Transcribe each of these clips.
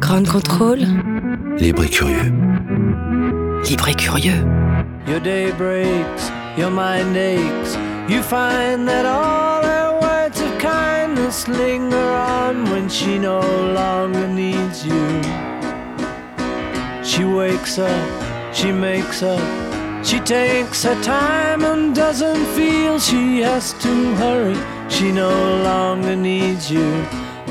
Grande contrôle. Libre et curieux. Libre et curieux. Your day breaks, your mind aches. You find that all her words of kindness linger on when she no longer needs you. She wakes up, she makes up, she takes her time and doesn't feel she has to hurry. She no longer needs you,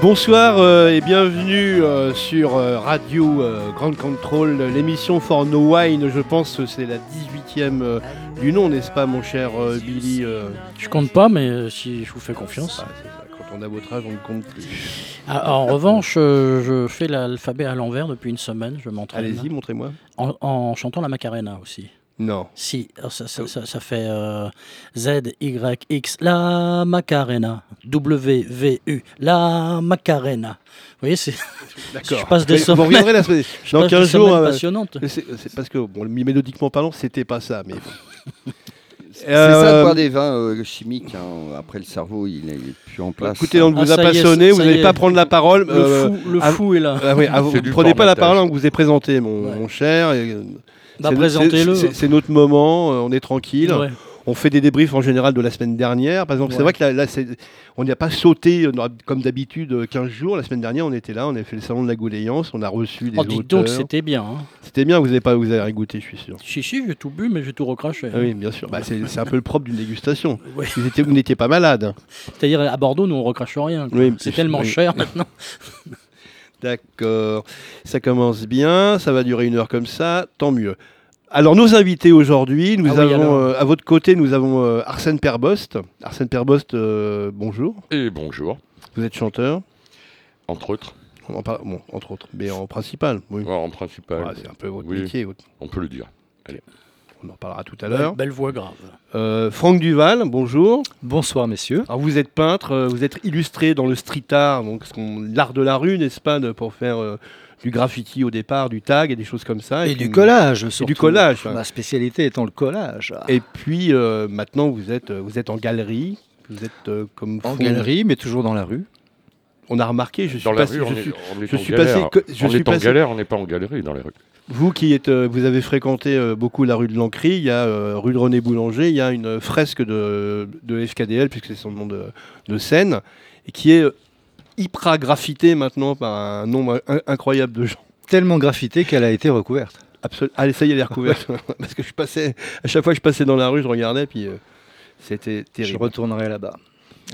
Bonsoir euh, et bienvenue euh, sur euh, Radio euh, Grand Control, l'émission For No Wine, je pense que c'est la 18e euh, du nom, n'est-ce pas mon cher euh, Billy euh, Je compte pas, mais euh, si je vous fais confiance. ah, c'est ça, Quand on a votre âge, on ne compte plus. Ah, en revanche, euh, je fais l'alphabet à l'envers depuis une semaine, je m'entraîne. Allez-y, montrez-moi. En, en chantant la Macarena aussi. Non. Oh. Si, alors ça, ça- ça- ça fait euh, Z, Y, X, la Macarena. W, V, U, la Macarena. Vous voyez, c'est D'accord. Je passe des Mais semaines- Vous reviendrez la semaine. je Dans passe des 15 jours, semaines euh, passionnantes. C'est c'est parce que, bon, mélodiquement parlant, c'était pas ça, mais. C'est ça de boire des vins euh, chimiques. hein. Après, le cerveau, il n'est plus en place. Bah, Écoutez, on Ah, vous a ça y est, passionné, ça vous y n'allez est. pas prendre la parole. Le euh, fou, le av- fou est là. ah oui, av- C'est vous du prenez pas la formatage. parole avant que vous êtes présenté, mon, Ouais. mon cher. et, euh, Bah, c'est- présentez-le. c'est- c'est- C'est notre moment, euh, on est tranquille. Ouais. On fait des débriefs en général de la semaine dernière. Par exemple, c'est Ouais. vrai que là, là, c'est- on n'y a pas sauté euh, dans- comme d'habitude euh, 15 jours. La semaine dernière, on était là, on a fait le salon de la Gouléance, on a reçu des Oh, dites donc, auteurs. c'était bien. hein. C'était bien, vous avez pas, vous avez rien goûté, je suis sûr. Si, si, j'ai tout bu, mais j'ai tout recraché. Ah oui, bien sûr. Bah, c'est c'est un peu le propre d'une dégustation. Ouais. Vous étiez- vous n'étiez pas malade. C'est-à-dire, à Bordeaux, nous, on recrache rien. quoi. Oui, c'est je- tellement oui. cher maintenant. D'accord. Ça commence bien, ça va durer une heure comme ça, tant mieux. Alors nos invités aujourd'hui, nous Ah oui, avons alors. euh, à votre côté, nous avons euh, Arsène Perbost. Arsène Perbost, euh, bonjour. Et bonjour, Vous êtes chanteur, entre autres, en par- bon, entre autres, mais en principal. Oui. Ouais, en principal, Ah, c'est un peu votre Oui. métier. votre- on peut le dire. On en parlera tout à l'heure. Belle voix grave. Euh, Franck Duval, bonjour. Bonsoir messieurs. Alors vous êtes peintre, euh, vous êtes illustré dans le street art, donc ce qu'on- l'art de la rue, n'est-ce pas, de- pour faire euh, du graffiti au départ, du tag et des choses comme ça. Et puis- du collage surtout. Bah, du collage, hein. ouais. Ma spécialité étant le collage. Et puis euh, maintenant, vous êtes, euh, vous êtes en galerie. Vous êtes euh, comme en fond- galerie, mais toujours dans la rue. On a remarqué, je suis Dans la passé. rue, on je est suis- on est je en suis passé galère. que- je On suis est en passé- galère, on n'est pas en galerie dans les rues. Vous qui êtes, euh, vous avez fréquenté euh, beaucoup la rue de l'Ancry, il y a euh, rue de René Boulanger, il y a une euh, fresque de, de FKDL, puisque c'est son nom de, de scène, et qui est euh, hyper graffitée maintenant par un nombre in- incroyable de gens. Tellement graffitée qu'elle a été recouverte. Absol- Allez, ça y est, elle est recouverte. Parce que je passais, à chaque fois que je passais dans la rue, je regardais, puis euh, c'était Je terrible. retournerai là-bas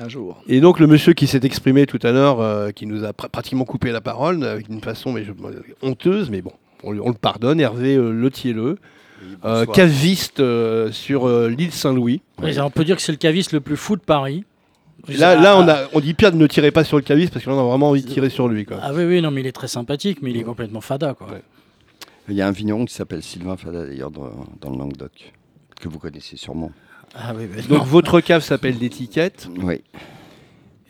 un jour. Et donc le monsieur qui s'est exprimé tout à l'heure, euh, qui nous a pr- pratiquement coupé la parole, euh, d'une façon mais je- euh, honteuse, mais bon, on, lui- on le pardonne, Hervé euh, Letielleux, euh, caviste euh, sur euh, l'île Saint-Louis. Mais on peut dire que c'est le caviste le plus fou de Paris. Là, là Ah. on, a, on dit Pierre ne tirez pas sur le caviste parce qu'on a vraiment envie de tirer sur lui. Quoi. Ah oui, oui, non, mais il est très sympathique, mais il est complètement fada, quoi. Ouais. Il y a un vigneron qui s'appelle Sylvain Fada, d'ailleurs, dans, dans le Languedoc, que vous connaissez sûrement. Ah oui, mais Donc non. votre cave s'appelle l'étiquette Oui,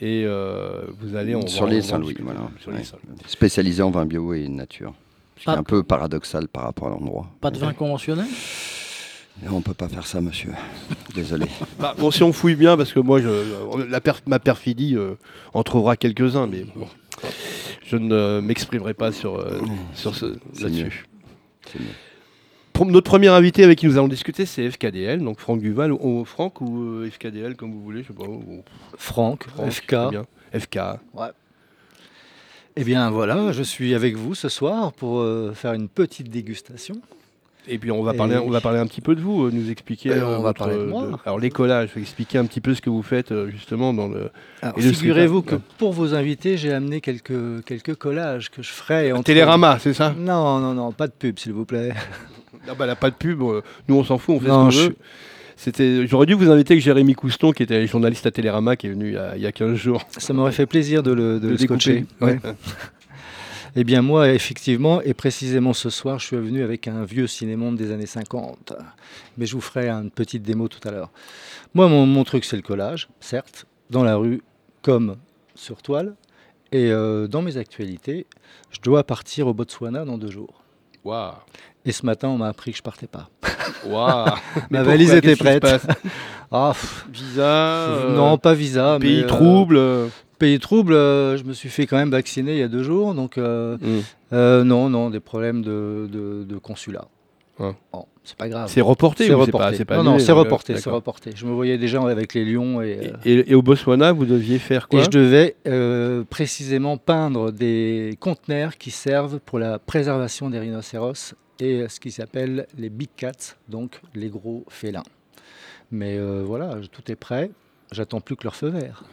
et euh, vous allez en sur en- en- l'île Saint-Louis, voilà. Sur l'île Ouais. Saint-Louis. Spécialisé en vin bio et nature. Ce qui est Pas- un peu paradoxal par rapport à l'endroit. Pas de vin conventionnel Non, On ne peut pas faire ça, monsieur. Désolé. Bah, bon, si on fouille bien, parce que moi, je- la per- ma perfidie euh, en trouvera quelques-uns, mais bon, je ne euh, m'exprimerai pas sur, euh, sur ce, Mmh. C'est mieux. là-dessus. C'est mieux. Pro- Notre premier invité avec qui nous allons discuter, c'est FKDL, donc Franck Duval, ou, ou Franck ou euh, FKDL, comme vous voulez, je sais pas. ou- ou Franck, Franck, FK. très bien. FK. Eh bien voilà, je suis avec vous ce soir pour euh, faire une petite dégustation. Et puis on va, Et- parler, on va parler un petit peu de vous, euh, nous expliquer. Euh, on va votre, parler de euh, moi. alors les collages, expliquer un petit peu ce que vous faites euh, justement dans le. Alors, Et le Figurez-vous que street art, pour vos invités, j'ai amené quelques, quelques collages que je ferai. entre- Télérama, c'est ça Non, non, non, pas de pub s'il vous plaît. Ah bah, elle a pas de pub, euh, nous on s'en fout, on fait Non, ce qu'on je- veut. C'était, j'aurais dû vous inviter avec Jérémy Couston, qui était journaliste à Télérama, qui est venu il y a, il y a 15 jours. Ça m'aurait fait plaisir de le, de Le le scotcher. découper. Ouais. Eh bien moi, effectivement, et précisément ce soir, je suis venu avec un vieux cinémonde des années 50. Mais je vous ferai une petite démo tout à l'heure. Moi, mon, mon truc, c'est le collage, certes, dans la rue, comme sur toile. Et euh, dans mes actualités, je dois partir au Botswana dans deux jours. Waouh Et ce matin, on m'a appris que je partais pas. Waouh Ma valise pourquoi était Qu'est-ce qui se prête. passe Ah, pff, Visa euh, non, pas visa. mais, Pays euh, trouble euh, Pays trouble, euh, je me suis fait quand même vacciner il y a deux jours, donc euh, Mm. euh, non, non, des problèmes de, de- de consulat. Ouais. Bon, c'est pas grave. C'est reporté ou reporté. pas- pas non, non, annulé, c'est donc, euh, reporté, c'est d'accord. reporté. Je me voyais déjà avec les lions et, euh, Et, et- et au Botswana, vous deviez faire quoi et je devais euh, précisément peindre des conteneurs qui servent pour la préservation des rhinocéros et euh, ce qui s'appelle les big cats, donc les gros félins. Mais euh, voilà, je- tout est prêt. J'attends plus que leur feu vert.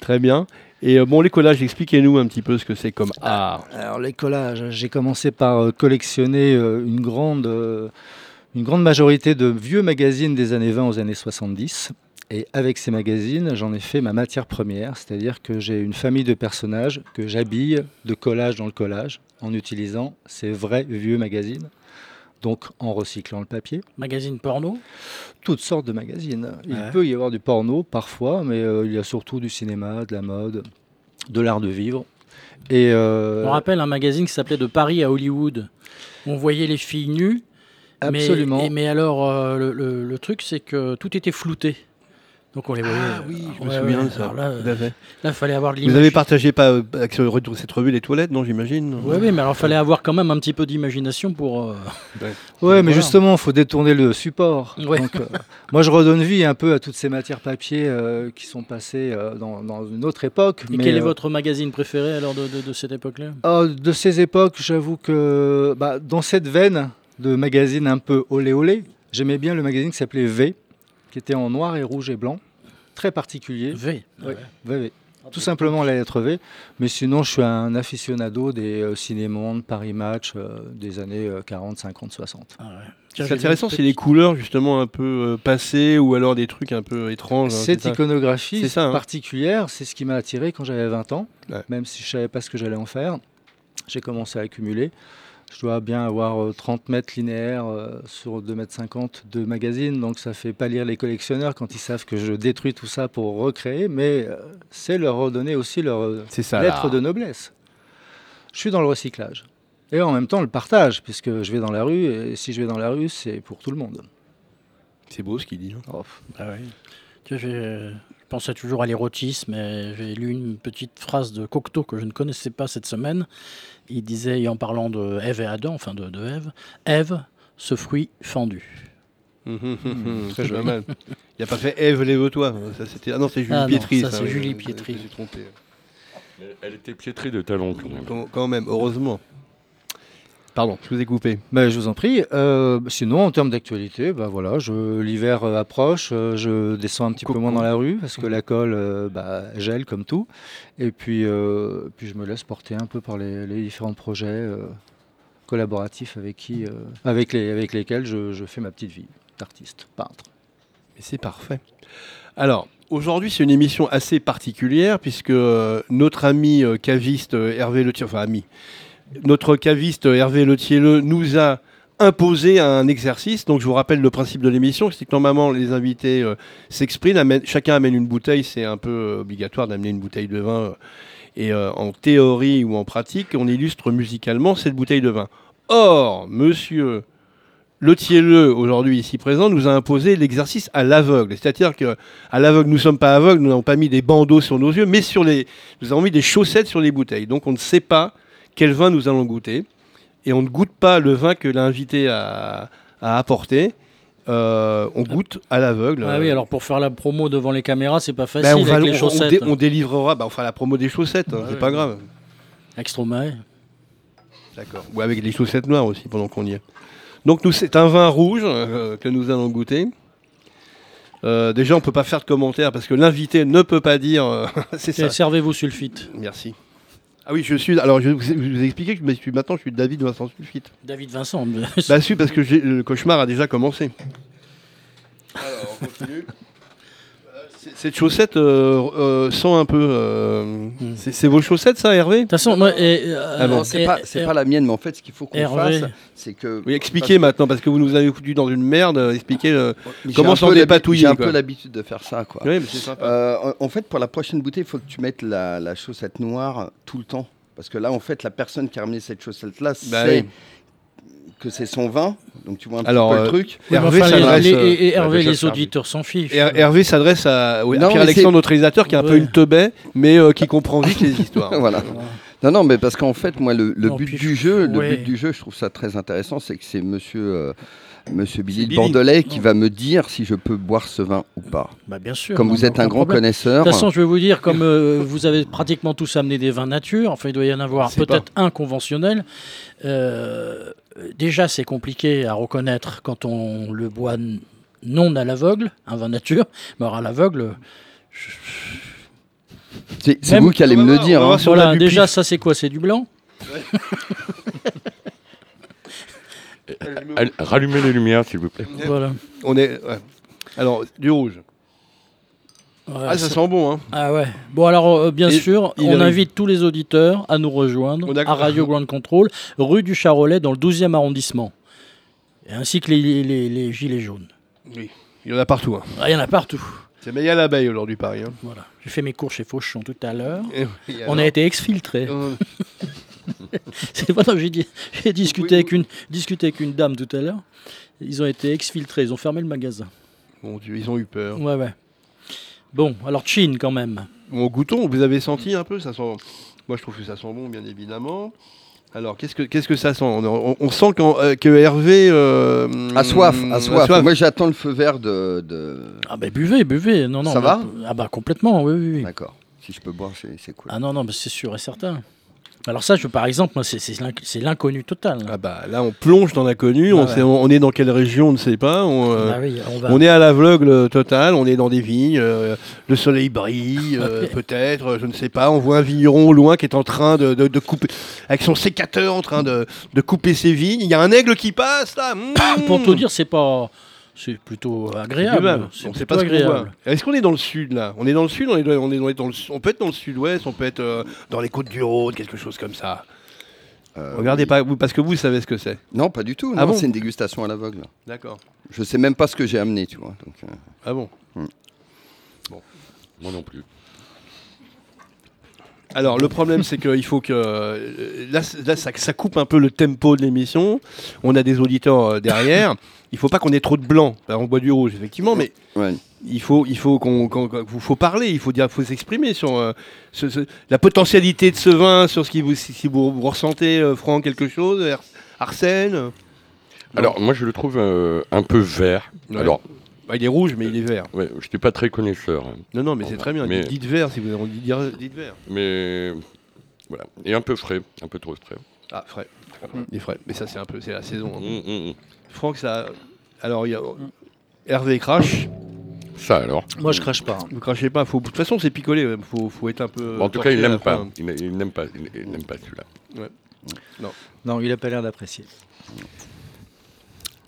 Très bien. Et euh, bon, les collages, expliquez-nous un petit peu ce que c'est comme art. Ah, Alors les collages, j'ai commencé par euh, collectionner euh, une grande, euh, une grande majorité de vieux magazines des années 20 aux années 70. Et avec ces magazines, j'en ai fait ma matière première, c'est-à-dire que j'ai une famille de personnages que j'habille de collage dans le collage en utilisant ces vrais vieux magazines, donc en recyclant le papier. Magazine porno Toutes sortes de magazines. Il Ouais. peut y avoir du porno parfois, mais euh, il y a surtout du cinéma, de la mode, de l'art de vivre. Et euh, On rappelle un magazine qui s'appelait De Paris à Hollywood. On voyait les filles nues. mais- absolument. et- Mais, alors, euh, le, le- le truc, c'est que tout était flouté. Donc on les voyait. Ah oui, je me souviens de ça. alors là, euh, Tout à fait. Là, il fallait avoir de Vous avez l'image. partagé pas, euh, avec ce- re- cette revue les toilettes, non, j'imagine Oui, oui, mais alors fallait avoir quand même un petit peu d'imagination pour. euh, Ouais, mais Voilà. justement, il faut détourner le support. Ouais. Donc, euh, moi, je redonne vie un peu à toutes ces matières papier euh, qui sont passées euh, dans, dans une autre époque. Et mais, quel est euh, votre magazine préféré alors de, de- de cette époque-là ah, De ces époques, j'avoue que bah, dans cette veine de magazine un peu olé olé, j'aimais bien le magazine qui s'appelait V, qui était en noir et rouge et blanc, très particulier. V. Ouais, V, V. Tout simplement la lettre V. Mais sinon, je suis un aficionado des euh, Cinémonde, Paris Match euh, des années euh, 40, 50, 60. Ah ouais. Tiens, C'est j'ai intéressant, vu c'est les couleurs justement un peu euh, passées ou alors des trucs un peu étranges. hein, Cette c'est ça iconographie C'est ça, hein. particulière, c'est ce qui m'a attiré quand j'avais 20 ans, Ouais. même si je savais pas ce que j'allais en faire. J'ai commencé à accumuler. Je dois bien avoir euh, 30 mètres linéaires euh, sur 2 mètres 50 de magazine, donc ça fait pâlir les collectionneurs quand ils savent que je détruis tout ça pour recréer, mais euh, c'est leur redonner aussi leur euh, C'est ça. lettre l'art. de noblesse. Je suis dans le recyclage. Et en même temps, le partage, puisque je vais dans la rue, et si je vais dans la rue, c'est pour tout le monde. Oh, C'est beau ce qu'il dit. hein. Ah ouais. Tu vois, j'ai- je pensais toujours à l'érotisme et j'ai lu une petite phrase de Cocteau que je ne connaissais pas cette semaine. Il disait, et en parlant de Ève et Adam, enfin de, de Ève, Ève, ce fruit fendu. Mhm, Hmm. mhm, très c'est pas joli. mal. Il a pas fait Eve, lève-toi. Ça, c'était... Ah non, c'est Julie Ah non, Pietri. ça, c'est oui, Julie je- je Pietri. me suis trompé. Elle- Elle était piétrée de talons quand même. Quand, quand même, heureusement. Pardon, je vous ai coupé. Ben, je vous en prie. Euh, sinon, en termes d'actualité, ben voilà, je- l'hiver euh, approche, euh, je descends un petit peu Coucou. moins dans la rue parce que la colle euh, bah, gèle comme tout. Et puis, euh, puis je me laisse porter un peu par les, les différents projets euh, collaboratifs avec, qui, euh, avec, les, avec lesquels je, je fais ma petite vie d'artiste, peintre. Mais c'est parfait. Alors, aujourd'hui, c'est une émission assez particulière puisque euh, notre ami euh, caviste euh, Hervé Letier, enfin ami, notre caviste euh, Hervé Letier-le nous a imposé un exercice. Donc, je vous rappelle le principe de l'émission, c'est que normalement, les invités euh, s'expriment, amènent- chacun amène une bouteille, c'est un peu euh, obligatoire d'amener une bouteille de vin. euh, et euh, en théorie ou en pratique, on illustre musicalement cette bouteille de vin. Or, monsieur le Thielleux, aujourd'hui ici présent, nous a imposé l'exercice à l'aveugle. C'est-à-dire que à l'aveugle, nous ne sommes pas aveugles, nous n'avons pas mis des bandeaux sur nos yeux, mais sur les, nous avons mis des chaussettes sur les bouteilles. Donc on ne sait pas quel vin nous allons goûter. Et on ne goûte pas le vin que l'invité a, a apporté. Euh, on goûte à l'aveugle. Ah oui, alors pour faire la promo devant les caméras, c'est pas facile Bah, on, va- avec les on- on chaussettes. dé- on délivrera, bah, on fera la promo des chaussettes, hein, Ouais, c'est pas ouais. grave. Avec Stromae. D'accord. Ou avec les chaussettes noires aussi, pendant qu'on y est. Donc, nous, c'est un vin rouge euh, que nous allons goûter. Euh, déjà, on ne peut pas faire de commentaires parce que l'invité ne peut pas dire. euh, c'est ça. C'est Servez-vous sulfite. Merci. Ah oui, je suis. Alors, je vous, je vous ai expliqué que je me suis- maintenant, je suis David Vincent Sulfite. David Vincent. Bah, si, parce que j'ai- le cauchemar a déjà commencé. Alors, on continue. C- Cette chaussette euh, euh, sent un peu. euh, c'est- C'est vos chaussettes, ça, Hervé Hmm. toute façon, moi, et, euh, Ah bon. Non, c'est et- pas, c'est et- pas la mienne, mais en fait, ce qu'il faut qu'on Hervé. fasse, c'est que. Oui, expliquez maintenant, parce que vous nous avez foutu dans une merde. euh, Expliquez. euh, J'ai comment un s'en peu l'habi- dépatouiller, J'ai un quoi. peu l'habitude de faire ça, quoi. Oui, mais c'est sympa. Euh, en en fait, pour la prochaine bouteille, il faut que tu mettes la, la chaussette noire tout le temps. Parce que là, en fait, la personne qui a ramené cette chaussette-là Bah sait oui. que c'est son vin. Donc tu vois un petit Alors, peu euh, le truc. Oui, mais Hervé enfin, les- s'adresse, les- euh, et- et euh, Hervé, déjà les servi. auditeurs s'en fichent. Her- Hervé s'adresse à, oui, à Non, mais Pierre-Alexandre, c'est- notre réalisateur, qui est un peu Ouais. une teubée, mais euh, qui comprend vite les histoires. voilà. Non, non, mais parce qu'en fait, moi, le, le Non, but puis- du jeu, ouais. le but du jeu, je trouve ça très intéressant, c'est que c'est Monsieur euh, Monsieur Billy, C'est le Billy. Bordelais qui Non. va me dire si je peux boire ce vin ou pas. Bah, bien sûr. Comme non, vous êtes aucun un grand problème. connaisseur, De toute façon, je vais vous dire, comme euh, vous avez pratiquement tous amené des vins nature, enfin, il doit y en avoir C'est peut-être un conventionnel. euh, déjà, c'est compliqué à reconnaître quand on le boit n- non à l'aveugle, un vin nature, mais alors à l'aveugle. je- c'est c'est Même- vous qui allez On me va le voir, dire. on va hein. voir si on a Voilà, du déjà, pif. ça, c'est quoi C'est du blanc Allez, Rallumez les lumières, s'il vous plaît. Voilà. On est. ouais. Alors, du rouge. Ouais, Ah, ça c'est- sent bon, hein. Ah ouais. Bon alors euh, bien Et- sûr, il on arrive. invite tous les auditeurs à nous rejoindre Oh, d'accord. à Radio Ground Control, rue du Charolais dans le 12e arrondissement. Et ainsi que les, les- les gilets jaunes. Il y en a partout. Hein. Ah, Il y en a partout. C'est meilleur à l'abeille aujourd'hui, Paris. hein. Voilà. J'ai fait mes cours chez Fauchon tout à l'heure. Et- On a été exfiltrés. Euh, C'est- voilà, j'ai di- j'ai discuté, pouvez- avec une- discuté avec une dame tout à l'heure. Ils ont été exfiltrés, ils ont fermé le magasin. Mon Dieu, ils ont eu peur. Ouais ouais. Bon, alors Chine quand même. Mon goûton, vous avez senti un peu, ça sent. Moi, je trouve que ça sent bon, bien évidemment. Alors, qu'est-ce que qu'est-ce que ça sent on, on- on sent qu'en- euh, que Hervé euh, À soif, hum, à soif. Moi, j'attends le feu vert de. Euh, de- Ah ben buvez, buvez. Non non. Ça mais- va Ah bah complètement, oui oui. oui. D'accord. Si je peux boire, c'est c'est cool. Ah non, non, mais c'est sûr et certain. Alors ça, je, par exemple, moi, c'est- c'est l'inc- c'est l'inconnu total. Ah bah là, on plonge dans l'inconnu. Ah on, ouais. sait- on est dans quelle région, on ne sait pas. On, euh, Ah oui, on va- on est à l'aveugle total. On est dans des vignes. euh, le soleil brille, euh, peut-être. euh, Je ne sais pas. On voit un vigneron au loin qui est en train de, de- de couper avec son sécateur en train de, de couper ses vignes. Il y a un aigle qui passe là. Mmh. Pour tout dire, c'est pas... C'est plutôt agréable. Buvable. C'est On plutôt sait pas ce qu'on agréable. voit. Est-ce qu'on est dans le sud là On est dans le sud, on est, dans- on est dans- dans le su- on peut être dans le sud-ouest, on peut être euh, dans les côtes du Rhône, quelque chose comme ça. Euh, Regardez oui. pas, vous, parce que vous savez ce que c'est. Non, pas du tout. Ah non, bon c'est une dégustation à l'aveugle. D'accord. Je sais même pas ce que j'ai amené, tu vois. Donc, euh, Ah bon. Moi non plus. Alors le problème c'est qu'il faut que euh, là, c- là, ça, ça coupe un peu le tempo de l'émission. On a des auditeurs euh, derrière. Il faut pas qu'on ait trop de blanc. Bah, on boit du rouge effectivement, mais ouais. il faut il faut qu'on qu'on- qu'on- vous- faut parler, il faut dire, faut s'exprimer sur euh, ce- ce- la potentialité de ce vin, sur ce qui vous si si vous, vous ressentez euh, Franck quelque chose, Ar- Arsène. euh, Alors, moi, je le trouve euh, un peu vert. Ouais. Alors, Bah, il est rouge, mais il est vert. ouais, je n'étais pas très connaisseur. hein. Non, non, mais c'est très bien. Mais- Dites vert si vous avez envie de dire. Dites vert. Mais voilà. Et un peu frais. Un peu trop frais. Ah, frais. Mm. Il est frais. Mais ça, c'est un peu. C'est la saison. hein. Mm, mm, mm. Franck, ça. Alors, il y a. Mm. Hervé crache. Ça alors. Moi, je crache pas. Vous crachez pas. Faut... De toute façon, c'est picolé. ouais. Faut, faut être un peu. Bon, en tout cas, il torché Euh, à la n'aime pas. fin. Il n'a- il n'aime pas, il- il n'aime pas celui-là. Non, il a pas l'air d'apprécier.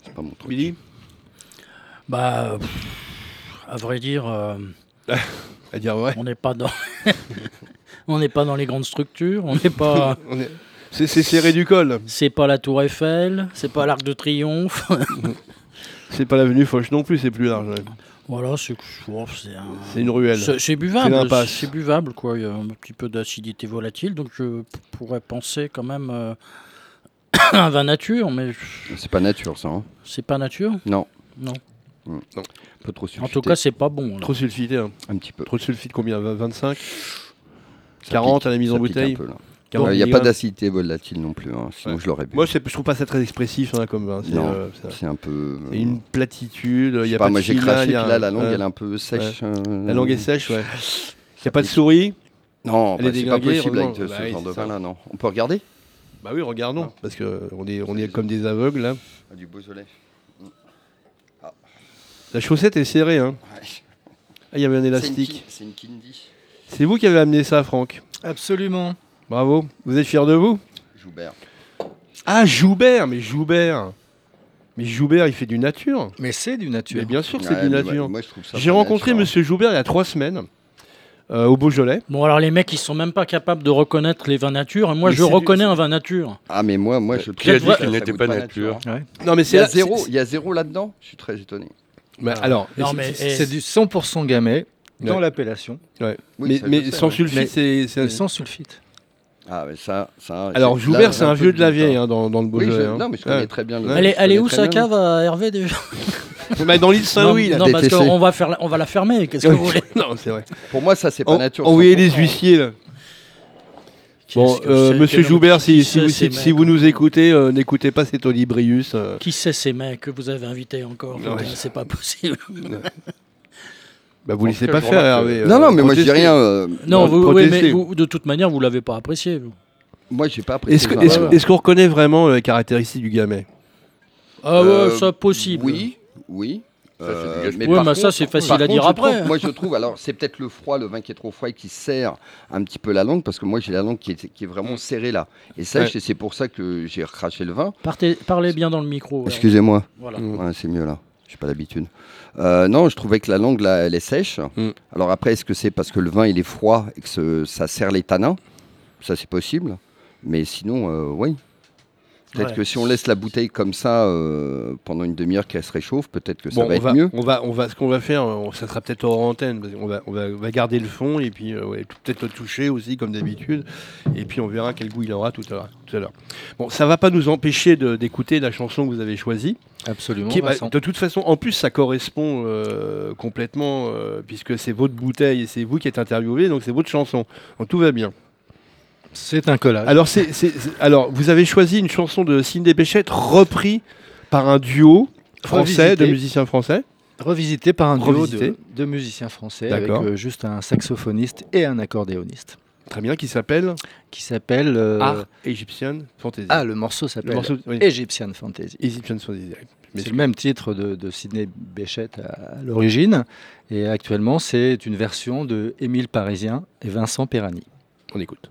c'est pas mon truc. Billy Bah, euh, pff, à vrai dire, euh, À dire ouais. on n'est pas dans... on n'est pas dans les grandes structures, on n'est pas... Oh, On est- C'est c'est serré du col. C'est pas la Tour Eiffel, c'est pas l'Arc de Triomphe. C'est pas l'avenue Foch non plus. C'est plus large. ouais. voilà, c'est oh, c'est un- C'est une ruelle. C'est c'est buvable, l'impasse. c'est buvable quoi. Il y a un petit peu d'acidité volatile, donc je p- pourrais penser quand même euh, à un vin nature, mais je- C'est pas nature, ça. hein. c'est pas nature. Non. Non. Mm. Non. Un peu trop En sulfité. tout cas, c'est pas bon. alors. Trop sulfité. hein. un petit peu. Trop de sulfite. Combien Ça 25 40 pique, à la mise ça en pique bouteille. un peu, là. Il 40 n'y a pas milligrammes. d'acidité volatile non plus, hein, sinon Ouais. je l'aurais bu. Moi, je sais- je trouve pas ça très expressif hein, comme vin. C'est, Non. euh, ça- c'est un peu. Il y a une platitude, il Je n'y sais a pas, pas moi de j'ai fila, craché, il y puis a un- là la langue ouais. elle est un peu sèche. euh, La langue est sèche, ouais. Il n'y a pas de souris Non, elle bah, est c'est pas déglinguée, possible avec vraiment. euh, Bah ce oui, genre de c'est ça. vin là, non. On peut regarder Bah oui, regardons, parce qu'on est, on est comme des aveugles là. Ah, Du Beaujolais. Mm. La chaussette est serrée, hein. Ah, il y avait un élastique. C'est une Kindy. C'est vous qui avez amené ça, Franck. Absolument. Bravo. Vous êtes fier de vous Joubert. Ah, Joubert, mais Joubert Mais Joubert, il fait du nature. Mais c'est du Mais nature. bien sûr que Ouais, c'est du mais nature. moi- moi, je trouve ça J'ai pas rencontré nature, hein. Monsieur Joubert il y a trois semaines euh, au Beaujolais. Bon, alors les mecs, ils sont même pas capables de reconnaître les vins nature. Et moi, Mais je c'est du- reconnais un vin nature. Ah, mais moi, moi je Qui a trouve dit que qu'il ça n'était goûte pas nature hein. Non, mais Il y c'est a là- zéro, c'est- il y a zéro là-dedans Je suis très étonné. Bah, alors, Non, c'est- mais c'est- eh, C'est du 100% gamay dans Ouais. l'appellation, Oui, mais, ça, je mais sais, sans ouais. Mais- sulfite, c'est. c'est- sans sulfite. Ah, mais ça, ça. Alors là, Joubert, c'est j'ai un peu vieux de de la doute, vieille hein. hein, dans, dans le Oui, je- Beaujolais. hein. non, mais je Ouais. connais très bien. le- Elle est, je elle est connais où très sa bien. cave à Hervé déjà Bah, dans l'île Non, Saint-Louis, là. non, parce DTC. qu'on va, faire la- on va la fermer. Qu'est-ce que vous voulez Non, c'est vrai. Pour moi, ça, c'est pas En- nature. Envoyez Oh, les 100%. huissiers, là. Bon, Qu'est-ce que euh, c'est monsieur que- Joubert, si, qui si, vous, c'est, si- ces si mecs hein vous nous écoutez, euh, n'écoutez pas cet Olibrius. euh, Qui c'est ces mecs que vous avez invités encore Non, Putain, ouais. C'est pas possible. Bah, vous En laissez tout pas cas, faire, je remarque que- Hervé, euh, Non, non, mais moi, je dis protestez. rien. euh, Non, Non, vous, oui, protestez. mais vous- de toute manière, vous l'avez pas apprécié. vous. Moi, j'ai pas apprécié. Est-ce que- ça. est-ce- est-ce qu'on reconnaît vraiment euh, les caractéristiques du gamet Ah ouais, Euh, ça possible. Oui, oui. Ça, c'est du Euh, gâchis. mais Ouais, par mais ça, contre- c'est facile par à dire je après. hein. trouve- moi, je trouve, alors, c'est peut-être le froid, le vin qui est trop froid et qui serre un petit peu la langue, parce que moi, j'ai la langue qui est, qui est Mm. vraiment serrée là. Et ça, Ouais. je- c'est pour ça que j'ai recraché le vin. Partez- parlez bien dans le micro. ouais. Excusez-moi. Voilà. Mm. Ouais, c'est mieux là. J'ai pas l'habitude. Euh, non, je trouvais que la langue là, elle est sèche. Mm. Alors après, est-ce que c'est parce que le vin il est froid et que ce- ça serre les tanins Ça c'est possible. Mais sinon, euh, oui. Peut-être Ouais. que si on laisse la bouteille comme ça euh, pendant une demi-heure qu'elle se réchauffe, peut-être que ça Bon, va on être va, mieux. on va, on va, ce qu'on va faire, euh, ça sera peut-être hors antenne. parce qu'on va, on va, on va garder le fond et puis euh, ouais, tout- peut-être le toucher aussi comme d'habitude. Et puis on verra quel goût il aura tout à l'heure. tout à l'heure. Bon, ça va pas nous empêcher de- d'écouter la chanson que vous avez choisie. Absolument. qui est- bah, Vincent. de toute façon, en plus, ça correspond euh, complètement euh, puisque c'est votre bouteille et c'est vous qui êtes interviewé, donc c'est votre chanson. Donc tout va bien. C'est un collage. Alors, c'est, c'est- c'est- alors, vous avez choisi une chanson de Cindy Béchette repris par un duo français, Revisité. de musiciens français. Revisité par un duo Revisité. de, de musiciens français avec D'accord. euh, juste un saxophoniste et un accordéoniste Très bien, qui s'appelle qui s'appelle. euh, Art Egyptian Fantasy. ah, le morceau le s'appelle morceau. oui. Egyptian Fantasy. Egyptian Fantasy. Mais C'est le même titre de, de Sidney Béchette à, à l'origine. Et actuellement, c'est une version de Émile Parisien et Vincent Perani. on écoute.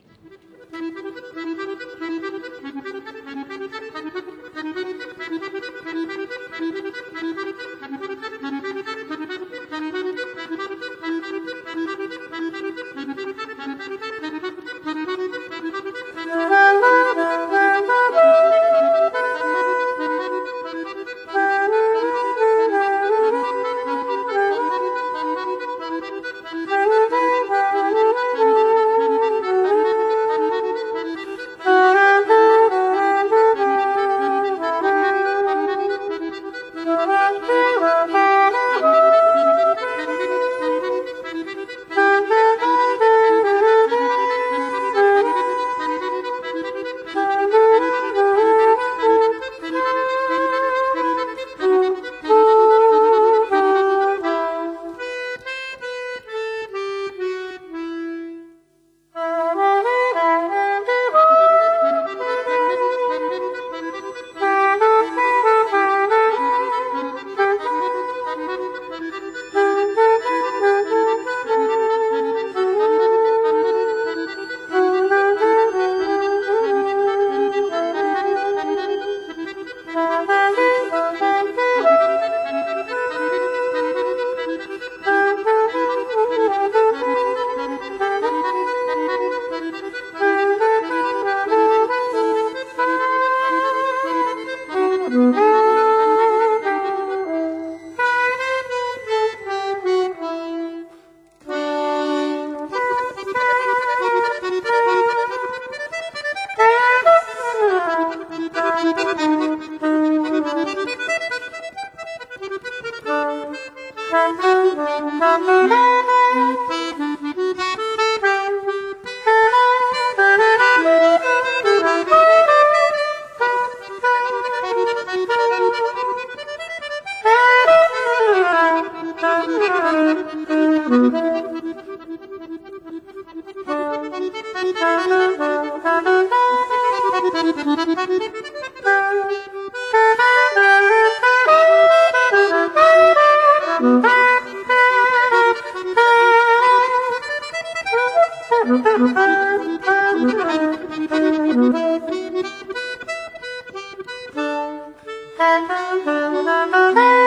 Thank you.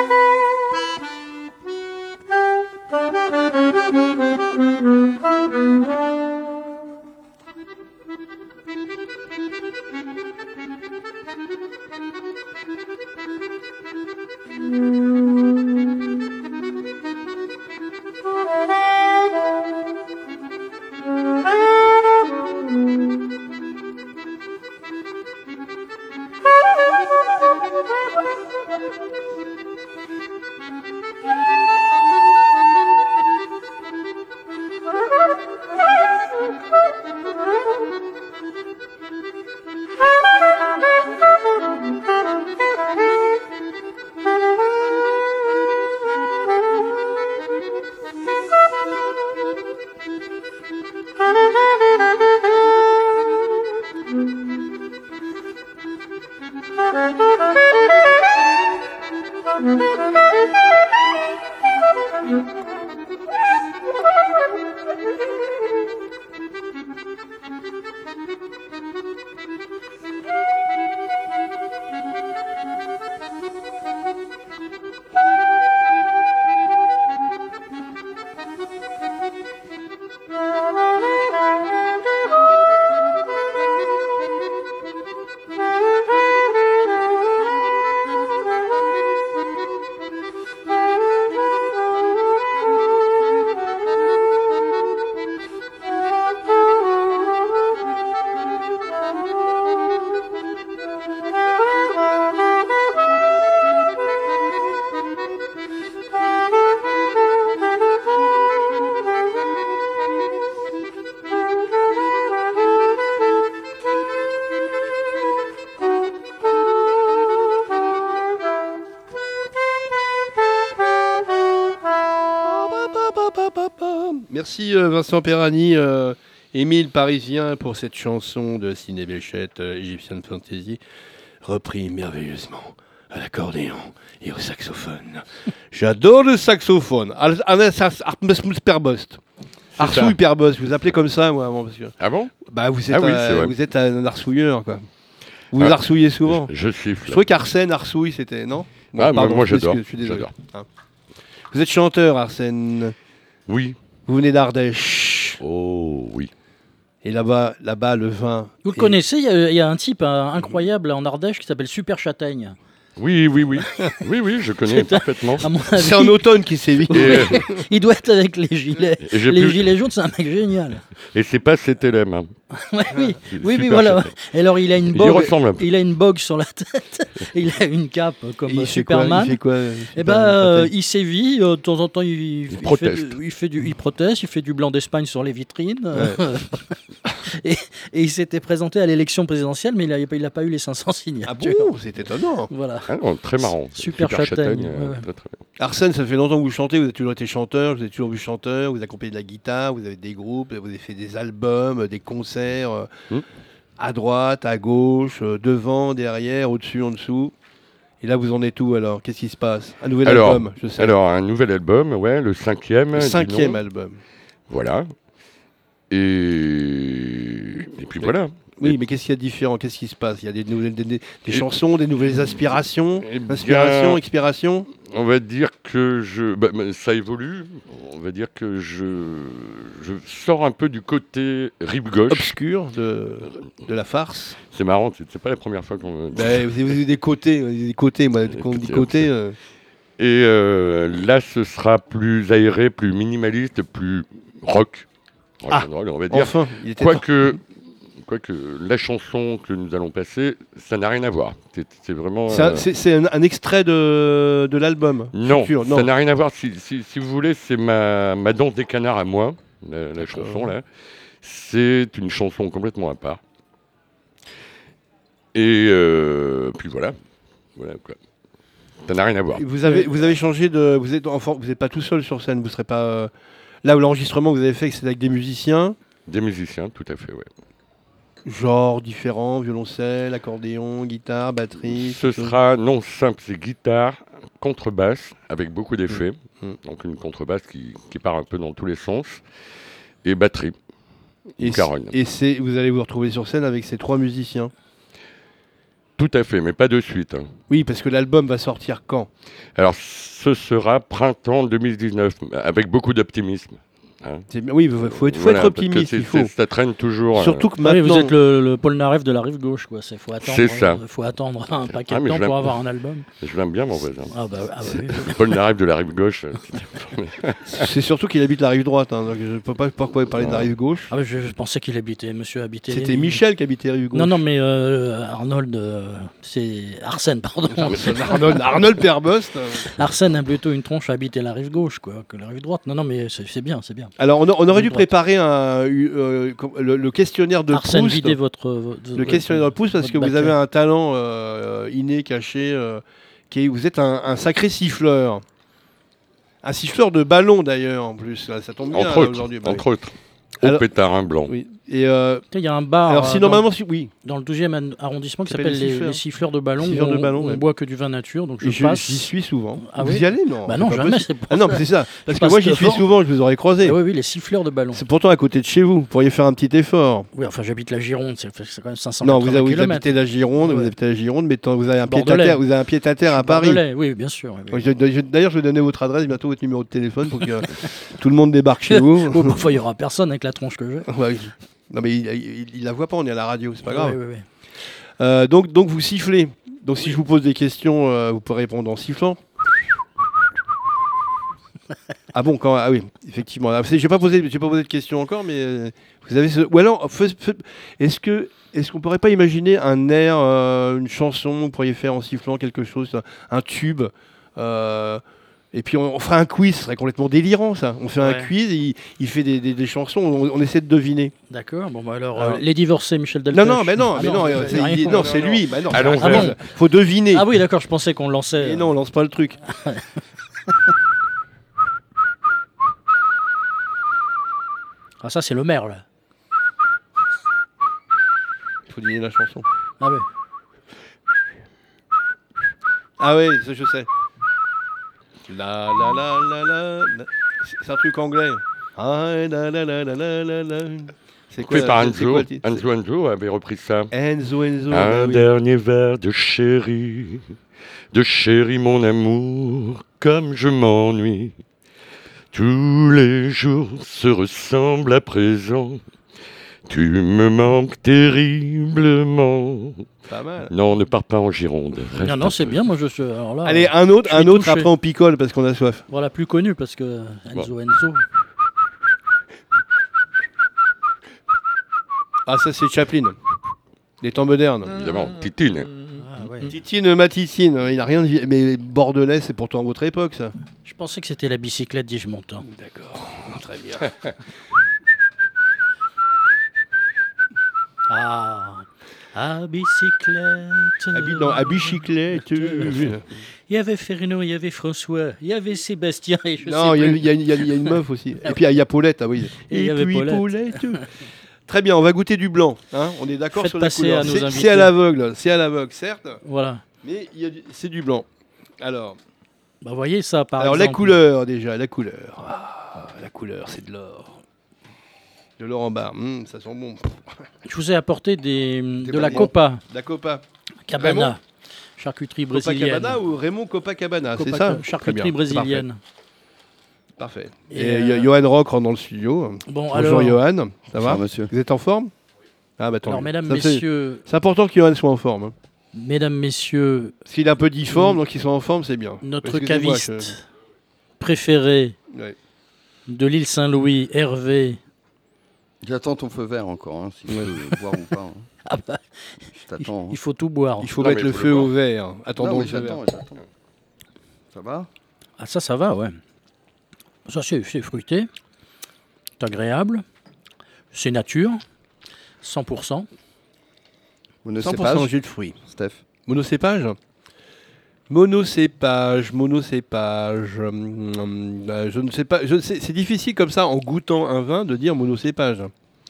Merci euh, Vincent Perrani, euh, Émile Parisien pour cette chanson de Ciné Béchette, euh, Egyptian Fantasy, repris merveilleusement à l'accordéon et au saxophone. J'adore le saxophone. Al- Al- Sas- Artmus Perbost. Arsouille Perbost, vous appelez comme ça moi avant parce que Ah bon bah vous êtes Ah oui, un- c'est vrai. vous êtes un arsouilleur quoi. Vous Ah. arsouillez souvent. Je, je Je siffle. trouvais qu'Arsène Arsouille c'était non Bon, Ah, moi- pardon, moi, je m'excuse, j'adore, Je suis désolé. j'adore. Hein. Vous êtes chanteur Arsène. Oui. Vous venez d'Ardèche. Oh oui. Et là-bas, là-bas, le vin. Vous le est- connaissez, il y a- il y, a un type hein, Mm. incroyable en Ardèche qui s'appelle Super Châtaigne. Oui, oui, oui. Oui, oui, je connais C'est un- parfaitement. À mon avis, C'est en automne qu'il sévit. Et, euh, il doit être avec les gilets. et j'ai Les plus- gilets jaunes, c'est un mec génial. et c'est pas CTLM. Hein. Ouais, oui, C'est oui, oui, super voilà. chouette. Et alors, il a une Il bogue. ressemble un peu. Il a une bogue sur la tête. et il a une cape euh, comme Et il euh, fait quoi, Superman. Il fait quoi euh, Eh Superman, ben, euh, Châtaigne il sévit. euh, de temps en temps, il, fait du- proteste. il fait du, il proteste. Il fait du blanc d'Espagne sur les vitrines. euh, et, et il s'était présenté à l'élection présidentielle, mais il n'a il a pas eu les 500 signatures. Ah bon, c'est étonnant. Voilà. Ah non, très marrant. Super Châtaigne, euh, ouais, ouais. très, très bien. Arsène, ça fait longtemps que vous chantez. Vous avez toujours été chanteur. Vous avez toujours vu chanteur. Vous accompagnez de la guitare. Vous avez des groupes. Vous avez fait des albums, euh, des concerts. euh, Hmm. À droite, à gauche, euh, devant, derrière, au-dessus, en dessous. Et là, vous en êtes où alors Qu'est-ce qui se passe Un nouvel Alors, album, je sais. Alors, un nouvel album, ouais, le cinquième. Le dis cinquième donc. album. Voilà. Et, et puis voilà. Oui, mais qu'est-ce qu'il y a de différent Qu'est-ce qui se passe Il y a des, nouvelles, des, des- des chansons, des nouvelles aspirations, Eh bien, inspiration, expiration. On va dire que je, bah, bah, ça évolue. On va dire que je, je sors un peu du côté rive gauche. obscure de, de la farce. C'est marrant, c'est c'est pas la première fois qu'on. me dit. Bah, vous avez vous avez des côtés, vous avez des côtés, moi, Des quand on dit petits côté, euh, Et euh, là, ce sera plus aéré, plus minimaliste, plus rock. Rock Ah, and roll, on va dire. enfin, il était temps. Quoique, quoique la chanson que nous allons passer, ça n'a rien à voir. C'est c'est vraiment. C'est un- euh, C'est c'est un, un extrait de, de l'album. Non, futur, ça non. n'a rien à voir. Si, si- si vous voulez, c'est ma, ma danse des canards à moi, la, la chanson là. C'est une chanson complètement à part. Et euh, puis voilà. Voilà quoi. Ça n'a rien à voir. Vous avez, vous avez changé de. Vous êtes enfin, vous n'êtes pas tout seul sur scène, vous serez pas. euh, Là où l'enregistrement que vous avez fait, c'est avec des musiciens, Des musiciens, tout à fait, ouais. genres différents, violoncelle, accordéon, guitare, batterie. Ce tout ça. sera non simple, c'est guitare, contrebasse, avec beaucoup d'effets. Mm. Mm. Donc une contrebasse qui, qui part un peu dans tous les sens. Et batterie. Et, Ou c'est- carogne. et c'est, vous allez vous retrouver sur scène avec ces trois musiciens. Tout à fait, mais pas de suite. hein. Oui, parce que l'album va sortir quand Alors, ce sera printemps 2019, avec beaucoup d'optimisme. hein. C'est- Oui, il faut, faut être, faut Voilà, être parce que optimiste, c'est- il faut. c'est- Ça traîne toujours. hein. euh. Surtout que hein, Ah oui, maintenant, vous êtes le, le Polnareff de la rive gauche, quoi. C'est faut attendre, C'est ça. euh, faut attendre un paquet Ah, de mais temps je l'aime. pour avoir un album. euh, Je l'aime bien, mon voisin. Ah bah, ah bah oui. Paul Naref de la rive gauche. euh, C'est surtout qu'il habite la rive droite, hein, donc je ne peux pas pourquoi parler de la rive gauche. Ah bah, je, je pensais qu'il habitait, Monsieur habitait. C'était Michel qui habitait la rive gauche. Non non mais euh, Arnold, euh, c'est Arsène pardon. Ah, Arnold, Arnold euh. Perbost. Arsène a plutôt une tronche à habiter la rive gauche quoi, que la rive droite. Non non mais c'est c'est bien, c'est bien. Alors on, a- on aurait dû Droite. préparer un- eu- euh, com- le, le questionnaire de Arsène Proust. videz votre, votre- Le votre- questionnaire de Proust parce votre que vous baquet. avez un talent euh, inné, caché. euh, qui est- vous êtes un, un sacré siffleur. Un siffleur de ballon d'ailleurs en plus. Ça tombe bien entre là, autres. aujourd'hui. Bah oui. Entre autres. Au Alors- pétarin blanc. Oui. Et euh, Tu sais, Il y a un bar alors euh, si dans, normalement si- oui. dans le 12e arrondissement qui Ça s'appelle les, les siffleurs. de ballon. Siffleurs où de on- ballon, on ouais. boit que du vin nature donc je, Et je- passe. J'y suis souvent. Ah vous oui y allez non Bah non C'est pas jamais. possible. c'est pour Ah non, ça. mais c'est ça. Parce que passe moi, j'y devant. suis souvent, je vous aurais croisé. Ah oui oui les siffleurs de ballon. C'est pourtant à côté de chez vous. Vous pourriez faire un petit effort. Oui, enfin, j'habite la Gironde, c'est c'est quand même 500 Non, vous, avez- vous km. habitez la Gironde, vous Ouais. habitez la Gironde, mais tant- vous avez un pied à Bordelais. terre, vous avez un pied à terre à Paris. Oui, bien sûr. oui, oui. Donc, je- je- D'ailleurs, je vais donner votre adresse, bientôt votre numéro de téléphone pour que euh, tout le monde débarque chez vous. Oh, bah, enfin, il n'y aura personne avec la tronche que j'ai. Ouais, je- non, mais il, il- il la voit pas, on est à la radio, c'est pas grave. Oui, oui, oui. Euh, donc, donc, vous sifflez. Donc, si je vous pose des questions, euh, vous pouvez répondre en sifflant. Ah bon, quand ah oui, effectivement. Ah, c'est- J'ai pas posé, j'ai pas posé de questions encore, mais euh, vous avez ce... ou alors, fais- fais- est-ce que est-ce qu'on pourrait pas imaginer un air, euh, une chanson, vous pourriez faire en sifflant quelque chose, ça, un tube. euh, et puis on, on fera un quiz, ce serait complètement délirant ça. On fait un Ouais. quiz, il, il fait des, des- des chansons, on, on essaie de deviner. D'accord. Bon, bah, alors, Alors- euh, les divorcés, Michel Non, Delpech. non, mais non, Ah mais non, vous euh, avez c'est rien il- non, compris. c'est lui. Bah non, À l'envers. ah bon, faut deviner. Ah oui, d'accord, je pensais qu'on lançait. Et euh, non, on lance pas le truc. Ah, ça, c'est le maire, là. Il faut deviner la chanson. Ah ouais. Ah oui, ça je sais. La la la la la. la. C'est- C'est un truc anglais. Ah, la la la la la la la. C'est Fait par c'est- c'est Enzo. quoi le titre Enzo Enzo avait repris ça. Enzo Enzo. Un bah oui. dernier verre de chéri, de chéri mon amour, comme je m'ennuie. Tous les jours se ressemblent à présent. Tu me manques terriblement. Pas mal. Non, ne pars pas en Gironde. Reste Non, un non, c'est peu. bien. Moi, je suis. euh, Alors là, Allez, un autre, hein. je suis un autre touché. après on picole parce qu'on a soif. voilà, plus connu parce que Enzo Enzo. Ah, ça c'est Chaplin. Les temps modernes. Évidemment, Euh, Titine. Ah ouais. Titine, ma titine, il n'a rien de... vi- Mais Bordelais, c'est pourtant votre époque, ça. Je pensais que c'était la bicyclette d'Ygemontant. D'accord, très bien. Ah, à bicyclette. Habite dans à bicyclette. Non, Il y avait Ferrino, il y avait François, il y avait Sébastien et je sais il y, a- plus. il y a- il y a- il y a une meuf aussi. Et puis il y a Paulette, ah oui. Et il y avait puis Paulette. Très bien, on va goûter du blanc. hein, on est d'accord Faites sur la passer couleur. à nos C'est- invités. C'est à l'aveugle, c'est à l'aveugle, certes, Voilà. mais il y a du- c'est du blanc. Alors, Bah, vous voyez ça par alors la exemple. couleur déjà, la couleur. Ah, la couleur, c'est de l'or. De l'or en barre, Hum, ça sent bon. Je vous ai apporté des, de la bons. copa, La copa. cabana, Raymond charcuterie brésilienne. Copacabana ou Raymond Copacabana, c'est Copaca- ça Très Charcuterie bien, brésilienne. Parfait. parfait. Et, Et, il y a euh, Johan Rock rentre dans le studio. Bon, Bonjour alors, Johan, ça va Bonjour, monsieur. Vous êtes en forme Ah bah tant alors mieux. mesdames, Ça, c'est- messieurs, C'est important que Johan soit en forme. hein. mesdames, messieurs, S'il est un peu difforme, donc qu'il soit en forme, c'est bien. notre Excusez-moi, caviste préféré je- ouais. de l'île Saint-Louis, Hervé. J'attends ton feu vert encore, hein, si tu Ouais. veux boire ou pas. hein. Ah bah, Je il, t'attends. hein. il faut tout boire. Il faut Non, mettre mais le faut feu le voir. au vert. Non, Attendons mais le feu vert. j'attends, j'attends. Ça va Ah ça, ça va, ouais. Ça, c'est c'est fruité. C'est agréable. C'est nature. 100%. Vous ne savez 100% pas, jus de fruits. Steph Monocépage Monocépage, monocépage. hum, hum, euh, Je ne sais pas. Je ne sais, c'est difficile comme ça, en goûtant un vin, de dire monocépage.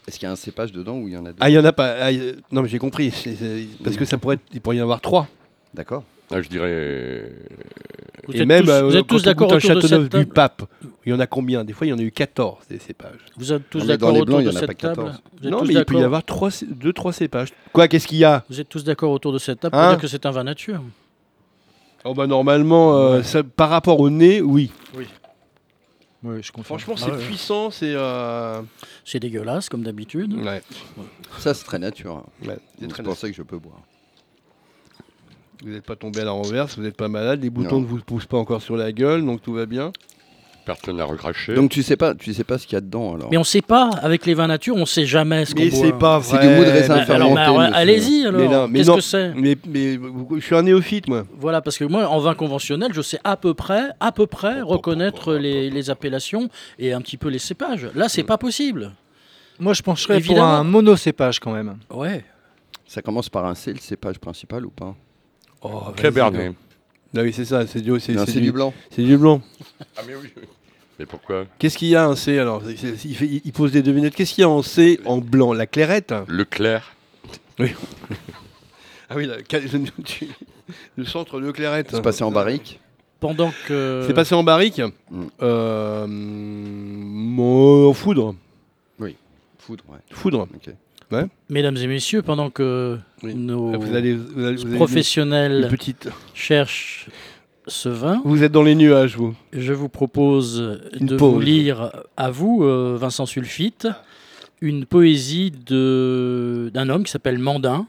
Est-ce qu'il y a un cépage dedans ou il y en a deux Ah, il n'y en a pas. ah, euh, non, mais j'ai compris. c'est- c'est- parce que ça pourrait, être- il pourrait y en avoir trois. D'accord. Ah, je dirais Vous Et même, tous, euh, vous êtes quand tous on d'accord goûte un autour de Châteauneuf cette du table. Pape, il y en a combien Des fois, il y en a eu 14 des cépages. Vous êtes tous Non, mais dans d'accord les autour blancs, il y de en a pas cette table. 14. Vous êtes Non, tous mais il peut y d'accord avoir 2 trois cépages. Quoi Qu'est-ce qu'il y a Vous êtes tous d'accord autour de cette table pour Hein dire que c'est un vin nature. Oh bah normalement, euh, ça- par rapport au nez, oui. Oui, je comprends. Franchement, Ah c'est ouais. puissant, c'est. euh, C'est dégueulasse comme d'habitude. Ouais. Ça, c'est très nature. hein. ouais, c'est Donc, très C'est pour ça que je peux boire. Vous n'êtes pas tombé à la renverse, vous n'êtes pas malade, les boutons Non. ne vous poussent pas encore sur la gueule, donc tout va bien. personne n'a recraché. Donc, tu sais pas, tu sais pas ce qu'il y a dedans alors Mais on ne sait pas, avec les vins nature, on ne sait jamais ce qu'on Mais boit. c'est pas hein. C'est vrai. du mou de raisin mais- Bah, alors, fermenté, bah, alors, monsieur. allez-y Mais non, alors. mais Qu'est-ce non. que c'est mais, mais vous- je suis un néophyte, moi. Voilà, parce que moi, en vin conventionnel, je sais à peu près, à peu près reconnaître les, les appellations et un petit peu les cépages. Là, Mm. c'est pas possible. Moi, je pencherais Évidemment. pour un monocépage quand même. Ouais. Ça commence par un C, le cépage principal ou pas Oh, vas-y, Cabernet. non. Ah oui, c'est ça, c'est du, c'est- Non, c'est c'est du- du blanc. c'est du blanc. Ah, mais oui. Mais pourquoi Qu'est-ce qu'il y a en C alors C'est- c'est- il, fait- il pose des devinettes. Qu'est-ce qu'il y a en C en blanc La clairette Le clair. Ah oui, la- tu- le centre de clairette. C'est passé en barrique Pendant que. C'est passé en barrique Mm. Euh, mm, En foudre. Foudre, ouais. Foudre. Ok. Mesdames et messieurs, pendant que Oui. nos Vous allez, vous allez- vous allez- professionnels une petite- cherchent ce vin, Vous êtes dans les nuages, vous. je vous propose Une de vous pause. lire à vous, euh, Vincent Sulfite, une poésie de- d'un homme qui s'appelle Mandin.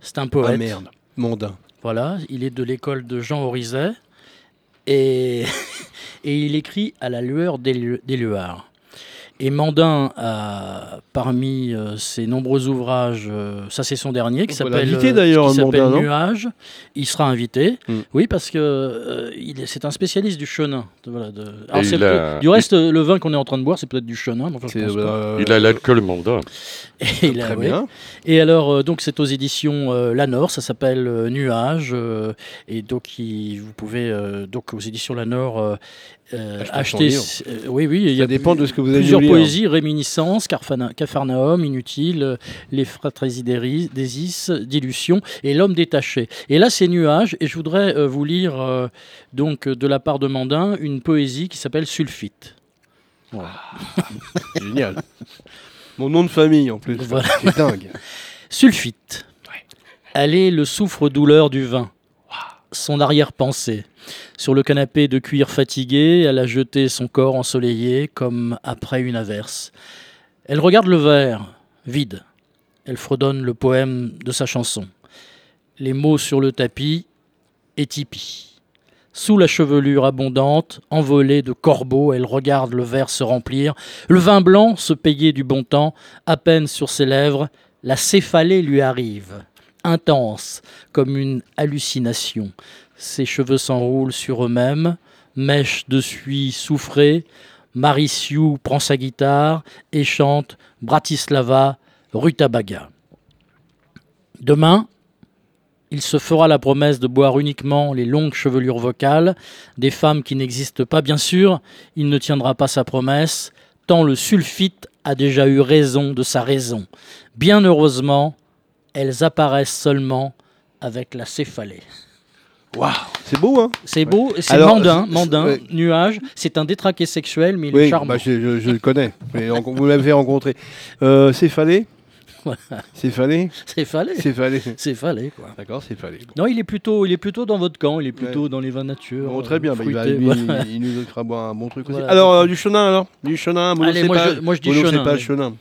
C'est un poète. Ah merde. Mondain. Voilà, il est de l'école de Jean Horizet et, et il écrit à la lueur des, lu- des lueurs. Et Mandin a, parmi euh, ses nombreux ouvrages, euh, ça c'est son dernier, qui On peut s'appelle l'inviter, euh, d'ailleurs, qui s'appelle Mandin, non Nuages. Il sera invité, Mm. oui, parce que euh, il est- c'est un spécialiste du chenin. de- voilà, de- Alors, il c'est a- peut-être- Du reste, le vin qu'on est en train de boire, c'est peut-être du chenin. mais enfin, je C'est, pense pas. euh, Il a l'alcool mandat. Et il a- Ah, Très ouais. bien. Et alors, euh, donc, c'est aux éditions euh, Lanor, ça s'appelle euh, Nuages. euh, et donc, il- vous pouvez, euh, donc, aux éditions Lanor, euh, euh, Acheter son acheter. livre. euh, oui, oui, il y Ça a dépend de ce que vous avez hein. plusieurs voulu poésie, Réminiscence, Carfana- Capharnaüm, Inutile, euh, Les Fratrises d'Éris- d'Ésis, Dilution et L'Homme détaché. Et là, c'est Nuages, et je voudrais euh, vous lire, euh, donc, euh, de la part de Mandin, une poésie qui s'appelle Sulfite. Génial. Mon nom de famille en plus. Voilà. C'est dingue. Sulfite. Elle est le souffre-douleur du vin. Son arrière-pensée. Sur le canapé de cuir fatigué, elle a jeté son corps ensoleillé comme après une averse. Elle regarde le verre, vide. Elle fredonne le poème de sa chanson. Les mots sur le tapis et tipi. Sous la chevelure abondante, envolée de corbeaux, elle regarde le verre se remplir, le vin blanc se payer du bon temps, à peine sur ses lèvres, la céphalée lui arrive, intense, comme une hallucination. Ses cheveux s'enroulent sur eux-mêmes, mèche de suie souffrée. Mariciou prend sa guitare et chante Bratislava, Rutabaga. Demain, il se fera la promesse de boire uniquement les longues chevelures vocales, des femmes qui n'existent pas, bien sûr. Il ne tiendra pas sa promesse, tant le sulfite a déjà eu raison de sa raison. Bien heureusement, elles apparaissent seulement avec la céphalée. Waouh, c'est beau, hein C'est beau, c'est Alors, Mandin, c'est- Mandin, ouais. nuage. C'est un détraqué sexuel, mais il est Oui, charmant. bah, je, je- je le connais. Mais on- vous l'avez rencontré. Euh, Céphalée Céphalée C'est fallait. Céphalée. C'est fallait, quoi. D'accord, Céphalée. Bon. Non, il est plutôt, il est plutôt dans votre camp. Il est plutôt dans les vins nature. Bon, très bien, euh, bah, il, va- fruités, lui, voilà. il nous fera boire un bon truc aussi. Voilà. Alors, euh, du chenin, alors Du chenin, Allez, moi, je- moi, je dis mono, c'est chenin, pas oui. chenin.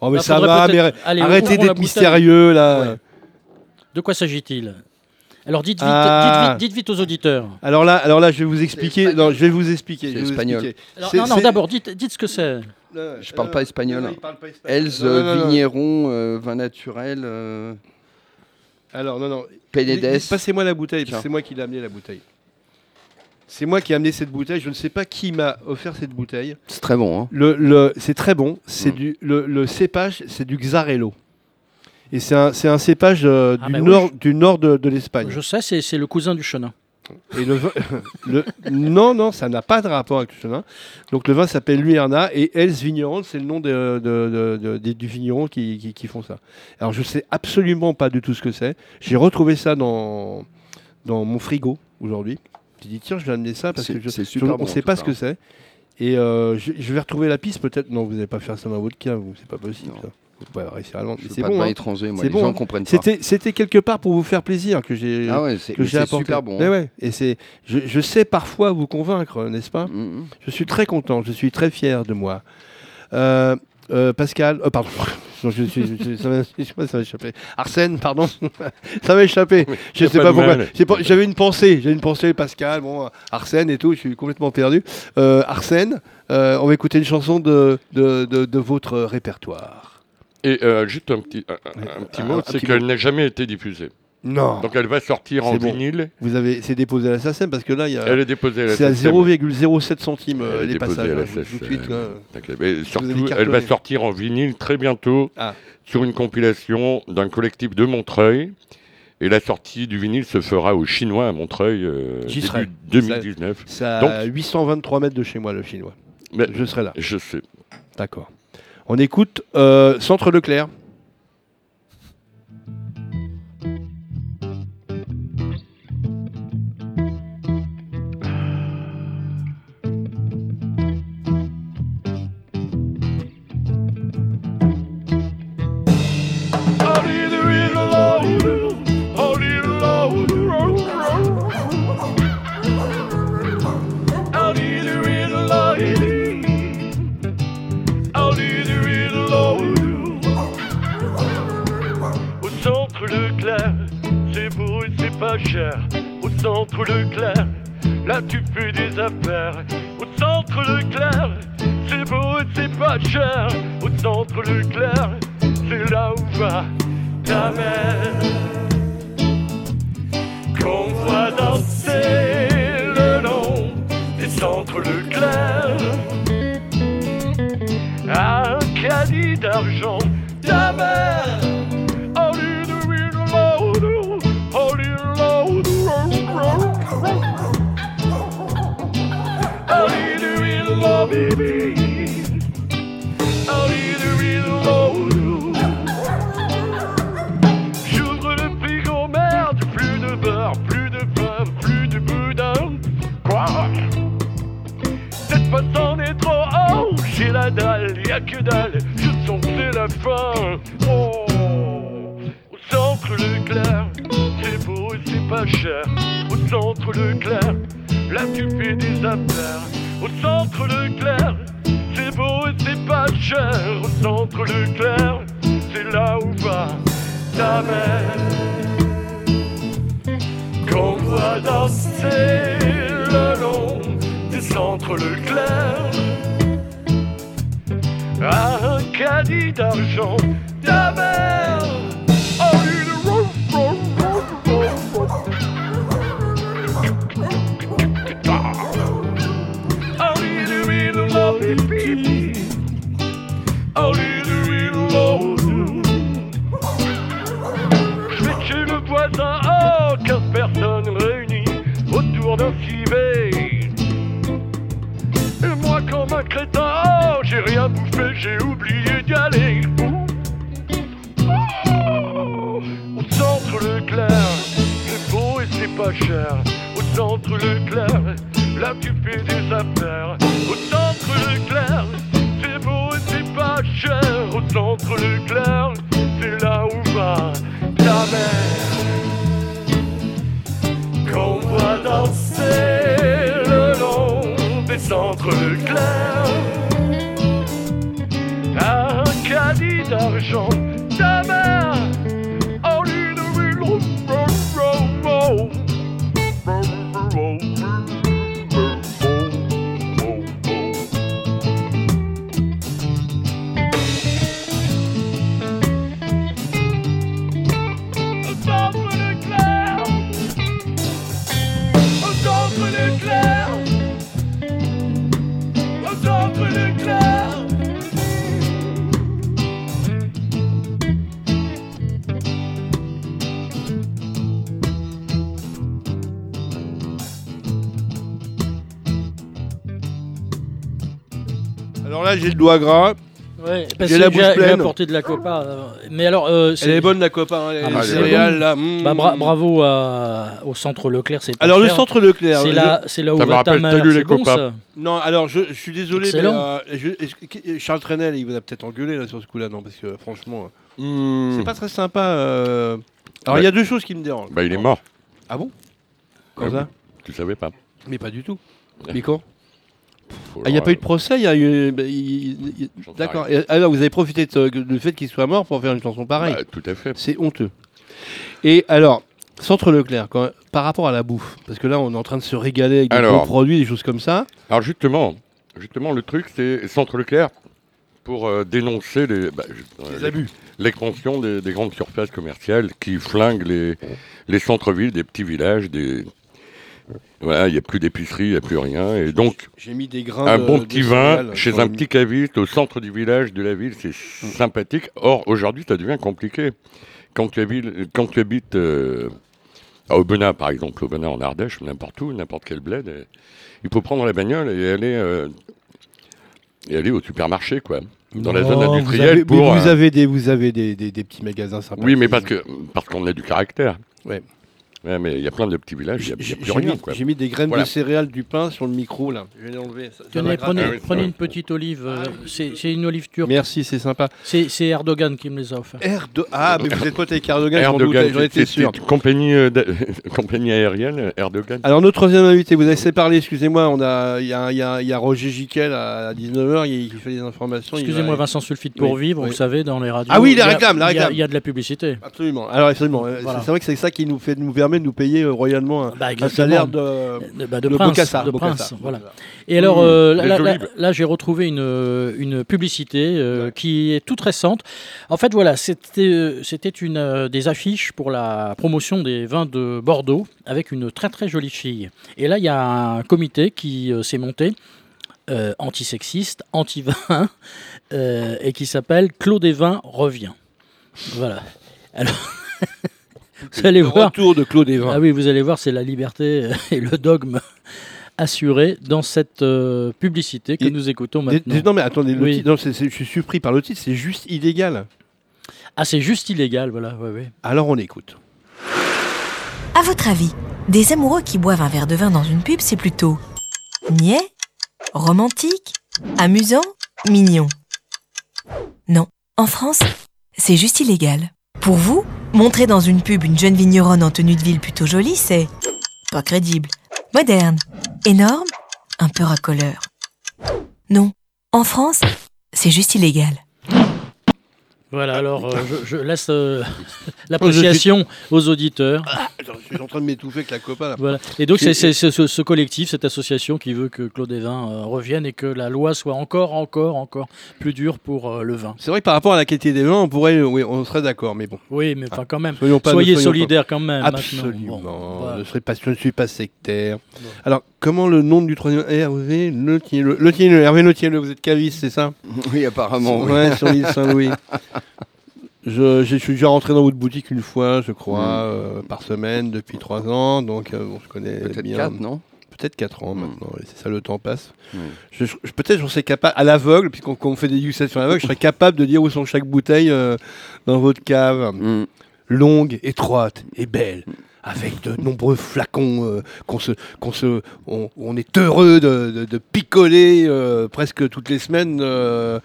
Oh, mais Bah, ça faudrait va, mais peut-être- arrê- Allez, arrêtez ouvrons la d'être bouteille. mystérieux, là. Ouais. De quoi s'agit-il Alors dites vite, Ah. dites vite, dites vite aux auditeurs. Alors là, alors là, je vais vous expliquer. espagnol. Non, je vais vous expliquer. C'est je vais vous espagnol. expliquer. Alors, C'est- non, non, c'est- d'abord, dites, dites ce que c'est. Je parle pas espagnol. Euh, hein. Non, il parle pas espagnol. Else, Non, non, non, non. vigneron, euh, vin naturel, euh, Alors, non, non. Pénédès. Dites- Passez-moi la bouteille, parce Tiens. que c'est moi qui l'ai amené la bouteille. C'est moi qui ai amené cette bouteille. Je ne sais pas qui m'a offert cette bouteille. C'est très bon. Hein. Le, le- c'est très bon. C'est Mm. du le, le cépage, c'est du Xarello. Et c'est un, c'est un cépage euh, Ah du, bah oui, nord, du nord de, de l'Espagne. Je sais, c'est c'est le cousin du chenin. Et le vin- le- non, non, ça n'a pas de rapport avec le chenin. Donc le vin s'appelle Luerna et Els Vigneron, c'est le nom de- de- de- de- des- du vigneron qui, qui- qui font ça. Alors je sais absolument pas du tout ce que c'est. J'ai retrouvé ça dans, dans mon frigo aujourd'hui. J'ai dit tiens, je vais amener ça parce C'est- que je, c'est je- super on bon, ne en sait tout pas cas. ce que c'est. Et euh, je, je vais retrouver la piste peut-être. Non, vous n'allez pas faire ça dans votre cave, vous, c'est pas possible. Non. ça. Vous pouvez réussir à le vendre. Je Mais fais C'est pas de bon. vin hein. étranger, moi. C'est Les bon, gens hein. comprennent pas. C'était c'était quelque part pour vous faire plaisir que j'ai Ah ouais, c'est que mais j'ai c'est apporté. super bon. Mais hein. ouais, et c'est, je, je sais parfois vous convaincre, euh, n'est-ce pas Mm, mm. Je suis très content, je suis très fier de moi. Euh, euh, Pascal, oh, pardon, Non, je suis, je- je- ça m'a je sais pas, ça m'a échappé. Arsène, pardon, ça m'a échappé. Je y a sais pas pas, de pourquoi. mal. J'ai pas- J'avais une pensée, j'ai une pensée, Pascal, bon, Arsène et tout, je suis complètement perdu. Euh, Arsène, euh, on va écouter une chanson de, de, de- de votre répertoire. Et euh, juste un petit, un, un- un petit Un- mot, Ah, un c'est petit qu'elle n'a jamais été diffusée. Non, Donc elle va sortir en C'est bon. vinyle. vous avez, c'est déposé à la SACEM parce que là, il y a. Elle est déposée à la C'est à SSM. 0,07 centimes euh, Elle est les déposée passages. à la hein, je vous le SSM. dis tout de suite, là. T'inquiète. Mais surtout, avez elle va cartonné. sortir en vinyle très bientôt Ah. sur une compilation d'un collectif de Montreuil. Et la sortie du vinyle se fera aux Chinois à Montreuil euh, J'y début serai. 2019. C'est à Donc- 823 mètres de chez moi, le chinois. Mais- Je serai là. Je sais. D'accord. On écoute euh, Centre Leclerc. Au centre Leclerc, c'est beau et c'est pas cher. Au centre Leclerc, là tu fais des affaires. Au centre Leclerc, c'est beau et c'est pas cher. Au centre Leclerc, c'est là où va ta mère. Qu'on voit danser le long des centres Leclerc. Un caddie d'argent, ta mère. Oh, little, little, little, oh, little, little. Oh, little, little, baby. que dalle, je sens que c'est la fin. Oh, au centre Leclerc, c'est beau et c'est pas cher. Au centre Leclerc, là tu fais des affaires. Au centre Leclerc, c'est beau et c'est pas cher. Au centre Leclerc, c'est là où va ta mère. Qu'on voit danser le long des centres Leclerc. Un caddie d'argent, ta mère. Oh, une roue, roue, roue, roue, roue. Oh, little, little, love, beep, beep, beep. Oh, little, little, love, do. Je vais chez le voisin, oh, 15 personnes réunies autour d'un civet. Et moi, comme un crétin, oh, j'ai rien bouffé, j'ai oublié d'y aller. Oh, au centre Leclerc, c'est beau et c'est pas cher. Au centre Leclerc, là tu fais des affaires. Au centre Leclerc, c'est beau et c'est pas cher. Au centre Leclerc, c'est là où va ta mère. Qu'on voit danser le long des centres Leclerc. Un caddie d'argent, ta mère. Oh, lune, lune, oh, oh, oh, oh. Oh, oh, oh, oh, oh, oh. Au centre Leclerc Au centre Leclerc Au centre Leclerc Alors là, j'ai le doigt gras. Ouais, parce J'ai que la j'ai bouche j'ai pleine. apporté de la copa. euh, Mais alors, euh, Elle c'est- est bonne la copain. Ah, hein, les bah, elle est céréales bonne. là. mm. bah, bra- bravo à- au centre Leclerc. c'est pas Alors le cher. centre Leclerc. euh, c'est je- là, c'est là où Ça me va ta rappelle, mère, salut les c'est bon, copains. ça. Non, alors je, je suis désolé, mais Excellent. euh, je- est-ce- Charles Trenel, il vous a peut-être engueulé là sur ce coup-là, non Parce que franchement, Hmm. c'est pas très sympa. euh. Alors il Ouais. y a deux choses qui me dérangent. Bah, il est mort. Ah bon Ah Quand oui. ça Tu savais pas. Mais pas du tout. Ouais. Mais quand Faut Ah, Il n'y a leur- pas eu de procès, il y a eu. bah, il- il- J'en sais D'accord. Et Alors vous avez profité de ce- du fait qu'il soit mort pour faire une chanson pareille. Bah, tout à fait. C'est honteux. Et alors, Centre Leclerc, quand- par rapport à la bouffe, parce que là, on est en train de se régaler avec des Alors. bons produits, des choses comme ça. Alors justement, justement, le truc, c'est Centre Leclerc pour euh, dénoncer les, bah, je- euh, les- l'expansion des, des grandes surfaces commerciales qui flinguent les, les centres-villes des petits villages. Des... Voilà, il n'y a plus d'épicerie, il n'y a plus rien. Et donc, J'ai mis des grains. un de- bon de petit céréales vin chez sur Mm. un le- petit caviste au centre du village, de la ville, c'est sympathique. Or, aujourd'hui, ça devient compliqué. Quand tu habites, quand tu habites euh, à Aubenas, par exemple, Aubenas en Ardèche, ou n'importe où, n'importe quel bled, euh, il faut prendre la bagnole et aller, euh, et aller au supermarché, quoi. Dans la zone Non, industrielle Oh, vous avez, mais pour. Vous euh, avez, des, vous avez des, des- des petits magasins sympas. Oui, mais parce que parce qu'on a du caractère. Ah, Ouais. Ouais, mais il y a plein de petits villages, il n'y a, il y J'ai a plus j'ai rien, mis, quoi. j'ai mis des graines Voilà. de céréales du pain sur le micro, là. Je vais l'enlever. ça- ça Tenez, va prenez, Ah oui, gratter. prenez ouais. une petite olive. euh, c'est c'est une olive turque. Ah, Merci, c'est sympa. C'est c'est Erdogan qui me les a offerts. Erdo... Ah, mais vous êtes pote avec Erdogan, j'en Erdogan, doutais, j'en étais c'est- sûr. c'est une compagnie, euh, d'a- compagnie aérienne, Erdogan. Alors, notre troisième invité, vous avez assez parlé, excusez-moi, on a- il y a, il y a- il y a Roger Giquel à 19h, il, il fait des informations. il va- Excusez-moi, Vincent Sulfite pour Oui, vivre, oui. vous savez, dans les radios. Ah oui, les il y a- réclames, la il y a- réclame. Ah, Il y a de la publicité. Absolument. Alors, absolument. Euh, Voilà. C'est c'est vrai que c'est ça qui nous, fait, nous permet de nous payer euh, royalement un, Bah, un exactement. salaire de, De, bah, de de prince, Bocassar, de Bocassar. prince, voilà. Et alors, Mmh, euh, les là, là- bah, olives. là, j'ai retrouvé une, euh, une publicité euh, qui est toute récente. En fait, voilà, c'était euh, c'était une euh, des affiches pour la promotion des vins de Bordeaux avec une très très jolie fille. Et là, il y a un comité qui euh, s'est monté. euh, antisexiste, anti-vin, euh, et qui s'appelle Clos des vins revient. Voilà. Alors, vous allez Le voir, retour de Claude Evin. ah oui, vous allez voir, c'est la liberté euh, et le dogme assuré dans cette euh, publicité que Et- nous écoutons Des- maintenant. des- non mais attendez, le Oui. titre- non, c'est- c'est- je suis surpris par le titre, c'est juste illégal. Ah, c'est juste illégal, voilà. ouais, ouais. Alors on écoute. À votre avis, des amoureux qui boivent un verre de vin dans une pub, c'est plutôt niais, romantique, amusant, mignon. En France, c'est juste illégal. Pour vous, montrer dans une pub une jeune vigneronne en tenue de ville plutôt jolie, c'est pas crédible, moderne, énorme, un peu racoleur. Non, en France, c'est juste illégal. Voilà, Ah. alors euh, je, je laisse euh, Oh, l'appréciation aux auditeurs. Attends, je suis en train de m'étouffer avec la copa là. Voilà. Et donc, J'ai- c'est c'est ce, ce- ce collectif, cette association qui veut que Claude Evin euh, revienne et que la loi soit encore, encore, encore plus dure pour euh, le vin. C'est vrai que par rapport à la qualité des vins, on pourrait, oui, on serait d'accord, mais bon. Oui, mais enfin, quand même. Soyons pas, Soyez solidaires solidaires quand même. hein, maintenant. Absolument. Bon, je, voilà. serai pas, je ne suis pas sectaire. Alors, comment le nom du troisième Hervé Nautier-le. Le tien, Hervé Nautier-le, vous êtes caviste, c'est ça Oui, apparemment. oui. Ouais, sur l'île Saint-Louis. Je, je suis déjà rentré dans votre boutique une fois, je crois, Mm. euh, par semaine depuis trois ans. Donc, euh, bon, je connais Peut-être bien. quatre, non Peut-être quatre ans maintenant. et C'est ça, le temps passe. Mm. Je, je- Peut-être j'en serais capable, à l'aveugle, puisqu'on qu'on fait des dégustations à l'aveugle, je serais capable de dire où sont chaque bouteille euh, dans votre cave Mm. longue, étroite et belle, avec de nombreux flacons euh, qu'on se, qu'on se, on, on est heureux de, de- de picoler euh, presque toutes les semaines. euh,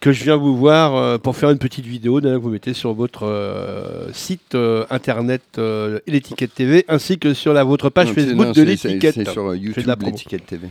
que je viens vous voir euh, pour faire une petite vidéo d'ailleurs, que vous mettez sur votre euh, site euh, internet euh, l'étiquette TV ainsi que sur la votre page Non, c'est- Facebook non, de c'est- c'est- C'est l'étiquette. sur euh, Fais YouTube de la promo. l'étiquette TV.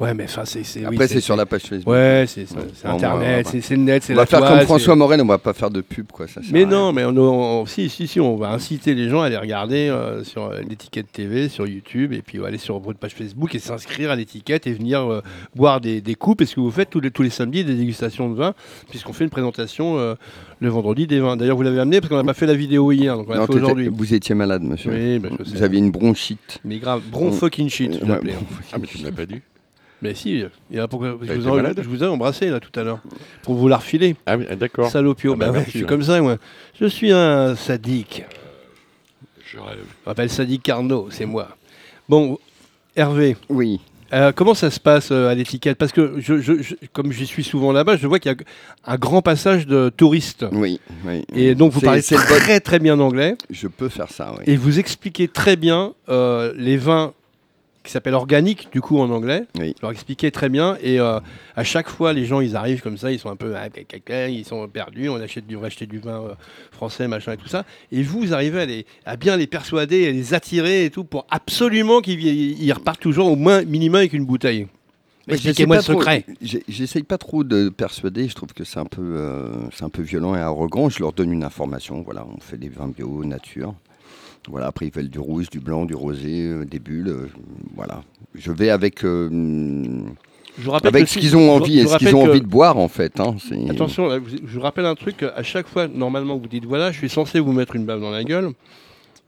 Ouais mais enfin c'est c'est oui, Après, c'est sur la page Facebook. Ouais, c'est c'est- c'est Bon, bah, internet, bah. c'est c'est le net, c'est On va la faire toile, comme c'est- François Morel, on va pas faire de pub quoi. Ça sert Mais à rien. non, mais on, on- si, si, si, on va inciter les gens à aller regarder euh, sur euh, l'étiquette TV, sur YouTube, et puis euh, aller sur votre page Facebook et s'inscrire à l'étiquette et venir euh, boire des, des coups, parce que vous faites tous les, tous les samedis des dégustations de vin, puisqu'on fait une présentation euh, le vendredi des vins. D'ailleurs, vous l'avez amené parce qu'on n'a pas fait la vidéo hier, donc on Non, l'a fait t'étais- aujourd'hui. Vous étiez malade, monsieur. Oui, bah, je vous sais. aviez une bronchite. Euh, Mais grave, bron fucking shit, je Ouais, l'appelais. bronchite. Ah, mais tu ne l'as pas dit. Mais si, il y a pourquoi- je, T'as vous été ai- malade je vous ai embrassé là tout à l'heure, pour vous la refiler. Ah, mais- ah, d'accord. Salopio, Ah bah Bah ouais, merci, je suis ouais. comme ça, moi. Je suis un sadique. Je rêve. On m'appelle Sadi Carnot, c'est moi. Bon, Hervé, Oui. euh, comment ça se passe euh, à l'étiquette Parce que je, je- je- comme j'y suis souvent là-bas, je vois qu'il y a un grand passage de touristes. Oui, oui. Et donc vous C'est- parlez c'est le bon- très très bien anglais Je peux faire ça, oui. et vous expliquez très bien euh, les vins qui s'appellent organiques du coup en anglais. Oui. Vous leur expliquez très bien et euh, à chaque fois les gens ils arrivent comme ça, ils sont un peu ah, cac, cac, cac, ils sont perdus, on achète du, on va acheter du vin euh, français machin et tout ça. Et vous, vous arrivez à, les, à bien les persuader, à les attirer et tout pour absolument qu'ils vi- ils repartent toujours au moins minimum avec une bouteille. Mais je Expliquez-moi le sais pas trop- secret. j'ai- J'essaye pas trop de persuader. Je trouve que c'est un peu, euh, c'est un peu violent et arrogant. Je leur donne une information. Voilà, on fait des vins bio, nature. Voilà, après ils veulent du rouge, du blanc, du rosé, euh, des bulles. euh, voilà, je vais avec euh, Je vous rappelle avec que ce si- qu'ils ont je vous- envie je et vous ce qu'ils rappelle ont que- envie de boire en fait. hein. C'est- Attention, là, vous- je vous rappelle un truc, à chaque fois, normalement, vous dites voilà, je suis censé vous mettre une baffe dans la gueule.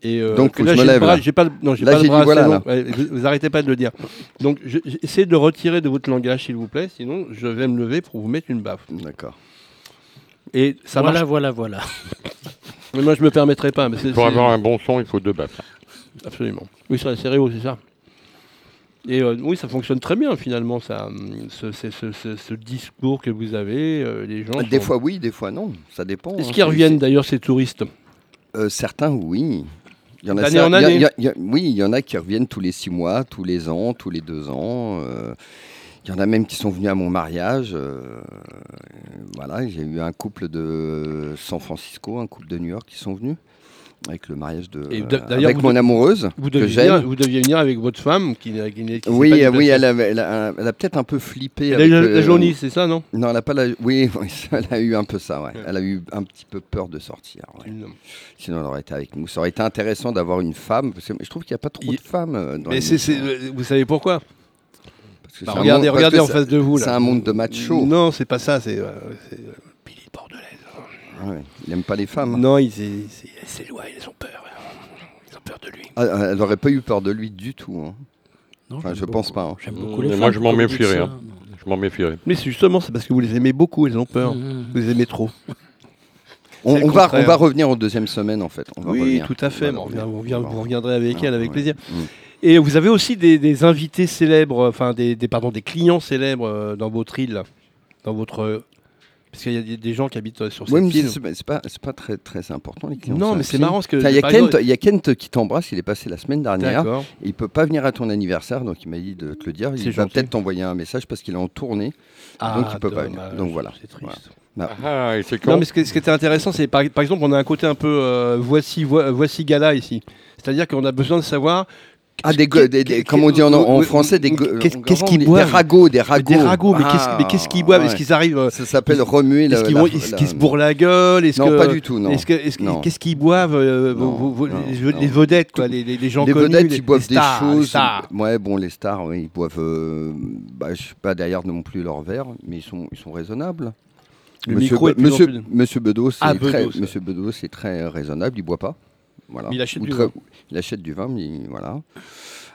Et euh, Donc, que faut que je là, me j'ai le lève, bras- là. j'ai pas le, non, j'ai Là, pas le j'ai bras dit, assez voilà, long. Ouais, vous, vous arrêtez pas de le dire. Donc, je- j'essaie de le retirer de votre langage, s'il vous plaît, sinon je vais me lever pour vous mettre une baffe. D'accord. Et ça voilà, marche. voilà, voilà. Mais moi, je me permettrai pas. Mais c'est- Pour c'est- avoir un bon son, il faut deux baffes. Absolument. Oui, c'est c'est Réo, c'est ça. Et euh, oui, ça fonctionne très bien finalement, ça, hum, ce, ce- ce- ce- ce discours que vous avez, euh, les gens. Des sont- fois oui, des fois non. Ça dépend. Est-ce hein. qu'ils C'est- reviennent d'ailleurs ces touristes Euh, certains, oui. Il y en a, D'année cer- en il y a- année. il y a- il y a- oui, il y en a qui reviennent tous les six mois, tous les ans, tous les deux ans. euh, il y en a même qui sont venus à mon mariage. euh, voilà, j'ai eu un couple de San Francisco, un couple de New York qui sont venus avec le mariage de Et euh, d'a- d'ailleurs, avec vous mon de- amoureuse Vous que deviez, venir, j'aime. vous deviez venir avec votre femme qui, n'a- qui n'est- qui s'est Oui, pas euh, oui, déplacée. elle, avait- elle a, elle a peut-être un peu flippé. Elle a avec, eu la, euh, la jaunisse, c'est ça, non Non, elle a pas la. Oui, oui, elle a eu un peu ça. ouais. Elle a eu un petit peu peur de sortir. ouais. Sinon, elle aurait été avec nous. Ça aurait été intéressant d'avoir une femme, parce que je trouve qu'il n'y a pas trop Il- de femmes euh, dans Mais les c'est- c'est- émissions. euh, vous savez pourquoi Parce que Bah, c'est un monde- Regardez, parce regardez que en c'est- face de vous. là. C'est un monde de machos. Non, c'est pas ça, c'est euh, c'est, euh, Billy Bordelais. Ah Ouais, il n'aime pas les femmes. hein. Non, il s'est- s'est- il s'éloigne, ils ont peur. Ils ont peur de lui. Ah, euh, elle n'aurait pas eu peur de lui du tout. hein. Non, Enfin, j'aime je beaucoup- pense pas. hein. J'aime beaucoup les Mm, Mais femmes. moi, je m'en comme vous dites méfierais, ça. hein. Je m'en méfierais. Mm, Mais c'est justement, c'est parce que vous les aimez beaucoup, ils ont peur. Mhm. Vous les aimez trop. On, C'est le on va, on contraire. va revenir en deuxième semaine, en fait. On va Oui, revenir. tout à fait. va mais on revient- revenir. on revient- On va- vous reviendrez avec Ah, elle, avec ouais. plaisir. Mm. Et vous avez aussi des, des invités célèbres, enfin des, des- pardon, des clients célèbres euh, dans votre île, dans votre. euh, parce qu'il y a des, des gens qui habitent euh, sur cette Oui, mais île. c'est pas- c'est pas, c'est pas très, très important, les clients. Non, mais c'est un- marrant parce que. Tiens, Il y, a par Kent- exemple- il y a Kent qui t'embrasse, il est passé la semaine dernière. D'accord. Il peut pas venir à ton anniversaire, donc il m'a dit de te le dire. C'est Il va gentil. Ah, peut-être t'envoyer un message parce qu'il est en tournée. Donc, il peut pas venir. dommage, Donc, voilà. C'est triste. Non. Ah, et c'est Non, quand mais ce qui, ce qui était intéressant, c'est par, par exemple, on a un côté un peu euh, voici, voi- voici gala ici. C'est-à-dire qu'on a besoin de savoir. Ah, des, go- des- des- comme on dit en, en français, des, go- Qu'est-ce en qu'est-ce Garand, qu'ils des- boivent Des ragots, des ragots. Des ragots, mais qu'est-ce- Ah, mais qu'est-ce qu'ils boivent Est-ce ouais. qu'ils arrivent euh, Ça s'appelle remuer Est-ce la- qu'ils la- vont- est-ce la- qu'ils se bourrent la gueule est-ce Non, que- pas du tout, non. Est-ce que- est-ce que- Non. qu'est-ce qu'ils boivent euh, vos- vos- vos- Non, les, non. les vedettes, quoi, les, les- les gens les connus, vedettes, les- ils boivent les stars, des les choses. stars. Ouais, bon, les stars, ouais, ils boivent. euh, bah, je suis pas derrière non plus leur verre, mais ils sont, ils sont raisonnables. Le monsieur micro Be- est de plus en Monsieur, plus- Monsieur Bedos, Ah, est très, Bedos, ouais. Monsieur Bedos est très raisonnable. Il boit pas. Voilà. Mais il achète Ou du très- vin. Il achète du vin, mais il- voilà.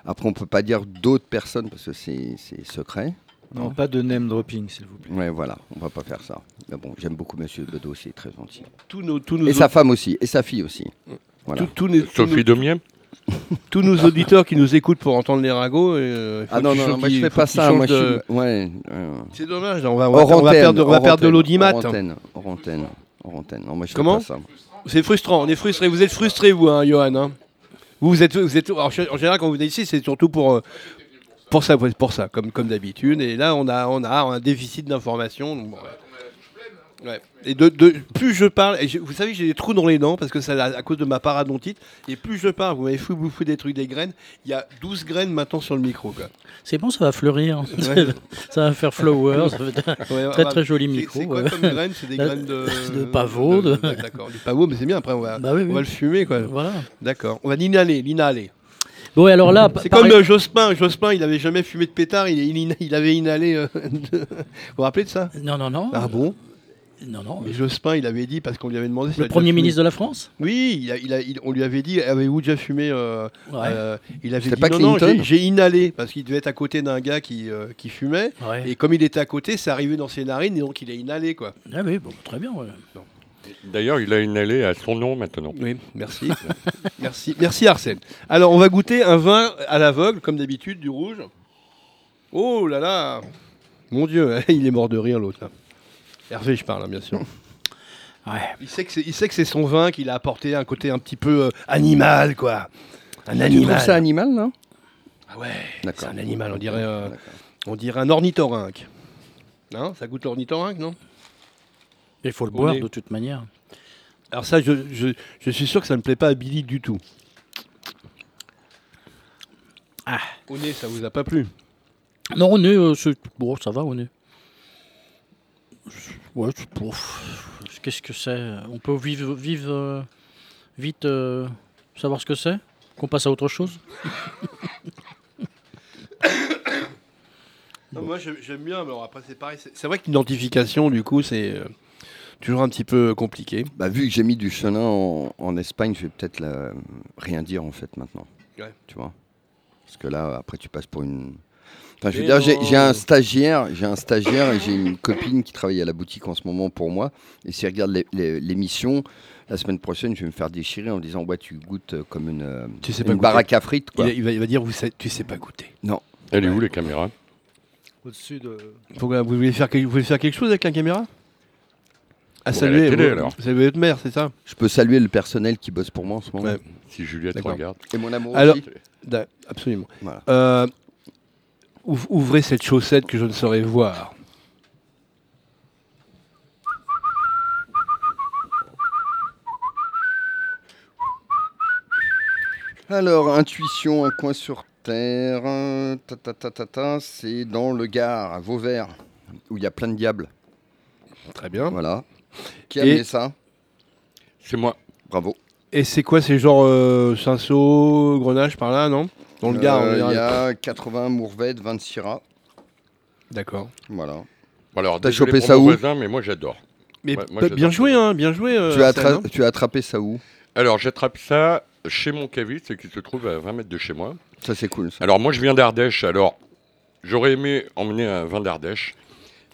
Après, on peut pas dire d'autres personnes parce que c'est c'est secret. Non, pas de name dropping, s'il vous plaît. Ouais, voilà, on va pas faire ça. Mais bon, j'aime beaucoup Monsieur Bedos, c'est très gentil. Tous nos, tous nos Mm. Et sa femme aussi, et sa fille aussi. Voilà. tous- tous nos- tous nos- Sophie Domier tous nos auditeurs qui nous écoutent pour entendre les ragots. euh, il faut Ah non, qu'ils- non, faut non, moi je qu'ils- fais faut pas qu'ils ça. changent Moi, je de- suis- ouais, euh, C'est dommage, là, on va, on va- Hors on va antenne, perdre, on va hors perdre de antenne, l'audimat. Hors antenne, hors antenne, hors antenne. Non, moi, je fais Comment pas ça. C'est frustrant, on est frustré. Vous êtes frustré, vous, hein, Johan. hein. vous, vous êtes, vous êtes, alors, en général, quand vous venez ici, c'est surtout pour, euh, pour ça, pour ça comme, comme d'habitude. Et là, on a, on a un déficit d'information. donc bon, ouais. Ouais. Et de, de- plus je parle, et je- vous savez, j'ai des trous dans les dents parce que c'est à, à cause de ma parodontite. Et plus je parle, vous m'avez fou bouffé des trucs, des graines. Il y a 12 graines maintenant sur le micro. quoi. C'est bon, ça va fleurir. Ouais. ça va faire flower. ça va être- Ouais, Très, bah, très joli c'est- micro, C'est quoi ouais. comme graines C'est des Euh, graines de, de pavot, de- D'accord, du pavot, mais c'est bien. Après, on va, Bah oui, on oui. va le fumer, quoi. Voilà. D'accord. On va l'inhaler, l'inhaler. Bon, et alors là, C'est par- comme euh, Jospin. Jospin, il avait jamais fumé de pétard. Il, il, ina- il avait inhalé. euh, de- Vous vous rappelez de ça non, non, non, Ah bon non, non. Mais Jospin, il avait dit parce qu'on lui avait demandé. s'il Le a déjà premier fumé. ministre de la France. Oui, il a- il a- il- on lui avait dit avez-vous déjà fumé euh, Ouais. euh, Il avait C'était dit pas non, non, Clinton j'ai- j'ai inhalé parce qu'il devait être à côté d'un gars qui, euh, qui fumait. Ouais. Et comme il était à côté, c'est arrivé dans ses narines et donc il a inhalé quoi. Ah oui, bon, très bien. ouais. D'ailleurs, il a une allée à son nom maintenant. Oui, merci. merci. Merci Arsène. Alors, on va goûter un vin à l'aveugle, comme d'habitude, du rouge. Oh là là Mon Dieu, il est mort de rire l'autre. là. Hervé, je parle, hein, bien sûr. Ouais. Il sait que c'est, il sait que c'est son vin qu'il a apporté un côté un petit peu euh, animal, quoi. Un Tu trouves animal. ça animal, non Ah ouais, c'est D'accord. un animal, on dirait, euh, D'accord. on dirait un ornithorynque. Non, ça goûte l'ornithorynque, non Il faut le On boire est- de toute manière. Alors ça, je, je, je suis sûr que ça ne plaît pas à Billy du tout. Ah. Au nez, ça vous a pas plu Non, on est. euh, c'est- bon, ça va, on est. Ouais, c'est- bon, pff, Qu'est-ce que c'est euh, On peut vivre, vivre euh, vite, euh, savoir ce que c'est Qu'on passe à autre chose Non, moi j'ai- j'aime bien, mais alors après c'est pareil. C'est c'est vrai que l'identification, du coup, c'est euh, toujours un petit peu compliqué. Bah, vu que j'ai mis du chenin en, en Espagne, je vais peut-être la- rien dire en fait maintenant. Ouais. Tu vois Parce que là, après, tu passes pour une. Enfin, je veux Mais dire, j'ai non. j'ai un stagiaire, j'ai un stagiaire et j'ai une copine qui travaille à la boutique en ce moment pour moi. Et si elle regarde les- les- l'émission, la semaine prochaine, je vais me faire déchirer en disant ouais, tu goûtes euh, comme une, euh, Tu sais une goûter. baraque à frites. Il, Quoi. il va, il va dire, vous savez- tu sais pas goûter. Elle est où les caméras Au-dessus de. Pourquoi, vous, voulez faire, quelque- vous voulez faire quelque chose avec la caméra Ah, Ouais, saluer, la télé, vous- alors. saluer votre mère, c'est ça Je peux saluer le personnel qui bosse pour moi en ce moment. Ouais. Si Juliette D'accord. regarde. Et mon amour Alors- aussi. Da- Absolument. Voilà. Euh, ouv- ouvrez cette chaussette que je ne saurais voir. Alors, intuition, un coin sur terre, euh, ta ta ta ta ta, c'est dans le Gard, à Vauvert, où il y a plein de diables. Très bien. Voilà. Qui a Et- amené ça C'est moi. Bravo. Et c'est quoi ces genres euh, Cinsault, Grenache par là, non Dans le Gard, en Euh, Il général. y a 80 Mourvèdes, 26 Syrah. D'accord. Voilà. Alors, T'as désolé chopé pour ça mon où voisin, mais moi j'adore. Mais Ouais, moi, bah, j'adore bien ce joué, jeu. hein, bien joué. euh, tu, as Arsène, hein. attra- tu as attrapé ça où Alors, j'attrape ça chez mon caviste, qui se trouve à 20 mètres de chez moi. Ça, c'est cool. Ça. Alors, moi, je viens d'Ardèche. Alors, j'aurais aimé emmener un vin d'Ardèche,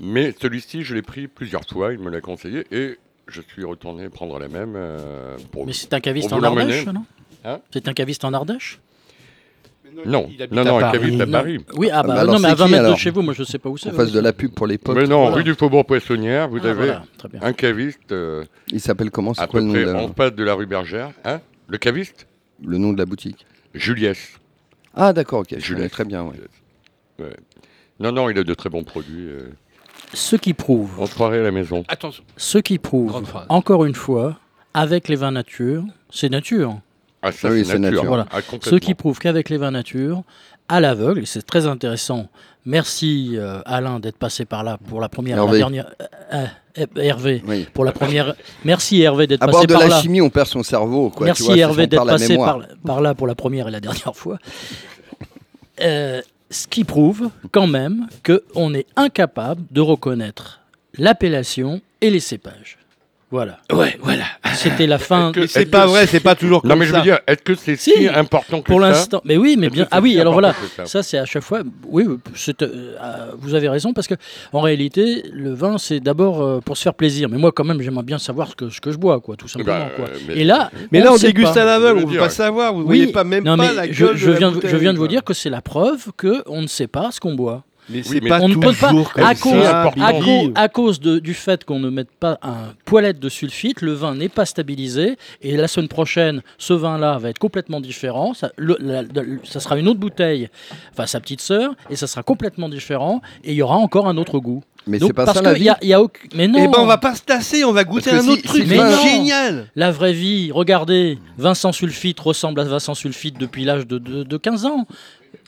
mais celui-ci, je l'ai pris plusieurs fois. Il me l'a conseillé et je suis retourné prendre la même euh, pour Mais c'est un caviste On en vous l'emmène Ardèche, non Hein C'est un caviste en Ardèche Non, il habite non, à non, un Paris. caviste à Non. Paris. Oui, ah bah bah alors, non, mais c'est à 20 qui, mètres de alors chez vous, moi je sais pas où c'est. On fasse de la pub pour les potes. Mais non, Voilà. rue du Faubourg Poissonnière, vous Ah, avez voilà, très bien. un caviste euh, Il s'appelle euh, comment C'est à quoi peu le nom, près de en la... face de la rue Bergère. Hein le caviste le nom de la boutique Juliès. Ah, d'accord, ok. Je Juliette. connais très bien. ouais. Non, non, il a de très bons produits. euh. Ce qui prouve On se croirait à la maison. Attention. Ce qui prouve, Grande phrase. encore une fois, avec les vins nature, c'est nature. Ah, ça, Ah oui, c'est c'est nature. nature. Voilà. Ah, complètement. Ce qui prouve qu'avec les vins nature, à l'aveugle, et c'est très intéressant, merci euh, Alain d'être passé par là pour la première, la Hervé. dernière. euh, euh, Hervé, Oui. pour la première. Merci Hervé d'être À bord passé de par la là. chimie, on perd son cerveau. Quoi, Merci tu vois, c'est- Hervé on perd d'être la passé mémoire. par, par là pour la première et la dernière fois. Euh, ce qui prouve quand même qu'on est incapable de reconnaître l'appellation et les cépages. Voilà. Ouais, voilà. C'était la fin. Que- Mais c'est pas vrai, c'est pas toujours comme Non, mais je ça. veux dire, est-ce que c'est si, Si. important que Pour ça l'instant. Mais oui, mais Est-ce que bien. c'est Ah oui, si alors voilà. important que Ça, ça c'est à chaque fois. Oui, oui, c'est, euh, euh, vous avez raison, parce que en réalité, le vin, c'est d'abord euh, pour se faire plaisir. Mais moi, quand même, j'aimerais bien savoir ce que, ce que je bois, quoi, tout simplement. Bah, quoi. euh, mais- Et là, Mais on là, on ne sait déguste pas. à l'aveugle, Je on veux ne dire. peut pas savoir. Vous voyez pas même non, pas mais la je, gueule. je de la viens, de- je bouteille, viens de vous quoi. dire que c'est la preuve que on ne sait pas ce qu'on boit. Mais Ah, Oui, c'est mais pas on ne peut pas- toujours comme à ça, cause- à À, Bon. Billy. cause- à cause de- du fait qu'on ne mette pas un poilette de sulfite, le vin n'est pas stabilisé. Et la semaine prochaine, ce vin-là va être complètement différent. Ça, le- la- le- ça sera une autre bouteille, enfin sa petite sœur, et ça sera complètement différent. Et il y aura encore un autre goût. Mais Donc, c'est pas parce ça la que vie. y a- y a aucune- Mais non. Eh ben, on va pas se tasser, on va goûter que un si- autre si truc. le vin- c'est génial. La vraie vie, regardez, Vincent Sulfite ressemble à Vincent Sulfite depuis l'âge de, de- de 15 ans.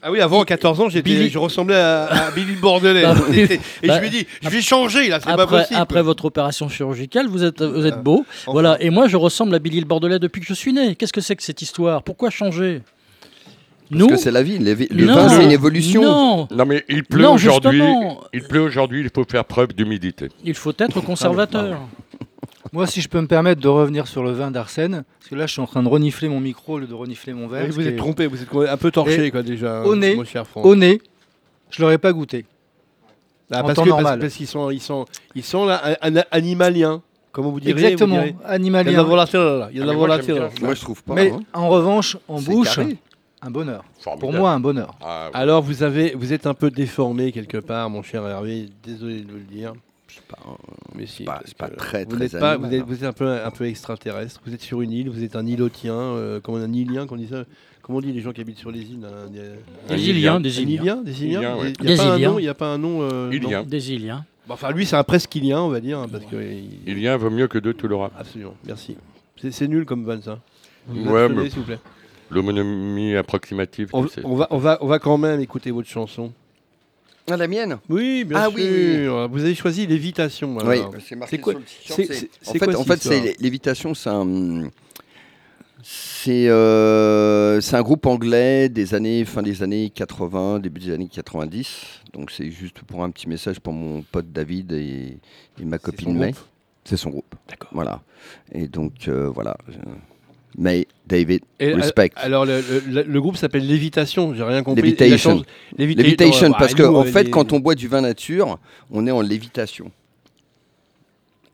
Ah oui, avant, à 14 ans, j'étais, Billy- je ressemblais à, à Billy le Bordelais. Bah oui. et Bah, je lui ai dit, je vais changer, là, c'est pas Après, possible. Euh, après votre opération chirurgicale, vous êtes, vous êtes beau. Enfin. Voilà. Et moi, je ressemble à Billy le Bordelais depuis que je suis né. Qu'est-ce que c'est que cette histoire Pourquoi changer Parce que c'est la vie. Le, le Non. vin, c'est une évolution. Non, Non, mais il pleut Non, aujourd'hui. justement. Il pleut aujourd'hui, il faut faire preuve d'humidité. il faut Ah, être bah, conservateur. Moi, si je peux me permettre de revenir sur le vin d'Arsène, parce que là, je suis en train de renifler mon micro au lieu de renifler mon verre. Oui, ce vous qui êtes est- trompé, vous êtes un peu torché, quoi, déjà. au nez, mon cher Franck. Au nez, je l'aurais pas goûté. Ah, en parce, temps que, parce- normal. parce qu'ils sont, ils sont, ils sont là, un- un- animaliens. Comment vous direz vous Exactement, direz Il y a de la animalien. volatilité là. Il y a de Ah, la mais moi, j'aime volatilité là. bien. Moi, je trouve pas. Mais hein. en revanche, en C'est bouche, carré. un bonheur. Pour Formidable. moi, un bonheur. Ah, oui. Alors vous avez, vous êtes un peu déformé quelque part, mon cher Hervé. Désolé de vous le dire, C'est pas- mais si. C'est pas- parce c'est pas que très, vous très n'êtes pas, animal, vous êtes, hein. vous êtes un peu, un peu extraterrestre. Vous êtes sur une île, vous êtes un îlotien, euh, comme un îlien, qu'on dit ça. Comment on dit les gens qui habitent sur les îles là, Des, Un Des Iliens, des des Iliens. Iliens, des Iliens. Iliens, ouais. Il n'y Des a pas un Iliens. nom, il n'y a pas un nom. euh, Il y non. a. Des Iliens. Bon, enfin lui, c'est un presque ilien, on va dire, hein, parce que il- Il y a vaut mieux que deux Touloura. absolument. Merci. C'est c'est nul comme van ça. Vous Ouais, abstenez, mais- s'il vous plaît. L'homonymie approximative, On, tu sais. on va, on, va, on va quand même écouter votre chanson. Ah, la mienne Oui, bien Ah sûr. oui, Vous avez choisi Lévitation. Oui, alors. c'est marqué c'est quoi- sur le t-shirt, c'est- c'est- c'est- En c'est fait, quoi en cette fait, c'est histoire Lévitation, c'est un, c'est euh, c'est un groupe anglais des années fin des années 80, début des années 90. Donc c'est juste pour un petit message pour mon pote David et, et ma son copine May. groupe C'est son groupe. D'accord. Voilà. Et donc euh, voilà, je- May, David, Et, respect. euh, Alors, le, le- le groupe s'appelle Lévitation, j'ai rien compris. Lévitation. Et la chanson- Lévita- lévitation Ouais, parce nous, que en euh, fait, les- quand on boit du vin nature, on est en lévitation.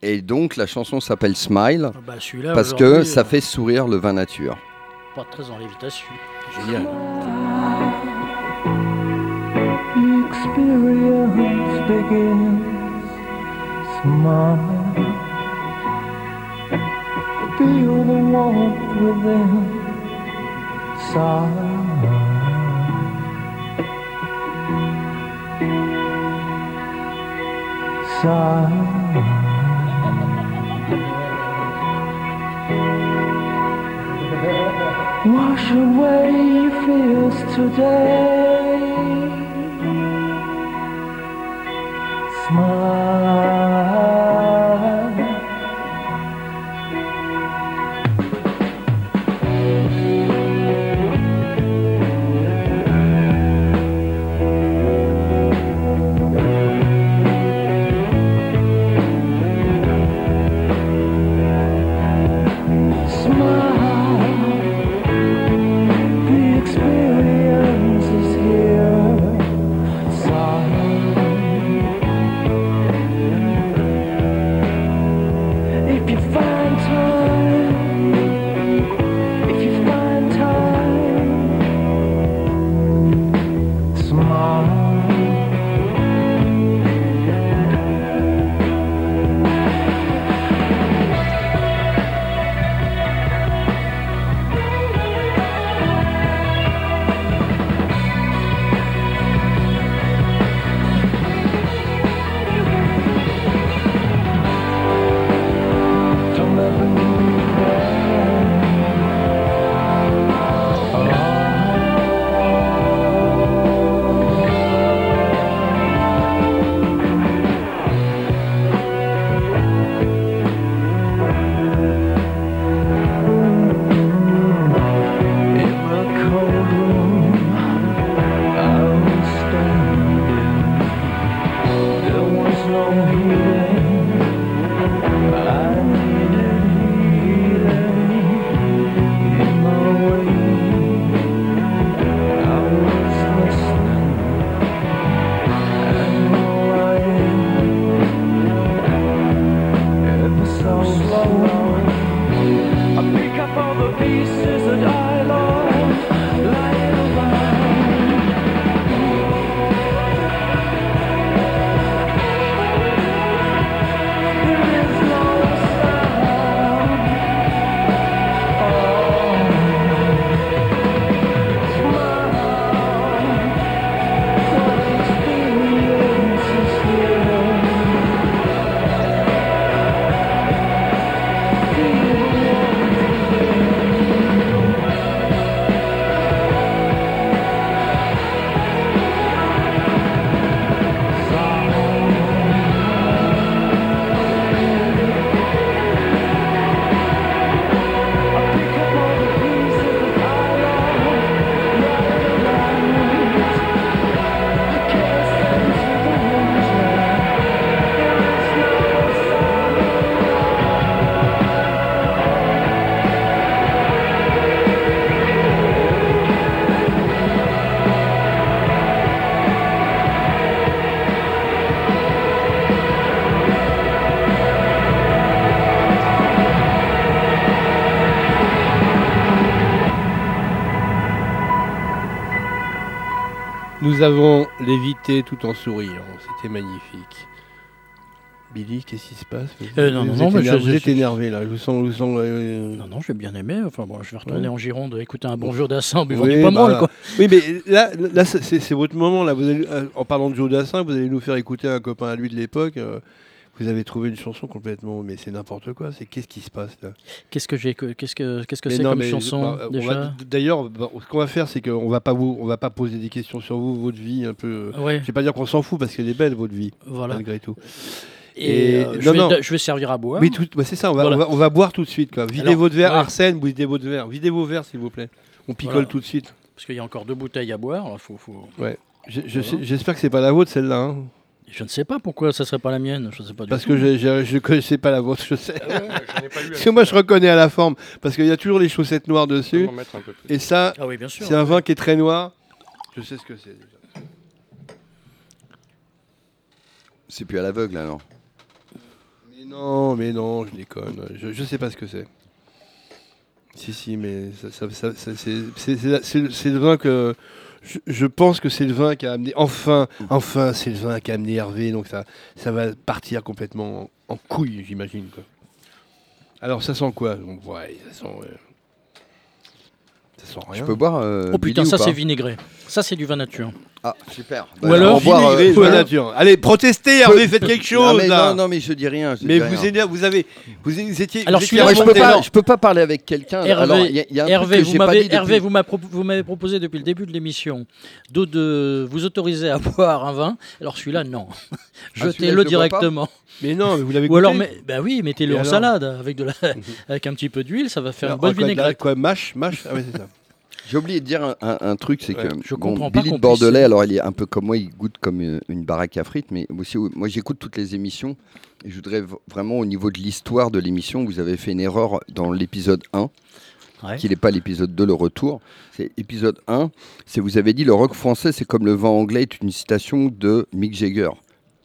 Et donc la chanson s'appelle Smile. Ah bah, celui-là, Parce que aujourd'hui, ça euh, fait sourire le vin nature. Pas très en lévitation. Génial. experience begins small. Feel the warmth within sigh. Sigh. Wash away your fears today smile. Smile, the experience is here. Nous avons lévité tout en souriant. C'était magnifique. Billy, qu'est-ce qui se passe Euh, non, Vous non, êtes non, mais je- énervé- vous je- êtes énervé là. Je vous sens, je vous sens, euh, Non, non, j'ai bien aimé. Enfin, bon, je vais retourner Ouais. en Gironde écouter un bon jeu d'assaut en buvant Oui, du pommeau, bah, quoi. Oui, mais là, là c'est- c'est c'est votre moment. Là. Vous allez, euh, en parlant de Joe Dassin, vous allez nous faire écouter un copain à lui de l'époque. euh, vous avez trouvé une chanson complètement. Mais c'est n'importe quoi. C'est qu'est-ce qui se passe là Qu'est-ce que j'ai que- Qu'est-ce que qu'est-ce que Mais c'est non, comme mais, chanson bah, on va- déjà D'ailleurs, bah, ce qu'on va faire, c'est qu'on va pas vous, on va pas poser des questions sur vous, votre vie un peu. euh, Ouais, Je vais pas dire qu'on s'en fout parce qu'elle est belle votre vie voilà. malgré tout. Et, Et- euh, non, je, vais, non. da- je vais servir à boire. Oui, tout, bah, c'est ça. On va, Voilà. on, va, on va boire tout de suite quoi. Videz Alors, votre verre, ouais. Arsène, videz votre verre, videz vos verres s'il vous plaît. On picole Voilà. tout de suite. Parce qu'il y a encore deux bouteilles à boire. alors faut- faut- Je- je- Voilà. J'espère que c'est pas la vôtre celle-là, hein, Je ne sais pas pourquoi ça serait pas la mienne. Je ne sais pas. du parce tout. que j'ai- j'ai- je connaissais pas la vôtre. Ah Je sais. J'en ai pas eu. Parce que moi je reconnais à la forme, parce qu'il y a toujours les chaussettes noires dessus. Et ça, Ah oui, bien sûr. c'est un vin qui est très noir. Je sais ce que c'est. déjà. C'est plus à l'aveugle alors. Mais non, mais non, je déconne. Je, je sais pas ce que c'est. Si, si, mais ça, ça- ça- ça- c'est- c'est- c'est la- c'est le c'est le vin que. Je, je pense que c'est le vin qui a amené. Enfin, enfin, c'est le vin qui a amené Hervé. Donc ça, ça va partir complètement en, en couille, j'imagine. quoi. Alors ça sent quoi donc, ouais, ça sent. euh, ça sent rien. Je peux boire. euh, Oh putain, Billy, ou ça pas c'est vinaigré. Ça c'est du vin nature. Ah super. Ou Bah, alors, on va boire, Vinaigré, euh, vin voilà. nature. Allez, protestez, Hervé, faites quelque Non, chose mais là. non, non, mais je dis rien. je dis mais rien. vous, éner- Eh vous avez, vous, étiez. Alors, vous celui-là, Ouais, je étiez peux remonté pas, lent. je peux pas parler avec quelqu'un. Alors, il y a- il y a un truc Hervé, que vous j'ai pas m'avez- dit depuis- Hervé, vous m'avez propo- vous m'avez proposé depuis le début de l'émission de, de vous autoriser à boire un vin. Alors celui-là, non. Ah, celui-là, je Jetez-le le bois directement. Mais non, mais vous l'avez. Ou alors, goûté. mais, bah oui, mettez-le Et en alors Mhm. salade avec, de la, avec un petit peu d'huile, ça va faire Alors, une bonne quoi, vinaigrette. Quoi, mâche, mâche. Ah ouais, c'est ça. J'ai oublié de dire un, un- un truc, c'est Ouais, que je bon, comprends pas Billy qu'on de Bordelais, puisse- alors il est un peu comme moi, il goûte comme euh, une baraque à frites, mais aussi, euh, moi j'écoute toutes les émissions et je voudrais v- vraiment au niveau de l'histoire de l'émission, vous avez fait une erreur dans l'épisode 1, Ouais. qui n'est pas l'épisode 2, le retour. C'est épisode 1, c'est vous avez dit le rock français, c'est comme le vin anglais est une citation de Mick Jagger.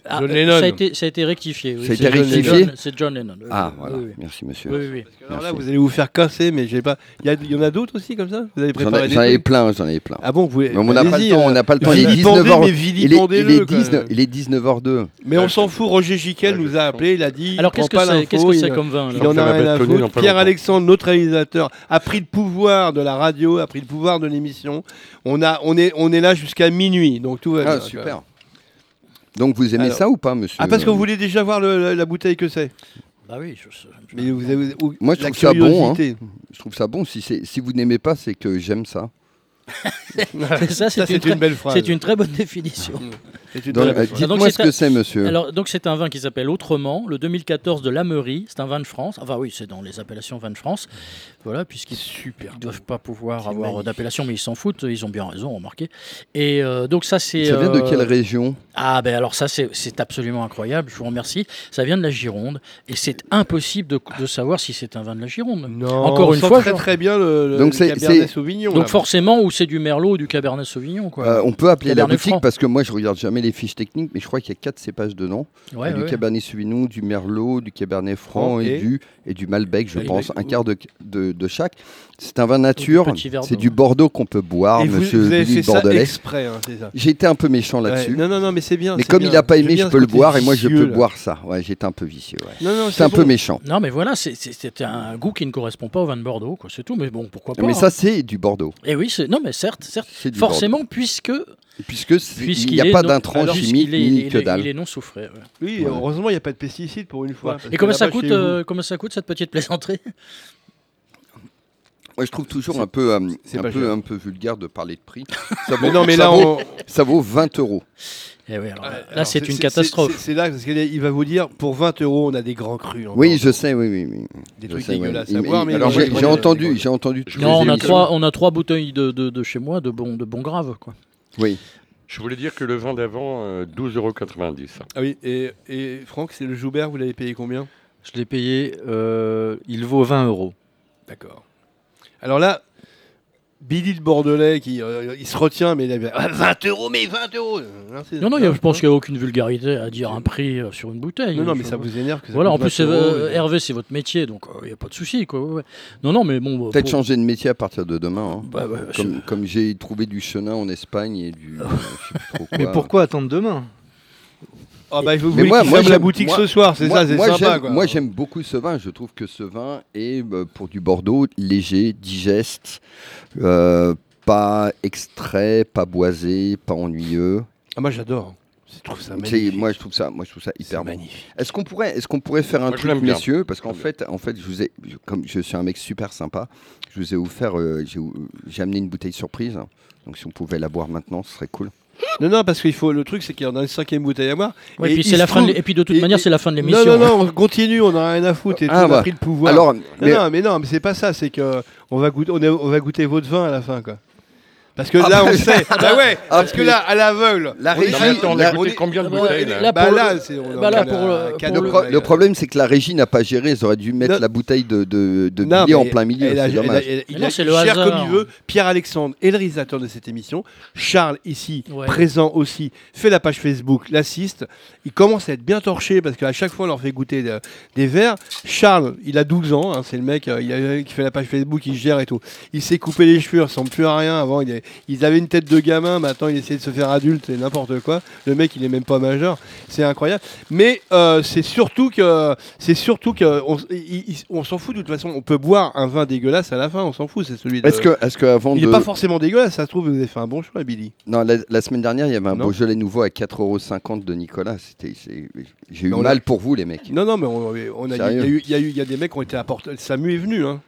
Ah, John euh, Lennon. ça, a été, ça a été rectifié. oui, Ça a c'est été John- rectifié John- C'est John Lennon. oui, Ah oui, voilà, oui, oui. merci monsieur. Oui, oui, oui. Parce que alors là, Merci. vous allez vous faire casser, mais j'ai pas. Il y, a- il y en a d'autres aussi comme ça. Vous avez J'en préparé ai- des j'en avais trucs plein, j'en avais plein. Ah bon, vous voulez. Mais on n'a pas le allez-y, temps, euh, on n'a pas le temps, il est vilipendez, 19h. mais Il est, il, vilipendez-le, est quand même. 19, il est 19h02. Mais on s'en fout. Roger Giquel nous a appelé. Il a dit. Alors prends qu'est-ce que pas c'est l'info, qu'est-ce que c'est il- comme vin Il alors en a Ça va rien être à connu dans foutre. pas Pierre longtemps. Alexandre, notre réalisateur, a pris le pouvoir de la radio, a pris le pouvoir de l'émission. On a, on est, on est là jusqu'à minuit, donc tout va bien. Ah, quoi. super. Donc vous aimez Alors- ça ou pas, monsieur Ah parce que vous voulez déjà voir le- la- la bouteille que c'est. Bah oui, je- je- Mais vous avez, ou- Moi, je la trouve ça bon, hein. curiosité. Je trouve ça bon. Si, c'est- si vous n'aimez pas, c'est que j'aime ça. Ça, Ça, c'est une, c'est très- une belle phrase. c'est une très bonne définition. C'est une Donc, très euh, belle phrase. Ah, Dites-moi donc ce c'est que un- c'est, monsieur. Alors, donc, c'est un vin qui s'appelle Autrement, le 2014 de l'Ameury. C'est un vin de France. Enfin, oui, c'est dans les appellations vin de France. Voilà, puisqu'ils ne doivent pas pouvoir avoir magnifique. d'appellation, mais ils s'en foutent. Ils ont bien raison, remarquez. Et euh, donc, ça, c'est. ça vient de euh, quelle région Ah, ben alors, ça, c'est c'est absolument incroyable. Je vous remercie. Ça vient de la Gironde. Et c'est impossible de, de savoir si c'est un vin de la Gironde. Non, Encore on une sent fois, très genre- très bien euh, le, le- Donc le c'est- c'est- Cabernet Sauvignon. Donc, là. forcément, ou c'est du Merlot ou du Cabernet Sauvignon, quoi. Euh, On peut appeler la Cabernet boutique Franc. parce que moi, je regarde jamais les fiches techniques, mais je crois qu'il y a quatre cépages dedans. Il y Ouais, a du ouais. Oh, Cabernet Sauvignon, du Merlot, du Cabernet Franc Franc et, et- du et du Malbec, je Malbec. pense, un quart de, de, de chaque. C'est un vin nature. petit verre C'est d'eau. du Bordeaux qu'on peut boire, Et vous, monsieur vous avez Billy fait ça Bordelais. exprès, hein, c'est ça. J'ai été un peu méchant Ouais, là-dessus. Non, non, non, mais c'est bien. Mais c'est comme bien. il n'a pas J'aime aimé, bien je ce peux le côté boire et moi je vicieux, peux là. boire ça. Ouais, j'étais un peu vicieux. ouais. Non, non, C'est un bon. peu méchant. Non, mais voilà, c'est- c'est c'est un goût qui ne correspond pas au vin de Bordeaux, quoi. C'est tout. Mais bon, pourquoi pas Mais hein. ça, c'est du Bordeaux. Eh oui, c'est- non, mais certes, certes. C'est du Forcément, puisque Bordeaux. Puisque c'est- il puisqu'il n'y a est pas non- d'intrants alors, chimiques puisqu'il est- il ni est- que dalle. Il est non souffré. ouais. Oui, Voilà. heureusement, il n'y a pas de pesticides pour une fois. Voilà. parce Et que comment ça, là-bas, coûte, chez vous- euh, comment ça coûte cette petite plaisanterie Moi, je trouve toujours un peu, euh, c'est un pas peu, cher. un peu vulgaire de parler de prix. Ça vaut, Mais non, mais ça là, vaut- on... ça vaut 20 euros. Eh oui, alors, Ah, Là, alors, c'est une catastrophe. c'est- C'est là, parce qu'il va vous dire, pour 20 euros, on a des grands crus. hein. encore. Oui, je sais, oui, oui. oui. Des Je trucs sais, ouais. dégueulasses Il- à il- boire, mais... alors, vous j'ai- les prenez j'ai dans les entendu, grands j'ai entendu. toutes Non, les on a, émissions. trois, on a trois bouteilles de, de- de chez moi, de bon, de bon grave. Quoi. Oui. Je voulais dire que le vin d'avant, euh, 12,90 euros. Ah oui, et, et Franck, c'est le Joubert, vous l'avez payé combien Je l'ai euh, payé, il vaut 20 euros. D'accord. Alors là, Billy de Bordelais qui euh, il se retient, mais il avait Ah, 20 euros, mais 20 euros Non, c'est- Non, non, il y a- je pense qu'il n'y a aucune vulgarité à dire un prix euh, sur une bouteille. Hein Non, non, mais Je- ça vous énerve que ça Voilà, en coûte plus, 20 euros, euh, et- Hervé, c'est votre métier, donc euh, il n'y a pas de souci. quoi, ouais, ouais. Non, non, mais bon. euh, Peut-être pour- changer de métier à partir de demain. hein. Bah, bah, comme comme j'ai trouvé du chenin en Espagne et du. je sais plus trop Mais quoi. pourquoi attendre demain Ah bah, il faut Mais moi, la j'aime- boutique moi- ce soir, c'est moi- ça, c'est moi, sympa. j'aime- quoi. Moi, j'aime beaucoup ce vin. Je trouve que ce vin est, euh, pour du Bordeaux, léger, digeste, euh, pas extrait, pas boisé, pas ennuyeux. Ah, moi, j'adore. Je trouve ça C'est- magnifique. Moi, je trouve ça, moi, je trouve ça C'est hyper bon. magnifique. Est-ce qu'on pourrait, est-ce qu'on pourrait faire un Moi, je truc, l'aime bien. messieurs Parce qu'en Très fait, en fait, je vous ai, je- comme je suis un mec super sympa, je vous ai offert, euh, j'ai j'ai amené une bouteille surprise. Donc, si on pouvait la boire maintenant, ce serait cool. Non, non, parce qu'il faut. Le truc, c'est qu'il y en a une cinquième bouteille à moi. ouais, Et et, puis il c'est la se fin de trouve- l'é- et puis de toute et- manière, et- c'est la fin de Non, l'émission. hein. non, non, on continue, on a rien à foutre. Et Ah, tout, on bah. a pris le pouvoir. Alors, non, mais- non, mais non, mais c'est pas ça. C'est que on va goûter, on, est- on va goûter votre vin à la fin, quoi. Parce que Ah, là, bah, on sait. bah ouais. parce que puis- là, à l'aveugle. La on est- Non, mais attends, on a la- goûté combien de Ouais, bouteilles là là, bah pour là, le- c'est. on- bah là, on a pour le- un pour Le, cadeau, le- pro- ouais. le problème, c'est que la régie n'a pas géré. Ils auraient dû mettre Non. la bouteille de, de, de Non, Billy en mais eh, plein milieu. elle a- C'est elle a- dommage. elle a- il là, a c'est le cher hasard. comme il veut. Pierre-Alexandre est le réalisateur de cette émission. Charles, ici, Ouais. présent aussi, fait la page Facebook, l'assiste. Il commence à être bien torché parce qu'à chaque fois, on leur fait goûter de- des verres. Charles, il a 12 ans. hein, c'est le mec euh, il a- qui fait la page Facebook, il gère et tout. Il s'est coupé les cheveux, il ressemble plus à rien. Avant, il, est- il avait une tête de gamin. Maintenant, il essaie de se faire adulte et n'importe quoi. Le mec, il est même pas majeur. C'est incroyable. Mais euh, c'est surtout que c'est surtout que on, il- il- on s'en fout de toute façon. On peut boire un vin dégueulasse à la fin. On s'en fout. C'est celui. De... Est-ce que, est-ce que avant il de... n'est pas forcément dégueulasse. Ça se trouve, vous avez fait un bon choix, Billy. Non, la, la semaine dernière, il y avait un Non. Beaujolais nouveau à 4,50€ de Nicolas. C'était, c'est- j'ai eu Mais Bah, on mal pour vous, les mecs. Non, non, mais on, on a, il y a Sérieux eu, il y, a eu- il y a des mecs qui ont été apportés. Samu est venu. Hein.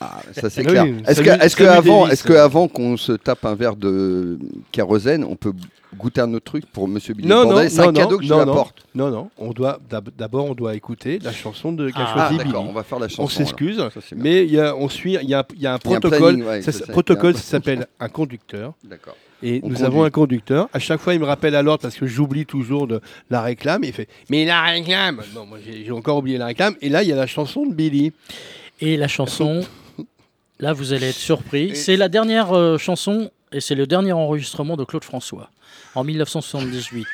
Ah, ça, c'est Ah oui, clair. Samuel- Est-ce que, est-ce, que Samuel avant, Davis, est-ce que euh. avant qu'on se tape un verre de kérosène, on peut goûter un autre truc pour Monsieur Billy Non, Bordet non, C'est un non, cadeau non, que je non, lui non. apporte. Non, non. On doit d'ab- d'abord, on doit écouter la chanson de qu'a Ah, Ah, choisi d'accord, Billy. on va faire la chanson. On alors. s'excuse, Ça, c'est bien. mais il y a, on suit. Il y a, il y a un Il y a un protocole. planning, ouais, ça, je s- sais. protocole, Il y a un- ça s'appelle un conducteur. D'accord. Et On nous conduit. avons un conducteur. À chaque fois, il me rappelle à l'ordre parce que j'oublie toujours de la réclame. Il fait Mais la réclame Non, moi j'ai j'ai encore oublié la réclame. Et là, il y a la chanson de Billy. Et la chanson, là, vous allez être surpris. C'est la dernière euh, chanson et c'est le dernier enregistrement de Claude François en 1978.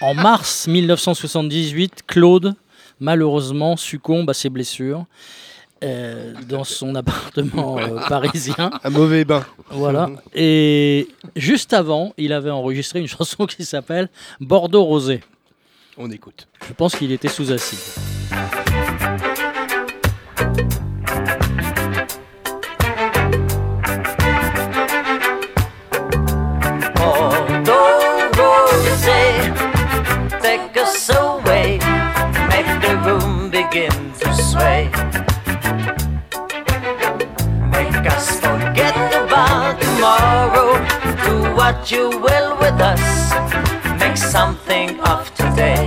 En mars 1978, Claude, malheureusement, succombe à ses blessures. euh, dans son appartement euh, parisien. Un mauvais bain. Voilà. Et juste avant, il avait enregistré une chanson qui s'appelle Bordeaux Rosé. On écoute. Je pense qu'il était sous acide. Take us away, make the room begin to sway. Make us forget about tomorrow. Do what you will with us, make something of today.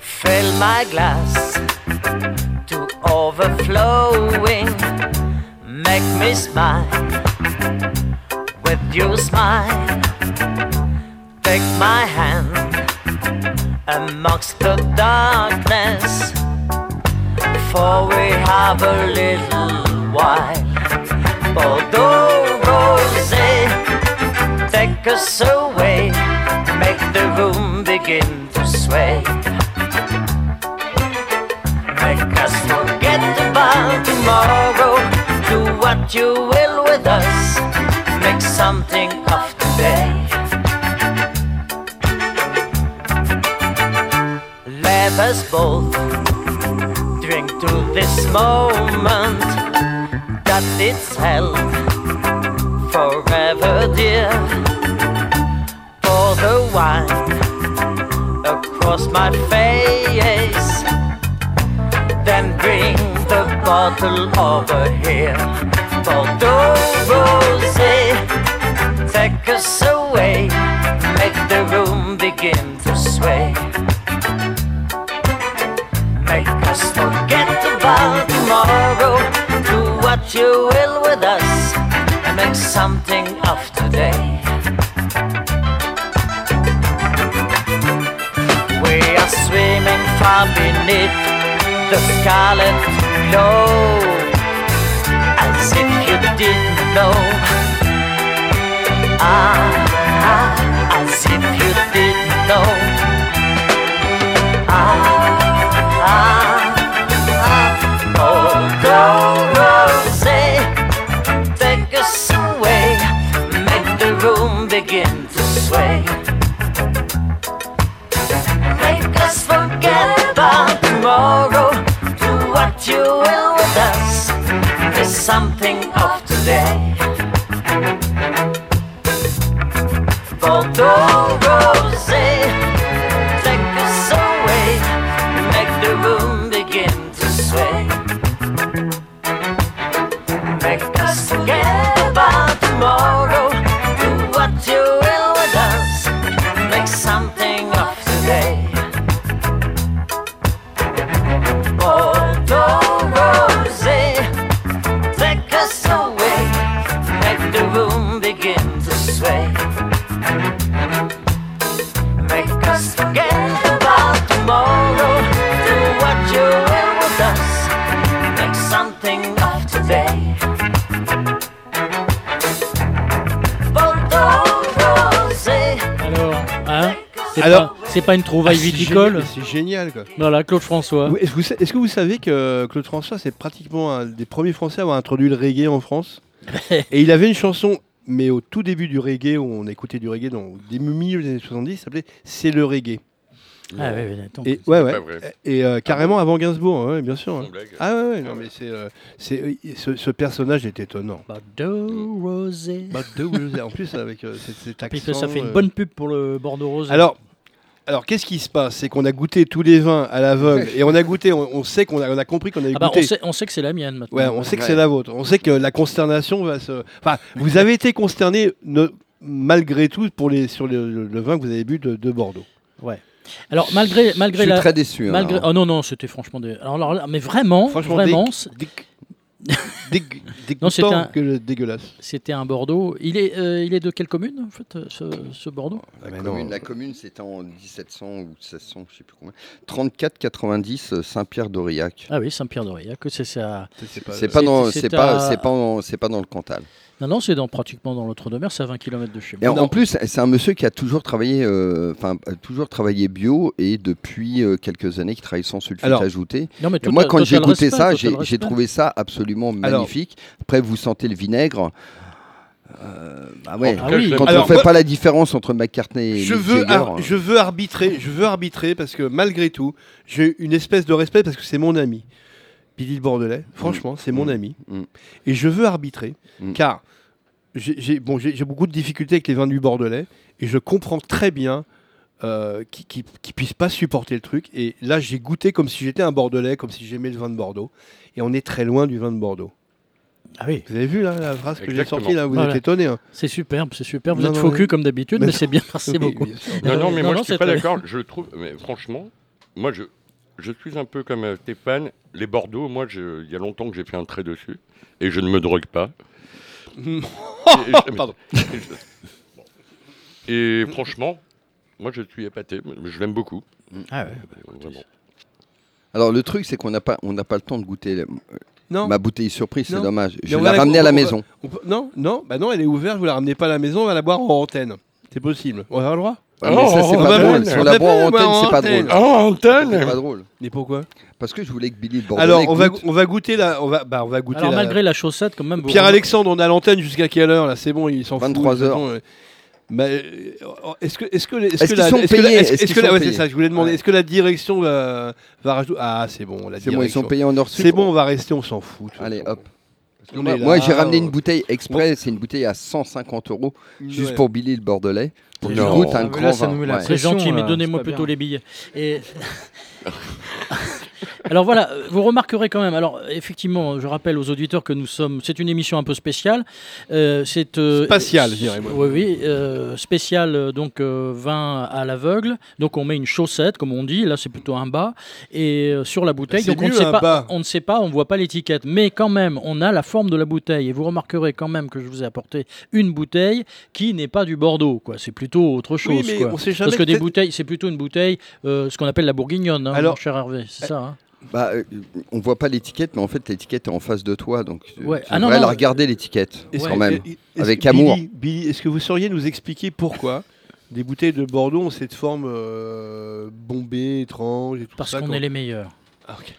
Fill my glass to overflowing, make me smile with your smile. Take my hand amongst the darkness, for we have a little while. Bordeaux rosé, take us away, make the room begin to sway. Make us forget about tomorrow. Do what you will with us. Make something of today. Let us both drink to this moment that it's held forever, dear. Pour the wine across my face then bring the bottle over here. Bordeaux rosé, eh, take us away, make the room begin to sway. Make us forget about tomorrow. Do what you will with us, and make something of today. We are swimming far beneath the scarlet glow. Ah, Ah, something of today. Bordeaux rosé, take us away, make the room begin to sway. Make us forget about tomorrow, do what you will with us, make something of today. Bordeaux rosé, take us away, make the room begin to sway. Make us forget about tomorrow, do what you will with us, make something of today. Bordeaux rosé. Alors, hein C'est Alors- pas, c'est pas une trouvaille viticole viticole C'est génial, quoi. Voilà, Claude François. Est-ce que, vous sa- est-ce que vous savez que euh, Claude François, c'est pratiquement un des premiers Français à avoir introduit le reggae en France Et il avait une chanson, mais au tout début du reggae, où on écoutait du reggae, dans, au début- milieu des années 70, ça s'appelait C'est le reggae. Ah ouais, ouais, attends. Et, ouais, ouais. pas vrai. et euh, carrément avant Gainsbourg, ouais, bien sûr. hein. Sans blague. Ah ouais, ouais, non, mais c'est, euh, c'est, euh, ce, ce personnage est étonnant. Bah, Bordeaux rosé. Bah, de Wilder, en plus, avec euh, cet, cet accent. Puis que ça fait une euh, bonne pub pour le Bordeaux rosé. Alors, alors qu'est-ce qui se passe C'est qu'on a goûté tous les vins à l'aveugle et on a goûté, on, on sait qu'on a, on a compris qu'on avait Ah bah, on, goûté. sait, on sait que c'est la mienne maintenant. Ouais, on sait que Ouais. c'est la vôtre. On sait que la consternation va se. Enfin, vous avez été consterné ne- malgré tout pour les, sur le, le- le vin que vous avez bu de, de Bordeaux. Alors malgré, Je malgré suis la... très déçu. hein, malgré... alors. Oh non, non, c'était franchement... Des... Alors, alors là, mais vraiment, Franchement, vraiment, des- c'est- Dég- dég- Non, c'est Dégoûtant un- que le dégueulasse. c'était un Bordeaux. Il est, euh, il est de quelle commune, en fait, euh, ce, ce Bordeaux Ah, La mais commune, non. la commune, c'était en 1700 ou 1600, je sais plus combien. 34-90 euh, Saint-Pierre-d'Aurillac. Ah oui, Saint-Pierre-d'Auray. Que c'est ça C'est C'est pas dans, Euh, c'est c'est pas, à- c'est pas, en- c'est pas dans le Cantal. Non, non, c'est dans, pratiquement dans le Trou de Mer, c'est à 20 km de chez Et moi. en, en plus, c'est un monsieur qui a toujours travaillé, euh, enfin, a toujours travaillé bio et depuis euh, quelques années qui travaille sans sulfite Alors, ajouté. Non, mais Et moi, total- quand j'ai total goûté respect, ça, total j'ai j'ai respect. trouvé ça absolument Alors- magnifique. Après, vous sentez le vinaigre. Euh, bah ouais. Ah oui. Quand Alors, on fait moi- pas la différence entre McCartney et Je Mick veux, Jagger, ar- euh, je veux arbitrer, je veux arbitrer parce que malgré tout, j'ai une espèce de respect parce que c'est mon ami. Billy le Bordelais, franchement, c'est mon Mm. ami. Mm. Et je veux arbitrer Mm. car j'ai j'ai- bon, j'ai j'ai beaucoup de difficultés avec les vins du Bordelais et je comprends très bien euh, qu'ils qui, puissent pas supporter le truc. Et là, j'ai goûté comme si j'étais un Bordelais, comme si j'aimais le vin de Bordeaux. Et on est très loin du vin de Bordeaux. Ah oui, Vous avez vu là, la phrase que j'ai Exactement. sortie là, vous Voilà. êtes étonné. hein. c'est superbe, c'est superbe. Vous Non, êtes non, faux mais- cul comme d'habitude, mais, Mais c'est bien, merci Oui, beaucoup. bien sûr. Non, non, mais Euh, moi non, je suis c'est pas très- d'accord. Je trouve, mais franchement, moi je, je suis un peu comme euh, Stéphane. Les Bordeaux, moi, je- il y a longtemps que j'ai fait un trait dessus et je ne me drogue pas. Et- et- mais- Pardon. et je- bon. Et franchement, moi je suis épaté. mais Je l'aime beaucoup. Euh, Ah ouais. bah, Vraiment. Alors le truc, c'est qu'on n'a pas, on n'a pas le temps de goûter euh, Non. ma bouteille surprise. C'est Non. dommage. Je on vais va la la- ramener à la on va- maison. On peut- Non, non, bah non, elle est ouverte, vous la ramenez pas à la maison, on va la boire en antenne. C'est possible. On a le droit Ouais, mais ça, c'est Oh, pas bah, drôle. bah, Si on la bah, boit en bah, antenne, c'est pas antenne. drôle. Oh, C'est pas Anton drôle. Mais pourquoi Parce que je voulais que Billy le Bordelais Alors, on va, goûte. on va goûter la. On va, bah, on va goûter Alors la- malgré la chaussette, quand même... vous- Pierre-Alexandre, on a l'antenne jusqu'à quelle heure là C'est bon, il s'en fout. 23 de toute heures. façon, euh. Bah, euh, est-ce que est-ce que les- Est-ce que qu'ils la- sont est-ce que la- payés est-ce- Est-ce est-ce que qu'ils la- sont ouais, c'est payés ça je voulais demander Ouais. est-ce que la direction va, va rajouter ah c'est bon la C'est bon, ils direction sont payés en Nord Sud. c'est bon on va rester on s'en fout de toute Allez, façon. hop. On Moi, est là, moi, j'ai ramené on- une bouteille exprès. C'est une bouteille à 150 euros juste Ouais. pour Billy le Bordelais. Pour qu'il Non. goûte Ah, un mais grand là, ça vin. nous met la Ouais. C'est pression, gentil, mais euh, là, donnez-moi c'est pas plutôt bien. les billets. Et... ah. Alors voilà, euh, vous remarquerez quand même. Alors effectivement, je rappelle aux auditeurs que nous sommes. C'est une émission un peu spéciale. Euh, c'est euh, Spatiale, euh, je dirais, moi. Oui, oui, euh, spéciale euh, donc euh, vin à l'aveugle. Donc on met une chaussette, comme on dit. Là, c'est plutôt un bas et euh, sur la bouteille. Bah, C'est donc on ne mieux, sait un pas. bas. On ne sait pas. On voit pas l'étiquette. Mais quand même, on a la forme de la bouteille. Et vous remarquerez quand même que je vous ai apporté une bouteille qui n'est pas du Bordeaux. Quoi, c'est plutôt autre chose. oui mais quoi. on sait jamais Parce que des peut-être- bouteilles, c'est plutôt une bouteille, euh, ce qu'on appelle la bourguignonne, hein, Alors- mon cher Hervé, c'est ça. hein. Bah, euh, on voit pas l'étiquette, mais en fait, l'étiquette est en face de toi. Donc, tu Ouais. tu Ah, non, devrais non, la euh, regarder, l'étiquette, Est-ce quand que- même. est-ce Avec que- amour. Billy, Billy, est-ce que vous sauriez nous expliquer pourquoi des bouteilles de Bordeaux ont cette forme euh, bombée, étrange et tout Parce ça qu'on quand- est les meilleurs. Ah, ok.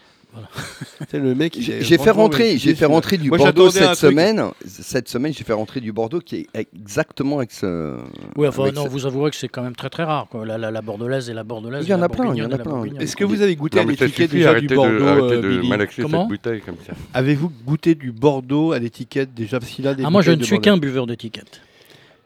C'est le mec. il est- J'ai fait franchement, rentrer, il- j'ai fait rentrer du Moi, Bordeaux j'attendais un cette truc. semaine. Cette semaine, j'ai fait rentrer du Bordeaux qui est exactement avec ce. Oui, enfin, avec non, ce- vous avouerez que c'est quand même très très rare. Quoi. La, la, la bordelaise et la bordelaise. Il y en et la a plein, il y en a bourguignonne et la plein. bourguignonne. Est-ce que vous avez goûté non, à mais des ça tickets suffit, déjà arrêtez du de, Bordeaux arrêtez euh, de Billy malaxer Comment cette bouteille comme ça. Avez-vous goûté du Bordeaux à l'étiquette déjà si là, des Ah, moi, je bouteilles ne de suis Bordeaux- qu'un buveur d'étiquettes.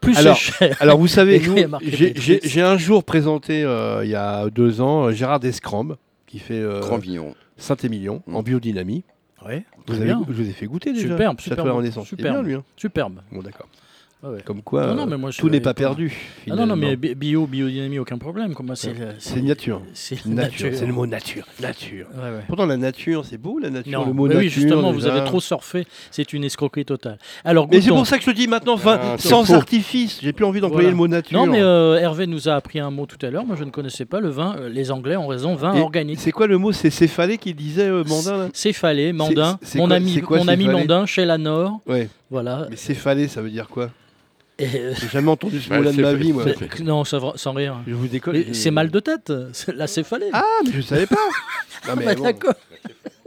Plus c'est Alors- cher. Alors vous savez, Et nous, il y a marqué j'ai- j'ai Petrus. j'ai un jour présenté euh, il y a deux ans euh, Gérard Descrambe qui fait euh, Grand vigneron. Saint-Émilion Mm. en biodynamie. Ouais, très Vous avez- bien. je vous ai fait goûter déjà. Superbe, Château à superbe, la Renaissance. Il est superbe. bien, lui, hein. Superbe. Bon d'accord. Ah ouais. Comme quoi, Non, non, euh, mais moi, je tout n'est savais pas pas. perdu. Ah non, non, mais finalement. bi- bio, biodynamie, aucun problème. quoi. Moi, c'est euh, c'est nature. C'est nature, nature. c'est le mot nature. Nature. Ouais, ouais. Pourtant la nature, c'est beau la nature. Non, le mot mais nature. oui, justement, vous déjà. avez trop surfé. C'est une escroquerie totale. Alors, Mais c'est goûtons. pour ça que je te dis maintenant, enfin, Ah, c'est sans faux. artifice. J'ai plus envie d'employer Voilà. le mot nature. Non, mais euh, Hervé nous a appris un mot tout à l'heure. Moi, je ne connaissais pas le vin. euh, Les Anglais ont raison, vin Et organique. C'est quoi le mot C'est céphalé qui disait euh, Mandin là Céphalée, Mandin. c'est mon quoi- ami, c'est quoi mon ami céphalée Mandin, chez Lanor. Ouais. Voilà. Mais céphalé, ça veut dire quoi Et, euh, J'ai jamais entendu ce Ouais, mot-là de ma Bah, céphalé. vie, moi. Ouais. mais- non, ça va- sans rire. Je vous décolle. Mais C'est mal de tête, c'est- la céphalée. Ah, mais je savais pas. non, mais bah, bon. d'accord.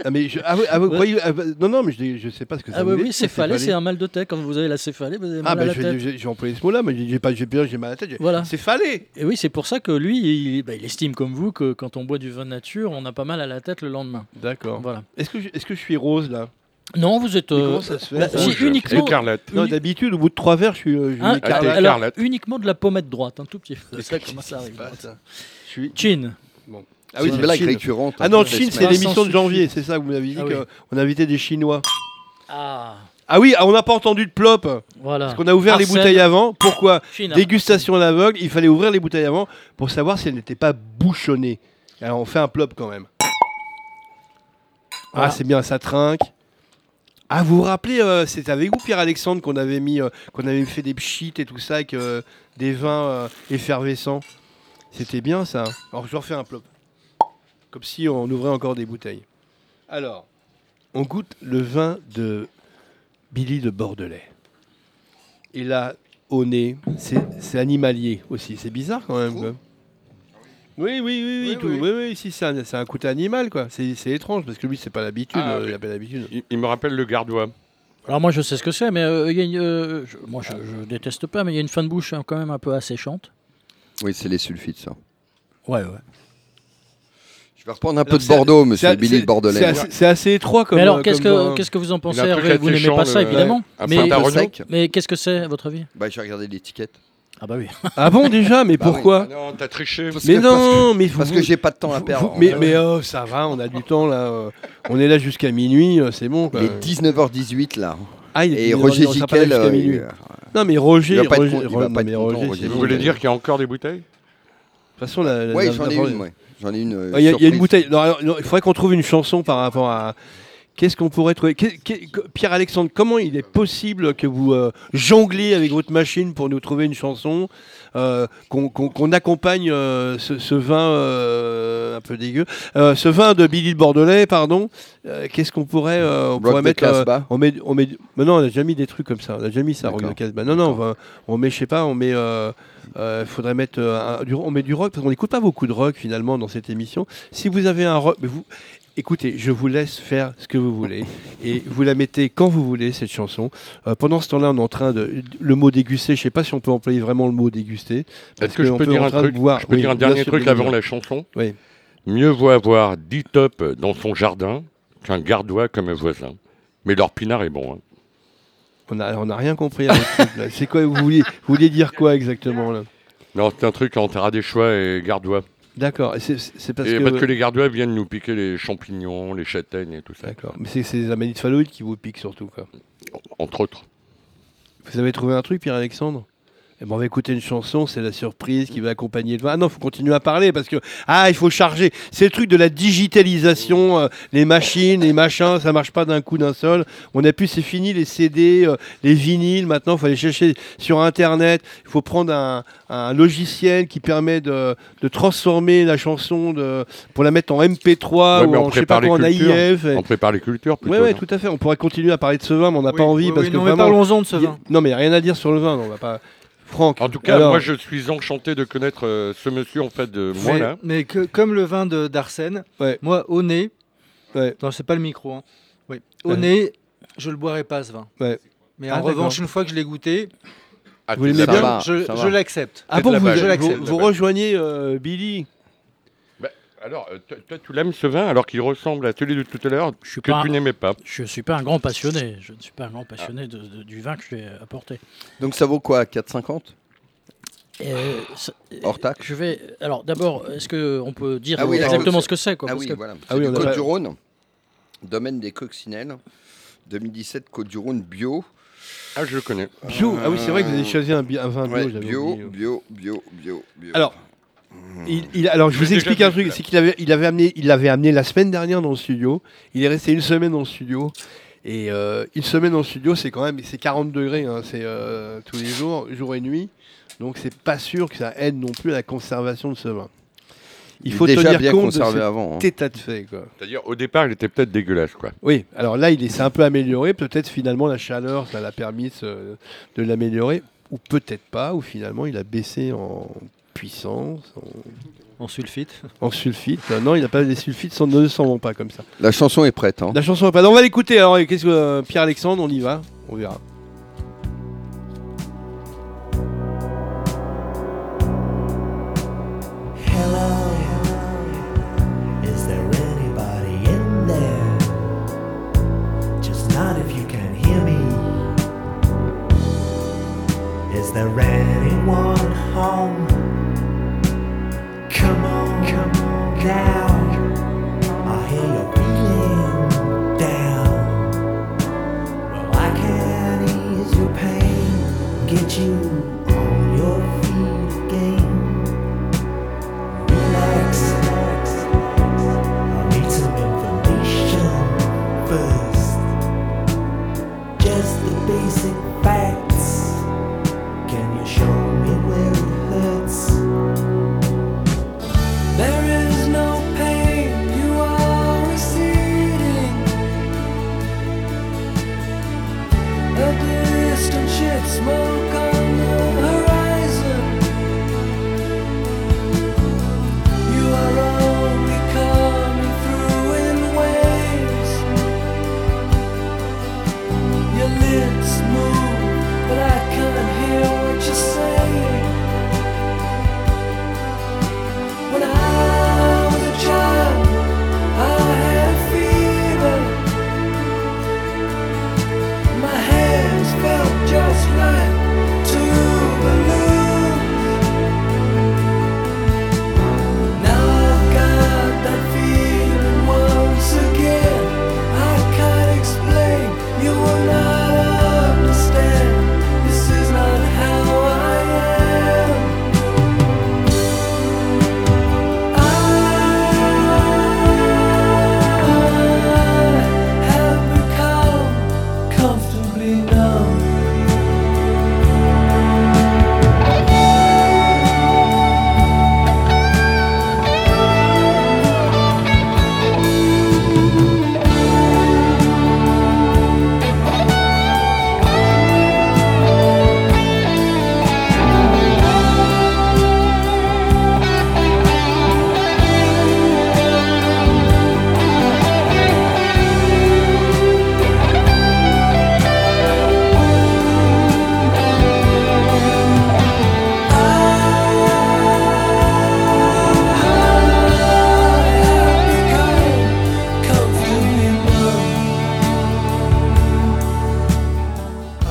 Ah, mais je- ah, oui, ah, vous croyez- ah, bah, non, non, mais je, dis- je sais pas ce que ça Ah veut oui, dire. oui, céphalée, c'est un mal de tête. Quand vous avez la céphalée, vous avez mal Ah, à bah, la je- tête. j'ai j'ai employé ce mot-là, mais j'ai- j'ai pas, j'ai bien, j'ai mal à la tête. j'ai- Voilà. Céphalé Et oui, c'est pour ça que lui, il, bah, il estime comme vous que quand on boit du vin de nature, on a pas mal à la tête le lendemain. D'accord. Voilà. Est-ce que, je- est-ce que je suis rose, là Non, vous êtes. Mais euh, Comment ça se fait bah, ça si, Rouge, uniquement- Écarlate. Non, uni- d'habitude, au bout de trois verres, je suis. euh, je suis Hein, écarlate. alors, écarlate. uniquement de la pommette droite, un tout petit peu. Ça comment ça C'est arrive. pas ça. Je suis- Chin. Ah oui, c'est c'est une blague Chine. récurrente. Ah non, toutes les Chine, c'est semaines. Vincent l'émission de Suffit. janvier, c'est ça que vous m'avez dit Ah oui. qu'on invitait des Chinois. Ah, Ah oui, ah, on n'a pas entendu de plop voilà. Parce qu'on a ouvert les Arsène. bouteilles avant. Pourquoi Chine. hein. Dégustation à l'aveugle, il fallait ouvrir les bouteilles avant pour savoir si elles n'étaient pas bouchonnées. Alors on fait un plop quand même. Voilà. Ah, c'est bien, ça trinque. Ah, vous vous rappelez, euh, c'était avec vous, Pierre-Alexandre, qu'on avait mis, euh, qu'on avait fait des pchites et tout ça, avec euh, des vins euh, effervescents. C'était bien ça. Alors je refais un plop. Comme si on ouvrait encore des bouteilles. Alors, on goûte le vin de Billy de Bordelais. Et là, au nez, c'est c'est animalier aussi. C'est bizarre quand même. quoi. Ah Oui, oui, oui, oui, Oui, tout- oui. oui, oui, si, c'est un, c'est un côté animal, quoi. C'est c'est étrange parce que lui, c'est pas l'habitude. Ah, euh, oui. Il a pas l'habitude. Il, il me rappelle le gardois. Alors moi je sais ce que c'est, mais euh, il y a une, euh, je- moi je, je déteste pas, mais il y a une fin de bouche hein, quand même un peu asséchante. Oui, c'est les sulfites, ça. Ouais, ouais. Je vais reprendre un peu Alors, de c'est- Bordeaux, monsieur C'est- Billy c'est- le Bordelais. C'est assez, c'est assez étroit comme. mais alors euh, qu'est-ce comme que, vin. qu'est-ce que vous en pensez, Il a un truc Hervé Vous n'aimez asséchant, pas ça le- évidemment. Un Mais, peu Un peu Renaud sec. mais qu'est-ce que c'est à votre avis Bah, j'ai regardé l'étiquette. Ah bah oui. Ah bon déjà, mais Bah oui. pourquoi Ah Non, t'as triché. Parce Mais que- non, mais vous- Parce que j'ai pas de temps à vous- perdre. vous- mais mais oh, ça va, on a du temps là. euh, On est là jusqu'à minuit, euh, c'est bon. Quoi. Il est 19h18 là. Ah, il est- il Et est- Roger on sera pas là Jiquel, jusqu'à euh, minuit. il- Non mais Roger, Il va pas être Roger- con- il va Ro- pas être mais content, Roger, Roger c'est- Vous Jiquel. voulez dire qu'il y a encore des bouteilles De toute façon, la, la- Ouais, la- j'en ai la- une, ouais. J'en ai une. euh, Ah, Il y, a- il y a une surprise. bouteille. Non, alors, non, il faudrait qu'on trouve une chanson par rapport à. Qu'est-ce qu'on pourrait trouver Qu'est- qu'est- que- Pierre-Alexandre, comment il est possible que vous euh, jongliez avec votre machine pour nous trouver une chanson euh, qu'on qu'on- qu'on accompagne euh, ce, ce vin euh, un peu dégueu, euh, ce vin de Billy le Bordelais, pardon. Euh, Qu'est-ce qu'on pourrait, euh, on Bloc pourrait de mettre euh, Casbah. On met, on met. Mais non, on a déjà mis des trucs comme ça. On a déjà mis ça. D'accord. Rock de Casbah. Non, non, on, va- on met, je sais pas, on met. euh, euh, faudrait mettre euh, un- du, on met du rock parce qu'on n'écoute pas beaucoup de rock finalement dans cette émission. Si vous avez un rock, mais vous, écoutez, je vous laisse faire ce que vous voulez et vous la mettez quand vous voulez cette chanson. Euh, pendant ce temps-là, on est en train de le mot déguster. Je sais pas si on peut employer vraiment le mot déguster. parce Est-ce que je qu'on peux peut dire en un train de truc boire. Je peux Oui, dire un bien dernier sûr, truc bien avant sûr. la chanson Oui. Mieux vaut avoir 10 tops dans son jardin qu'un gardois comme voisin. Mais leur pinard est bon. hein. On n'a on a rien compris. à votre truc, là. C'est quoi vous vouliez, vous vouliez dire quoi exactement là Non, c'est un truc entre Ardéchois et Gardois. D'accord. et C'est c'est parce et que. parce que les Gardois viennent nous piquer les champignons, les châtaignes et tout ça. D'accord. Mais c'est- c'est les amanites phalloïdes qui vous piquent surtout quoi. Entre autres. Vous avez trouvé un truc, Pierre-Alexandre eh ben, on va écouter une chanson, c'est la surprise qui va accompagner le vin. Ah non, faut continuer à parler parce que ah, il faut charger. C'est le truc de la digitalisation, euh, les machines, les machins, ça marche pas d'un coup d'un seul. On a plus, c'est fini les CD, euh, les vinyles. Maintenant, faut aller chercher sur internet. Il faut prendre un, un logiciel qui permet de, de transformer la chanson de, pour la mettre en MP3 Ouais, Ah, ou mais on en, je sais prépare pas quoi, en les cultures. AIF. On prépare les cultures plutôt. Ouais, ouais, non tout à fait. On pourrait continuer à parler de ce vin, mais on n'a pas Oui, envie oui, parce oui, que non, mais vraiment, parlons-en de ce il y a- vin. Non, mais il y a rien à dire sur le vin, non, on va pas. Franck. En tout cas, alors, moi je suis enchanté de connaître euh, ce monsieur en fait de moi Mais- là. Mais que- comme le vin de- d'Arsène, Ouais. moi, au nez, Ouais. Non, c'est pas le micro. hein. Oui. Au Ouais. nez, je le boirai pas ce vin. Ouais. Mais Ah, en d'accord. revanche, une fois que je l'ai goûté, Ah, Vous t'es- l'aimez ça bien va, je, ça je va. l'accepte. Ah C'est bon, de la vous, balle. vous- Je l'accepte. vous rejoignez euh, Billy Alors, euh, toi, toi, tu l'aimes ce vin alors qu'il ressemble à celui de tout à l'heure Je suis que pas- tu n'aimais pas. Je ne suis pas un grand passionné. Je ne suis pas un grand Ah. passionné de- de- du vin que j'ai apporté. Donc ça vaut quoi 4,50 Euh, ça- Hors taxe je vais. Alors d'abord, est-ce que on peut dire Ah oui, exactement d'accord. ce que c'est quoi, Ah parce oui, que- voilà. Ah oui, C'est on du a Côte pas- du Rhône, domaine des coccinelles, 2017 Côte du Rhône bio. Euh, Ah, je le connais. Bio Ah oui, c'est vrai que vous avez choisi un, bi- un vin bio. Ouais, j'avais bio, oublié. bio, bio, bio, bio. Alors, il, il- alors je Je vous l'ai explique déjà un vu, truc, là. c'est qu'il avait, il avait amené, il l'avait amené la semaine dernière dans le studio. Il est resté une semaine dans le studio. Et euh, une semaine dans le studio, c'est quand même, c'est 40 degrés, hein, c'est euh, tous les jours, jour et nuit. Donc c'est pas sûr que ça aide non plus à la conservation de ce vin. Il est faut déjà tenir bien compte conservé de avant. hein. cet état de fait, quoi. C'est-à-dire, au départ, il était peut-être dégueulasse, quoi. Oui, alors là, il est- s'est un peu amélioré. Peut-être finalement la chaleur, ça l'a permis euh, de l'améliorer, ou peut-être pas, ou finalement il a baissé en puissance, en En sulfite. en sulfite. Euh, non, il n'a pas les sulfites, sont, ne s'en vont pas comme ça. La chanson est prête. hein. La chanson va pas. Non, on va l'écouter. Alors, et qu'est-ce que euh, Pierre Alexandre, on y va, on verra. Hello, is there anybody in there? Just not if you can hear me. Is there anyone home? Come on, come on down. I hear you're feeling down. Well, I can ease your pain, get you on your feet again. Relax. I need some information first. Just the basic facts. Can you show me where it hurts? There is no pain. You are receding. A distant ship smoke on the horizon. You are only coming through in waves. Your lips move, but I can't hear what you're saying. When I was a child, I had a fever. My hands felt just like two balloons. Now I've got that feeling once again. I can't explain, you will not understand. This is not how I am. I have become comfortably numb.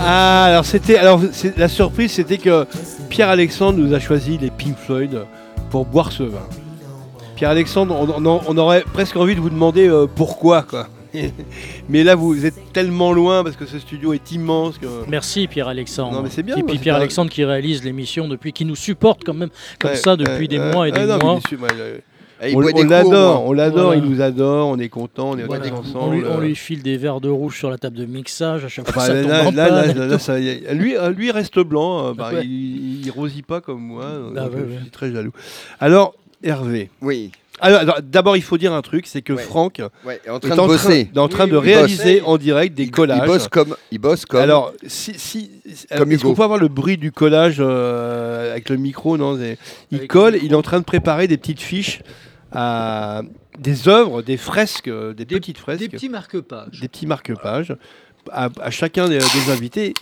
Ah, alors c'était, alors c'est- la surprise, c'était que Pierre Alexandre nous a choisi les Pink Floyd pour boire ce vin. Pierre Alexandre, on, on- on aurait presque envie de vous demander euh, pourquoi, quoi. mais là, vous êtes tellement loin parce que ce studio est immense que. Merci Pierre Alexandre. Non, mais c'est bien, Et moi, puis c'est Pierre pas- Alexandre qui réalise l'émission depuis, qui nous supporte quand même comme Ouais, ça depuis ouais, des ouais, mois et ouais, des non, mais mois. il est su- ouais, ouais. Eh, il On boit des on coups, au l'adore, moins. on l'adore, Voilà. il nous adore, on est content, on est Voilà. tous On, ensemble. lui, on euh. lui file des verres de rouge sur la table de mixage à chaque fois. Enfin, ça tombe Bah, là, en là, panne. là, là, là, ça y est. lui, euh, lui reste blanc, euh, bah, Ouais. il, il rosit pas comme moi, euh, Ah donc, ouais, euh, ouais. je suis très jaloux. Alors, Hervé. Oui, Alors, alors, d'abord, il faut dire un truc, c'est que Ouais. Franck ouais, est en est train de bosser. en train de oui, il réaliser bosse. en direct des Il- collages. Il bosse comme. Il bosse comme. Alors, si, si, euh, Comme est-ce Hugo. qu'on peut avoir le bruit du collage euh, avec le micro Non, c'est- il Avec le colle. micro. Il est en train de préparer des petites fiches à des œuvres, des fresques, euh, des, petites fresques, Des des petits, petits marque-pages. marque-pages, à, à chacun des, des invités,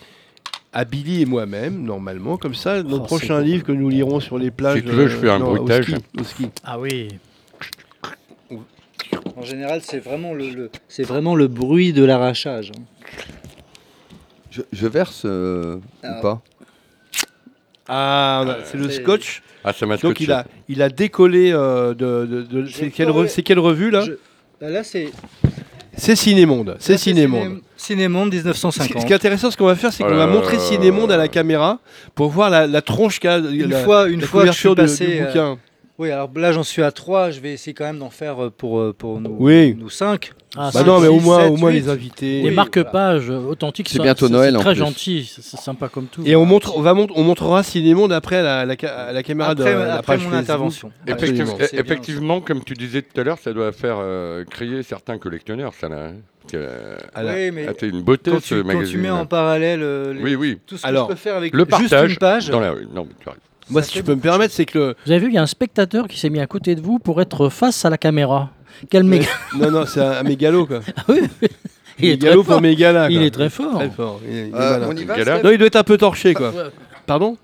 à Billy et moi-même, normalement. Comme ça, notre Oh, prochain c'est livre que nous lirons sur les plages. euh, Si tu veux, je fais un non, au bruitage. ski, au ski. Ah oui. En général, c'est vraiment le, le- c'est vraiment le bruit de l'arrachage. hein. Je, je verse euh, Ah. ou pas Ah, bah, c'est le Euh, c'est- scotch. Ah, ça m'a Donc scotché. il a, il a décollé euh, de. de- de- Je c'est quelle, ferai- re- c'est quelle revue là Je- Bah Là, c'est C'est Cinémonde. C'est là, Cinémonde. Ciné- Cinémonde Ce qui- 1950. ce qui est intéressant, ce qu'on va faire, c'est qu'on Oh là va là montrer là là Cinémonde à la là. caméra pour voir la, la tronche qu'a Une la, fois, une la fois que je suis couverture de- passé. du euh, bouquin. oui, alors là, j'en suis à 3. Je vais essayer quand même d'en faire euh, pour, euh, pour nous, Oui. nous 5. Ah, Bah c'est- non, mais au six, moins, sept, au moins huit. les invités. Les Oui, marque-pages authentiques, C'est ça- bientôt ça, Noël, C'est en très plus. gentil, c'est c'est sympa comme tout. Et on, montre, on, va mont- on montrera Cinémonde après à la, la ca- à la caméra Après, de Euh, la après page mon Facebook. intervention. Effective- eh, Absolument. C'est bien, effectivement, comme tu disais tout à l'heure, ça doit faire euh, crier certains collectionneurs, ça là. hein. Parce que, euh, Ah là. Oui, mais ah, c'est une beauté quand ce tu, quand tu magazine. mets en parallèle euh, les- Oui, oui. tout ce que Alors, je peux faire avec Le juste partage une page. dans la rue. Non, mais tu arrives. Moi, Ça si tu fait peux me permettre, c'est que le. Vous avez vu, il y a un spectateur qui s'est mis à côté de vous pour être face à la caméra. Quel méga. Non, non, c'est un, un mégalo, quoi. Il est très mégalo pour fort. mégala. Il quoi. est très fort. Très fort. Il est- il est Euh, malin. On y va Quelle Steph heure Non, il doit être un peu torché, quoi. Pardon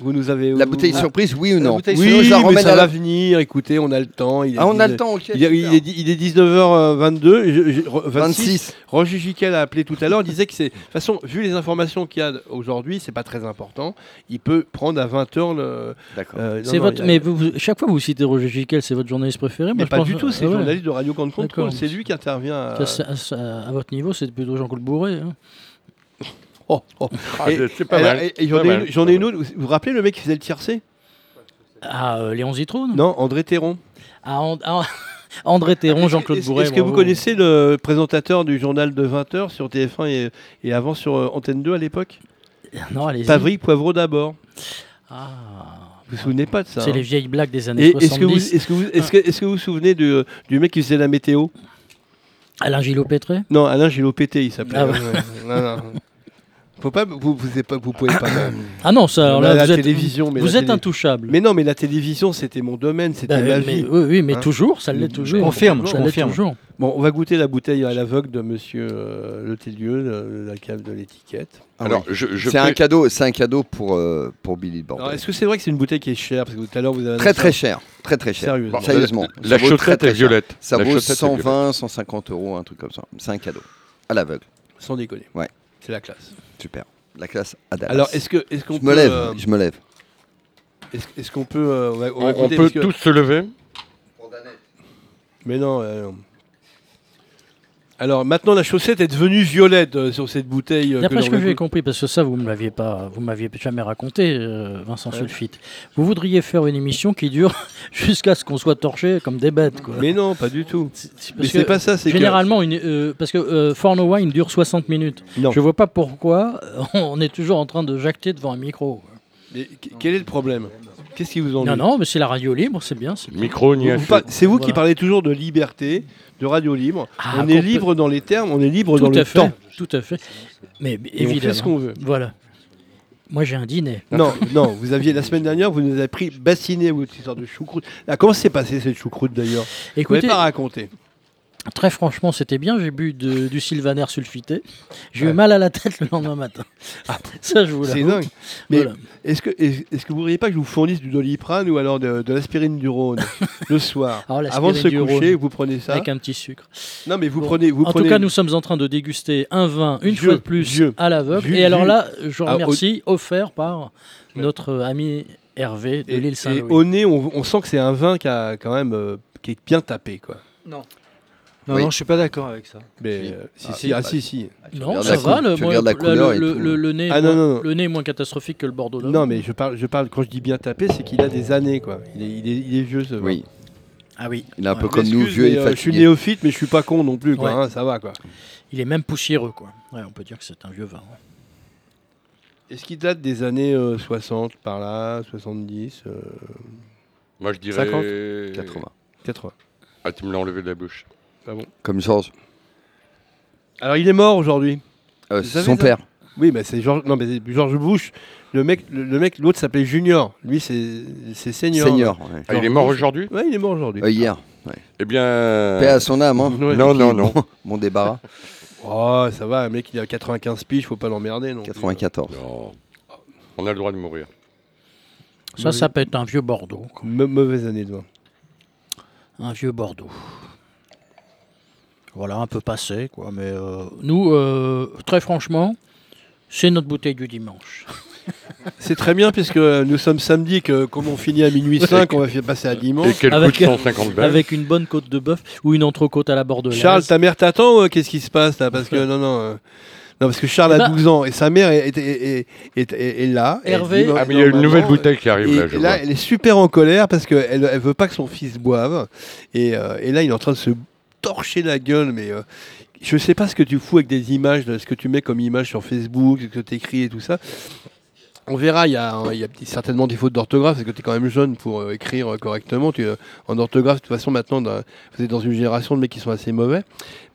Vous nous avez. La vous- bouteille Ah. surprise, oui ou non bouteille Oui, je la mais remets ça à va la... venir. Écoutez, on a le temps. Il est Ah, on a le 19 temps, ok. Il est, il super. est- il est 19h22, je- je- re- 26. 26. Roger Giquel a appelé tout à l'heure, disait que c'est. De toute façon, vu les informations qu'il y a aujourd'hui, c'est pas très important. Il peut prendre à 20h le. D'accord. euh, non, C'est non, votre, il y a- mais vous- vous- chaque fois vous citez Roger Giquel, c'est votre journaliste préféré. Mais Moi, je pas pense- du tout, c'est Ah le ouais. journaliste de hein. Radio Grande Contrôle. D'accord. C'est lui qui intervient. à- Ça, ça- ça- à votre niveau, c'est plutôt Jean-Claude Bourré. hein. Oh, oh. Ah, Et- c'est- c'est pas Alors, mal. et- et J'en Pas ai, mal. une- j'en ai une autre. Vous vous rappelez le mec qui faisait le tiercé Ah, euh, Léon Zitrone Non, André Théron. Ah, An- ah, André Théron, Jean-Claude Est-ce Bourré. est-ce que vous bravo. connaissez le présentateur du journal de 20h sur TF1 et, et avant sur euh, Antenne 2 à l'époque Non, allez-y. Pavry Poivreau d'abord. Ah, Vous vous souvenez pas de ça c'est hein les vieilles blagues des années Et 70. est-ce que, vous, est-ce, que vous, est-ce, que, est-ce que vous vous souvenez du, du mec qui faisait la météo Alain Gillot-Pétré Non, Alain Gillot-Pété, il s'appelait. Ah ouais. Ouais. Non, non. Faut pas, vous, vous, avez pas- vous pouvez pas. Ah non, ça, alors La- là, la vous êtes, télévision, mais vous la êtes télé- intouchable. mais non, mais la télévision, c'était mon domaine, c'était Bah, ma mais- vie. oui, oui, mais Hein toujours, ça l'est Je toujours. confirme, je ça l'est confirme. toujours. Bon, on va goûter la bouteille à l'aveugle de Monsieur euh, Letellieu, le- la cave de l'étiquette. Ah Alors, oui. je, je C'est un fais- cadeau, c'est un cadeau pour euh, pour Billy de Alors, Bordeaux. est-ce que c'est vrai que c'est une bouteille qui est chère Parce que tout à l'heure, vous avez Très annoncé- très cher, très très cher. Ah, Sérieux. Bon, Sérieusement, La ça vaut très, chaussette très est cher. violette. Ça La vaut chaussette est 120, 150 euros, un truc comme ça. C'est un cadeau à l'aveugle. Sans déconner. Ouais. C'est la classe. Super. La classe à Dallas. Alors, est-ce que, est-ce qu'on je peut, me lève, euh, je me lève. est-ce, est-ce qu'on peut, euh, on va- on va On, on goûter, peut parce que- tous se lever. Mais non. euh, non. alors maintenant, la chaussette est devenue violette euh, sur cette bouteille. euh, D'après l'on ce que j'ai goûte. compris, parce que ça, vous ne m'aviez pas, vous m'aviez jamais raconté, euh, Vincent Sulfite. Vous voudriez faire une émission qui dure jusqu'à ce qu'on soit torché comme des bêtes, quoi. Mais non, pas du tout. C'est- c'est parce Mais c'est que pas ça. C'est que- Généralement, une, euh, parce que euh, For No Wine dure 60 minutes. Non. Je vois pas pourquoi on est toujours en train de jacter devant un micro. Mais qu- quel est le problème Qu'est-ce qui vous ennuie Non, non, mais c'est la radio libre, c'est bien. c'est- Micro ni Vous- vous hache. par- C'est vous qui Voilà. parlez toujours de liberté, de radio libre. Ah, on est compl- libre dans les termes, on est libre Tout dans le à fait, temps. tout à fait. Mais b- Et on fait ce qu'on évidemment. veut. Voilà. Moi, j'ai un dîner. Non, non, vous aviez la semaine dernière, vous nous avez pris bassiné à votre histoire de choucroute. Là, comment s'est passée cette choucroute d'ailleurs Vous ne Écoutez, pas raconté. Très franchement, c'était bien. J'ai bu de- du sylvaner sulfité. J'ai eu mal à la tête le lendemain matin. Ça, je vous Ah, C'est l'avoue. dingue. Mais Voilà. est-ce que, est est-ce que vous ne voudriez pas que je vous fournisse du doliprane ou alors de, de l'aspirine du Rhône le soir Alors, l'aspirine Avant de se du coucher, Rhône. vous prenez ça. Avec un petit sucre. Non, mais vous Bon. prenez. Vous en prenez- tout cas, nous sommes en train de déguster un vin une Vieux, fois de plus vieux, à l'aveugle. vieux, Et alors vieux. là, je Ah, au- remercie, offert par Ouais. notre euh, ami Hervé de et- l'île et Saint-Louis. au nez, on, on sent que c'est un vin qui a quand même euh, qui est bien tapé, quoi. Non, Oui. non, je suis pas d'accord avec ça. Mais Si. euh, si, Ah, si, c'est ah, pas- si, si. Non, regardes ça la va. cou- Le, tu moi, regardes la le- couleur et le- tout. le- le nez, Ah, moins- non, non, non. le nez est moins catastrophique que le Bordeaux. Non, mais je parle, je parle quand je dis bien tapé, c'est qu'il a des années, quoi. Il est, il est, il est vieux, ce vin. Oui, Ah oui. il est un Ouais. peu comme nous, Excuse, vieux mais, et euh, je suis fatigué. néophyte, mais je suis pas con non plus, quoi. Ouais. hein, ça va, quoi. Il est même poussiéreux, quoi. Ouais, on peut dire que c'est un vieux vin. ouais. Est-ce qu'il date des années euh, 60 par là, 70, euh, Moi, je dirais. 50, 80. 80 Ah, tu me l'as enlevé de la bouche. Ah Comme Georges. Alors, il est mort aujourd'hui. Euh, Vous savez son ça père. Oui, mais c'est George, non, mais c'est George Bush. Le mec, le, le mec, l'autre s'appelait Junior. Lui, c'est c'est senior. Senior, ouais. Ah, il est mort aujourd'hui Ouais, il est mort aujourd'hui. Euh, hier. Eh bien. Paix à son âme. Hein. Ouais. Non, non, non. Mon débarras. Oh, ça va, un mec, il a 95 piges, faut pas l'emmerder. non plus. hein. 94. Non. On a le droit de mourir. Ça, ça peut être un vieux Bordeaux. quoi. Me- mauvaise année de vin. Un vieux Bordeaux. Voilà, un peu passé, quoi. Mais euh, nous, euh, très franchement, c'est notre bouteille du dimanche. C'est très bien, puisque euh, nous sommes samedi, et que comme on finit à minuit 5, on va faire passer à Et dimanche. quel Avec- coup de 150 balles Avec une bonne côte de bœuf ou une entrecôte à la bordelaise. Charles, ta mère t'attend ou Oh, euh, qu'est-ce qui se passe là Parce que non, non. euh, Non, parce que Charles Eh a ben- 12 ans et sa mère est, est- est- est- est- est là. Elle Hervé- dit, Ah, mais il y a une normalement, nouvelle euh, bouteille qui arrive Et là, je là, vois. elle est super en colère parce qu'elle elle veut pas que son fils boive. Et, euh, et là, il est en train de se torcher la gueule. Mais euh, je sais pas ce que tu fous avec des images, de ce que tu mets comme image sur Facebook, ce que tu écris et tout ça. On verra, il y a, un- il y a petit- certainement des fautes d'orthographe, parce que tu es quand même jeune pour euh, écrire euh, correctement. Tu, euh, en orthographe, de toute façon, maintenant, dans- vous êtes dans une génération de mecs qui sont assez mauvais.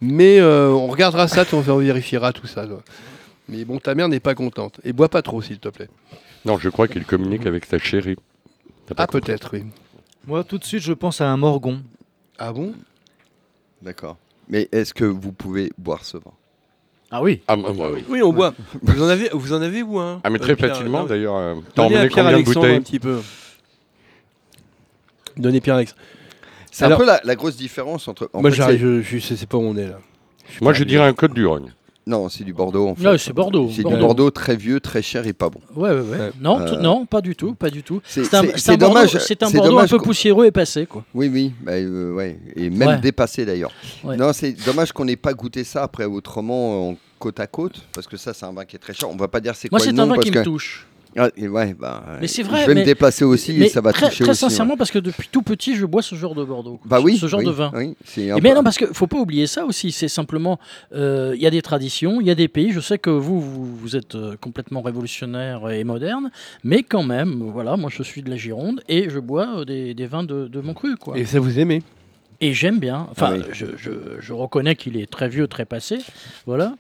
Mais euh, on regardera ça, tu- on vérifiera tout ça. toi. Mais bon, ta mère n'est pas contente. Et bois pas trop, s'il te plaît. Non, je crois qu'il communique avec sa chérie. T'as pas Ah, compris. peut-être, oui. Moi, tout de suite, je pense à un morgon. Ah bon D'accord. Mais est-ce que vous pouvez boire ce vin Ah oui. Ah, bah, bah, oui. Oui, on boit. Vous en avez, vous en avez vous hein Ah, mais très euh, Pierre, facilement non, d'ailleurs. euh, T'as Donnez à emmené Pierre combien de Alexandre un bouteilles petit peu. Donnez Pierre Alexandre. C'est un Alors- peu la, la grosse différence entre. en Moi, fait, j'arrive, c'est- je, je, sais pas où on est là. Moi, je dirais un Côte du Rhône. Non, c'est du Bordeaux. En fait. Ouais, c'est Bordeaux. C'est du Bordeaux. Bordeaux très vieux, très cher et pas bon. Ouais, ouais, ouais. Ouais. Non, Euh, tout- non, pas du tout, pas du tout. c'est- C'est un, c'est- c'est c'est un Bordeaux- dommage, c'est un c'est Bordeaux un dommage peu qu'on- poussiéreux et passé, quoi. Oui, oui, bah, euh, ouais. et même Ouais. dépassé d'ailleurs. Ouais. Non, c'est dommage qu'on n'ait pas goûté ça après autrement en côte à côte, parce que ça, c'est un vin qui est très cher. On va pas dire c'est Moi, quoi le c'est nom un vin parce qui que. me touche. Ah, et ouais, bah, euh, Mais c'est vrai, Je vais mais- me déplacer aussi Mais et ça va très, toucher très aussi. hein. ouais. sincèrement, parce que depuis tout petit, je bois ce genre de Bordeaux. Bah oui. Ce genre oui, de vin. Oui, c'est Et un mais peu- non, parce que faut pas oublier ça aussi. C'est simplement, euh, il y a des traditions, il y a des pays. Je sais que vous, vous, vous êtes euh, complètement révolutionnaire et moderne, mais quand même, voilà, moi je suis de la Gironde et je bois euh, des, des vins de, de mon cru, quoi. Et ça vous aimez Et j'aime bien. Ah Enfin, oui. je, je- je reconnais qu'il est très vieux, très passé. Voilà.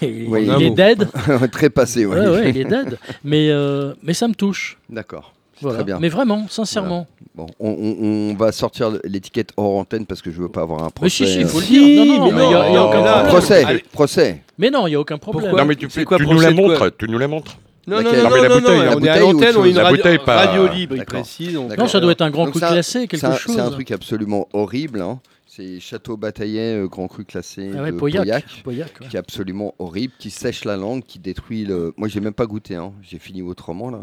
Et Oui, il un est mot. dead. très passé, oui. Ouais, ouais, il est dead. Mais, euh, mais ça me touche. D'accord. Voilà. Très bien. Mais vraiment, sincèrement. Bon, on, on- on va sortir l'étiquette hors antenne parce que je veux pas avoir un Mais si, procès. si, il euh, faut le dire. Non, non, mais il y a- il y a non. aucun Oh. problème. procès, Allez. procès. Mais non, il n'y a aucun problème. Pourquoi non, mais tu, C'est fais- quoi, tu nous procès la de quoi montres. Tu nous la montres. Non, non, Laquelle non, Non, mais la non, non, bouteille, non, la on est à bouteille ou l'antenne, autre on est une chose La radio, bouteille, pas- radio libre, il D'accord. précise. on- D'accord. Non, ça doit être un grand Donc cru ça- classé, quelque C'est un- chose. C'est un truc absolument horrible. hein. C'est Château Bataillet, euh, grand cru classé Ah ouais, de Pauillac. Pauillac, Pauillac, ouais. qui est absolument horrible, qui sèche la langue, qui détruit le. Moi, j'ai même pas goûté. hein. J'ai fini autrement là.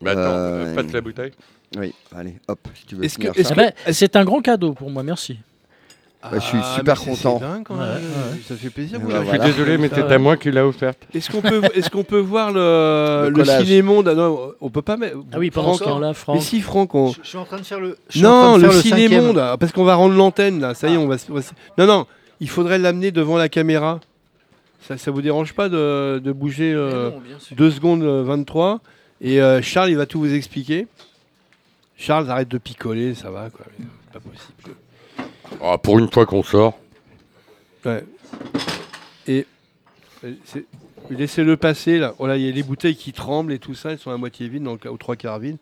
Bah, attends, Euh, euh, passe la bouteille. Oui, allez, hop. Si tu veux Est-ce que- finir est-ce ça. Eh ben, C'est un grand cadeau pour moi, merci. Bah, je suis super Ah, mais c'est- content. c'est dingue, quand Ouais, même. ouais. Ça fait plaisir. Ouais, vous bah, l'avez Je suis voilà. fait désolé, comme mais ça. c'est à moi qui l'a offerte. Est-ce qu'on peut, est-ce qu'on peut voir le, Le le, collage. cinémonde Ah Non, on peut pas mettre. Ah oui, pendant ce Franck, hein. temps-là, Mais Franck. si, Franck, on- Je suis en train de faire le. Ah. Non, le cinémonde, ah, parce qu'on va rendre l'antenne là, ça y est, on va, se- on va se- Non, non, il faudrait l'amener devant la caméra. Ça, ça vous dérange pas de, de bouger euh, 2 secondes euh, 23 Et euh, Charles, il va tout vous expliquer. Charles, arrête de picoler, ça va quoi. mais c'est Pas possible. Ah, pour une fois qu'on sort. Ouais. Et euh, c'est- laissez-le passer là. Oh là, il y a les bouteilles qui tremblent et tout ça, elles sont à moitié vides, donc aux trois quarts vides.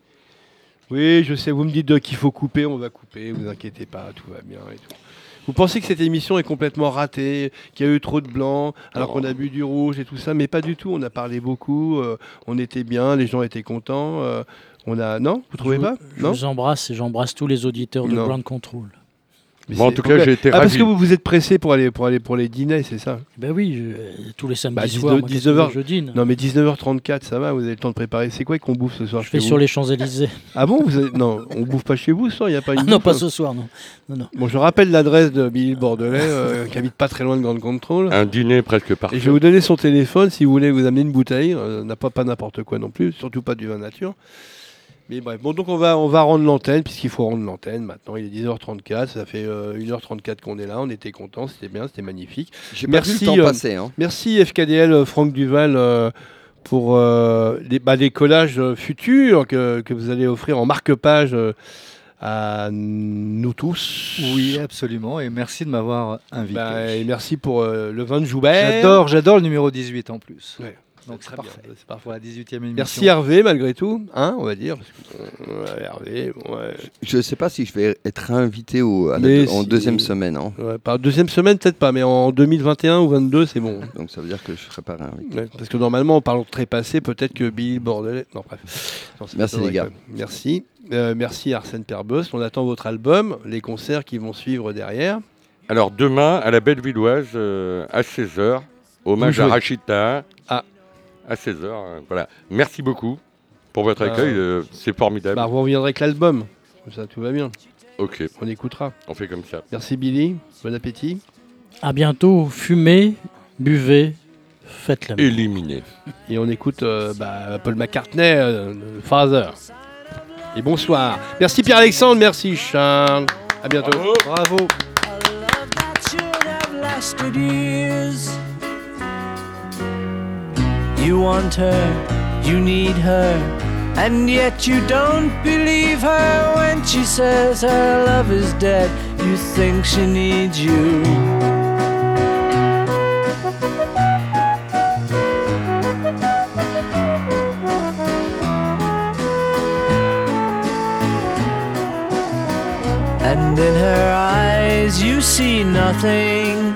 Oui, je sais, vous me dites de- qu'il faut couper, on va couper, vous inquiétez pas, tout va bien et tout. Vous pensez que cette émission est complètement ratée, qu'il y a eu trop de blanc, alors Oh. qu'on a bu du rouge et tout ça, mais pas du tout. On a parlé beaucoup, euh, on était bien, les gens étaient contents. euh, on a, non, vous trouvez je, pas je Non. vous embrasse et j'embrasse tous les auditeurs de Non. Ground Control. Mais Moi, en c'est- tout cas, j'ai été Ah, parce ravi. que vous vous êtes pressé pour aller pour aller pour les dîners, c'est ça Ben oui, je- tous les samedis Bah, soirs, 19 moi, qu'est-ce que 19 je dîne. Non mais 19h34, ça va, vous avez le temps de préparer. C'est quoi qu'on bouffe ce soir je chez fais vous sur les Champs-Élysées. Ah bon vous avez- Non, on bouffe pas chez vous ce soir, il n'y a pas une Ah non, bouffe, pas hein. ce soir, non. Non, non. Bon, je rappelle l'adresse de Billy le Bordelais, euh, qui habite pas très loin de Grande Contrôle. Un dîner presque Et parfait. je vais vous donner son téléphone si vous voulez vous amener une bouteille. Euh, n'a pas, pas n'importe quoi non plus, surtout pas du vin nature. Mais bref, bon, donc on va, on va rendre l'antenne, puisqu'il faut rendre l'antenne maintenant. Il est 10h34, ça fait euh, 1h34 qu'on est là, on était contents, c'était bien, c'était magnifique. J'ai pas vu le Merci, temps euh, passer. hein. Merci FKDL euh, Franck Duval euh, pour euh, les, bah, les collages euh, futurs que, que vous allez offrir en marque-page euh, à nous tous. Oui, absolument. Et merci de m'avoir invité. Bah, et merci pour euh, le vin de Joubert. J'adore, j'adore le numéro 18 en plus. Donc c'est très parfait. bien, c'est parfait. Pour la 18e émission. Merci Hervé, malgré tout, hein, on va dire. parce que, euh, ouais, Hervé, bon, ouais. Je ne sais pas si je vais être invité au, à la Mais deux- en si. deuxième semaine. hein. Ouais, par deuxième semaine, peut-être pas, mais en 2021 ou 2022, c'est bon. Donc ça veut dire que je serai pas réinvité. Ouais, parce que normalement, en parlant de trépassé, peut-être que Bill Bordelais. Non, bref. Non, c'est Merci, pas vrai, les gars. quand même. Merci. Euh, merci Arsène Perbost. On attend votre album, les concerts qui vont suivre derrière. Alors demain, à la Bellevilloise, euh, à 16h, hommage Vous à jouez. Rachita. Ah. À 16h, voilà. Merci beaucoup pour votre Bah, accueil, euh, c'est formidable. Bah, vous reviendrez avec l'album. Comme ça, tout va bien. ok, On écoutera. on fait comme ça. Merci Billy. Bon appétit. À bientôt, fumez, buvez, faites la Éliminé. Et on écoute euh, bah, Paul McCartney, euh, de Father. Et bonsoir. Merci Pierre-Alexandre. Merci Charles. À bientôt. Bravo. Bravo. A love that should have lasted years. You want her, you need her, and yet you don't believe her when she says her love is dead. You think she needs you. And in her eyes you see nothing.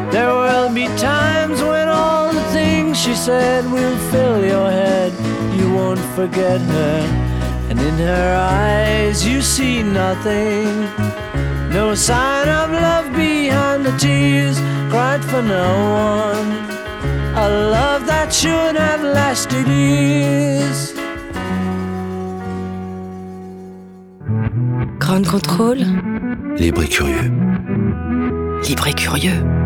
There will be times when all the things she said will fill your head. You won't forget her. And in her eyes, you see nothing. No sign of love behind the tears cried for no one. A love that should have lasted years. Grand contrôle Les bris curieux. Libre et curieux.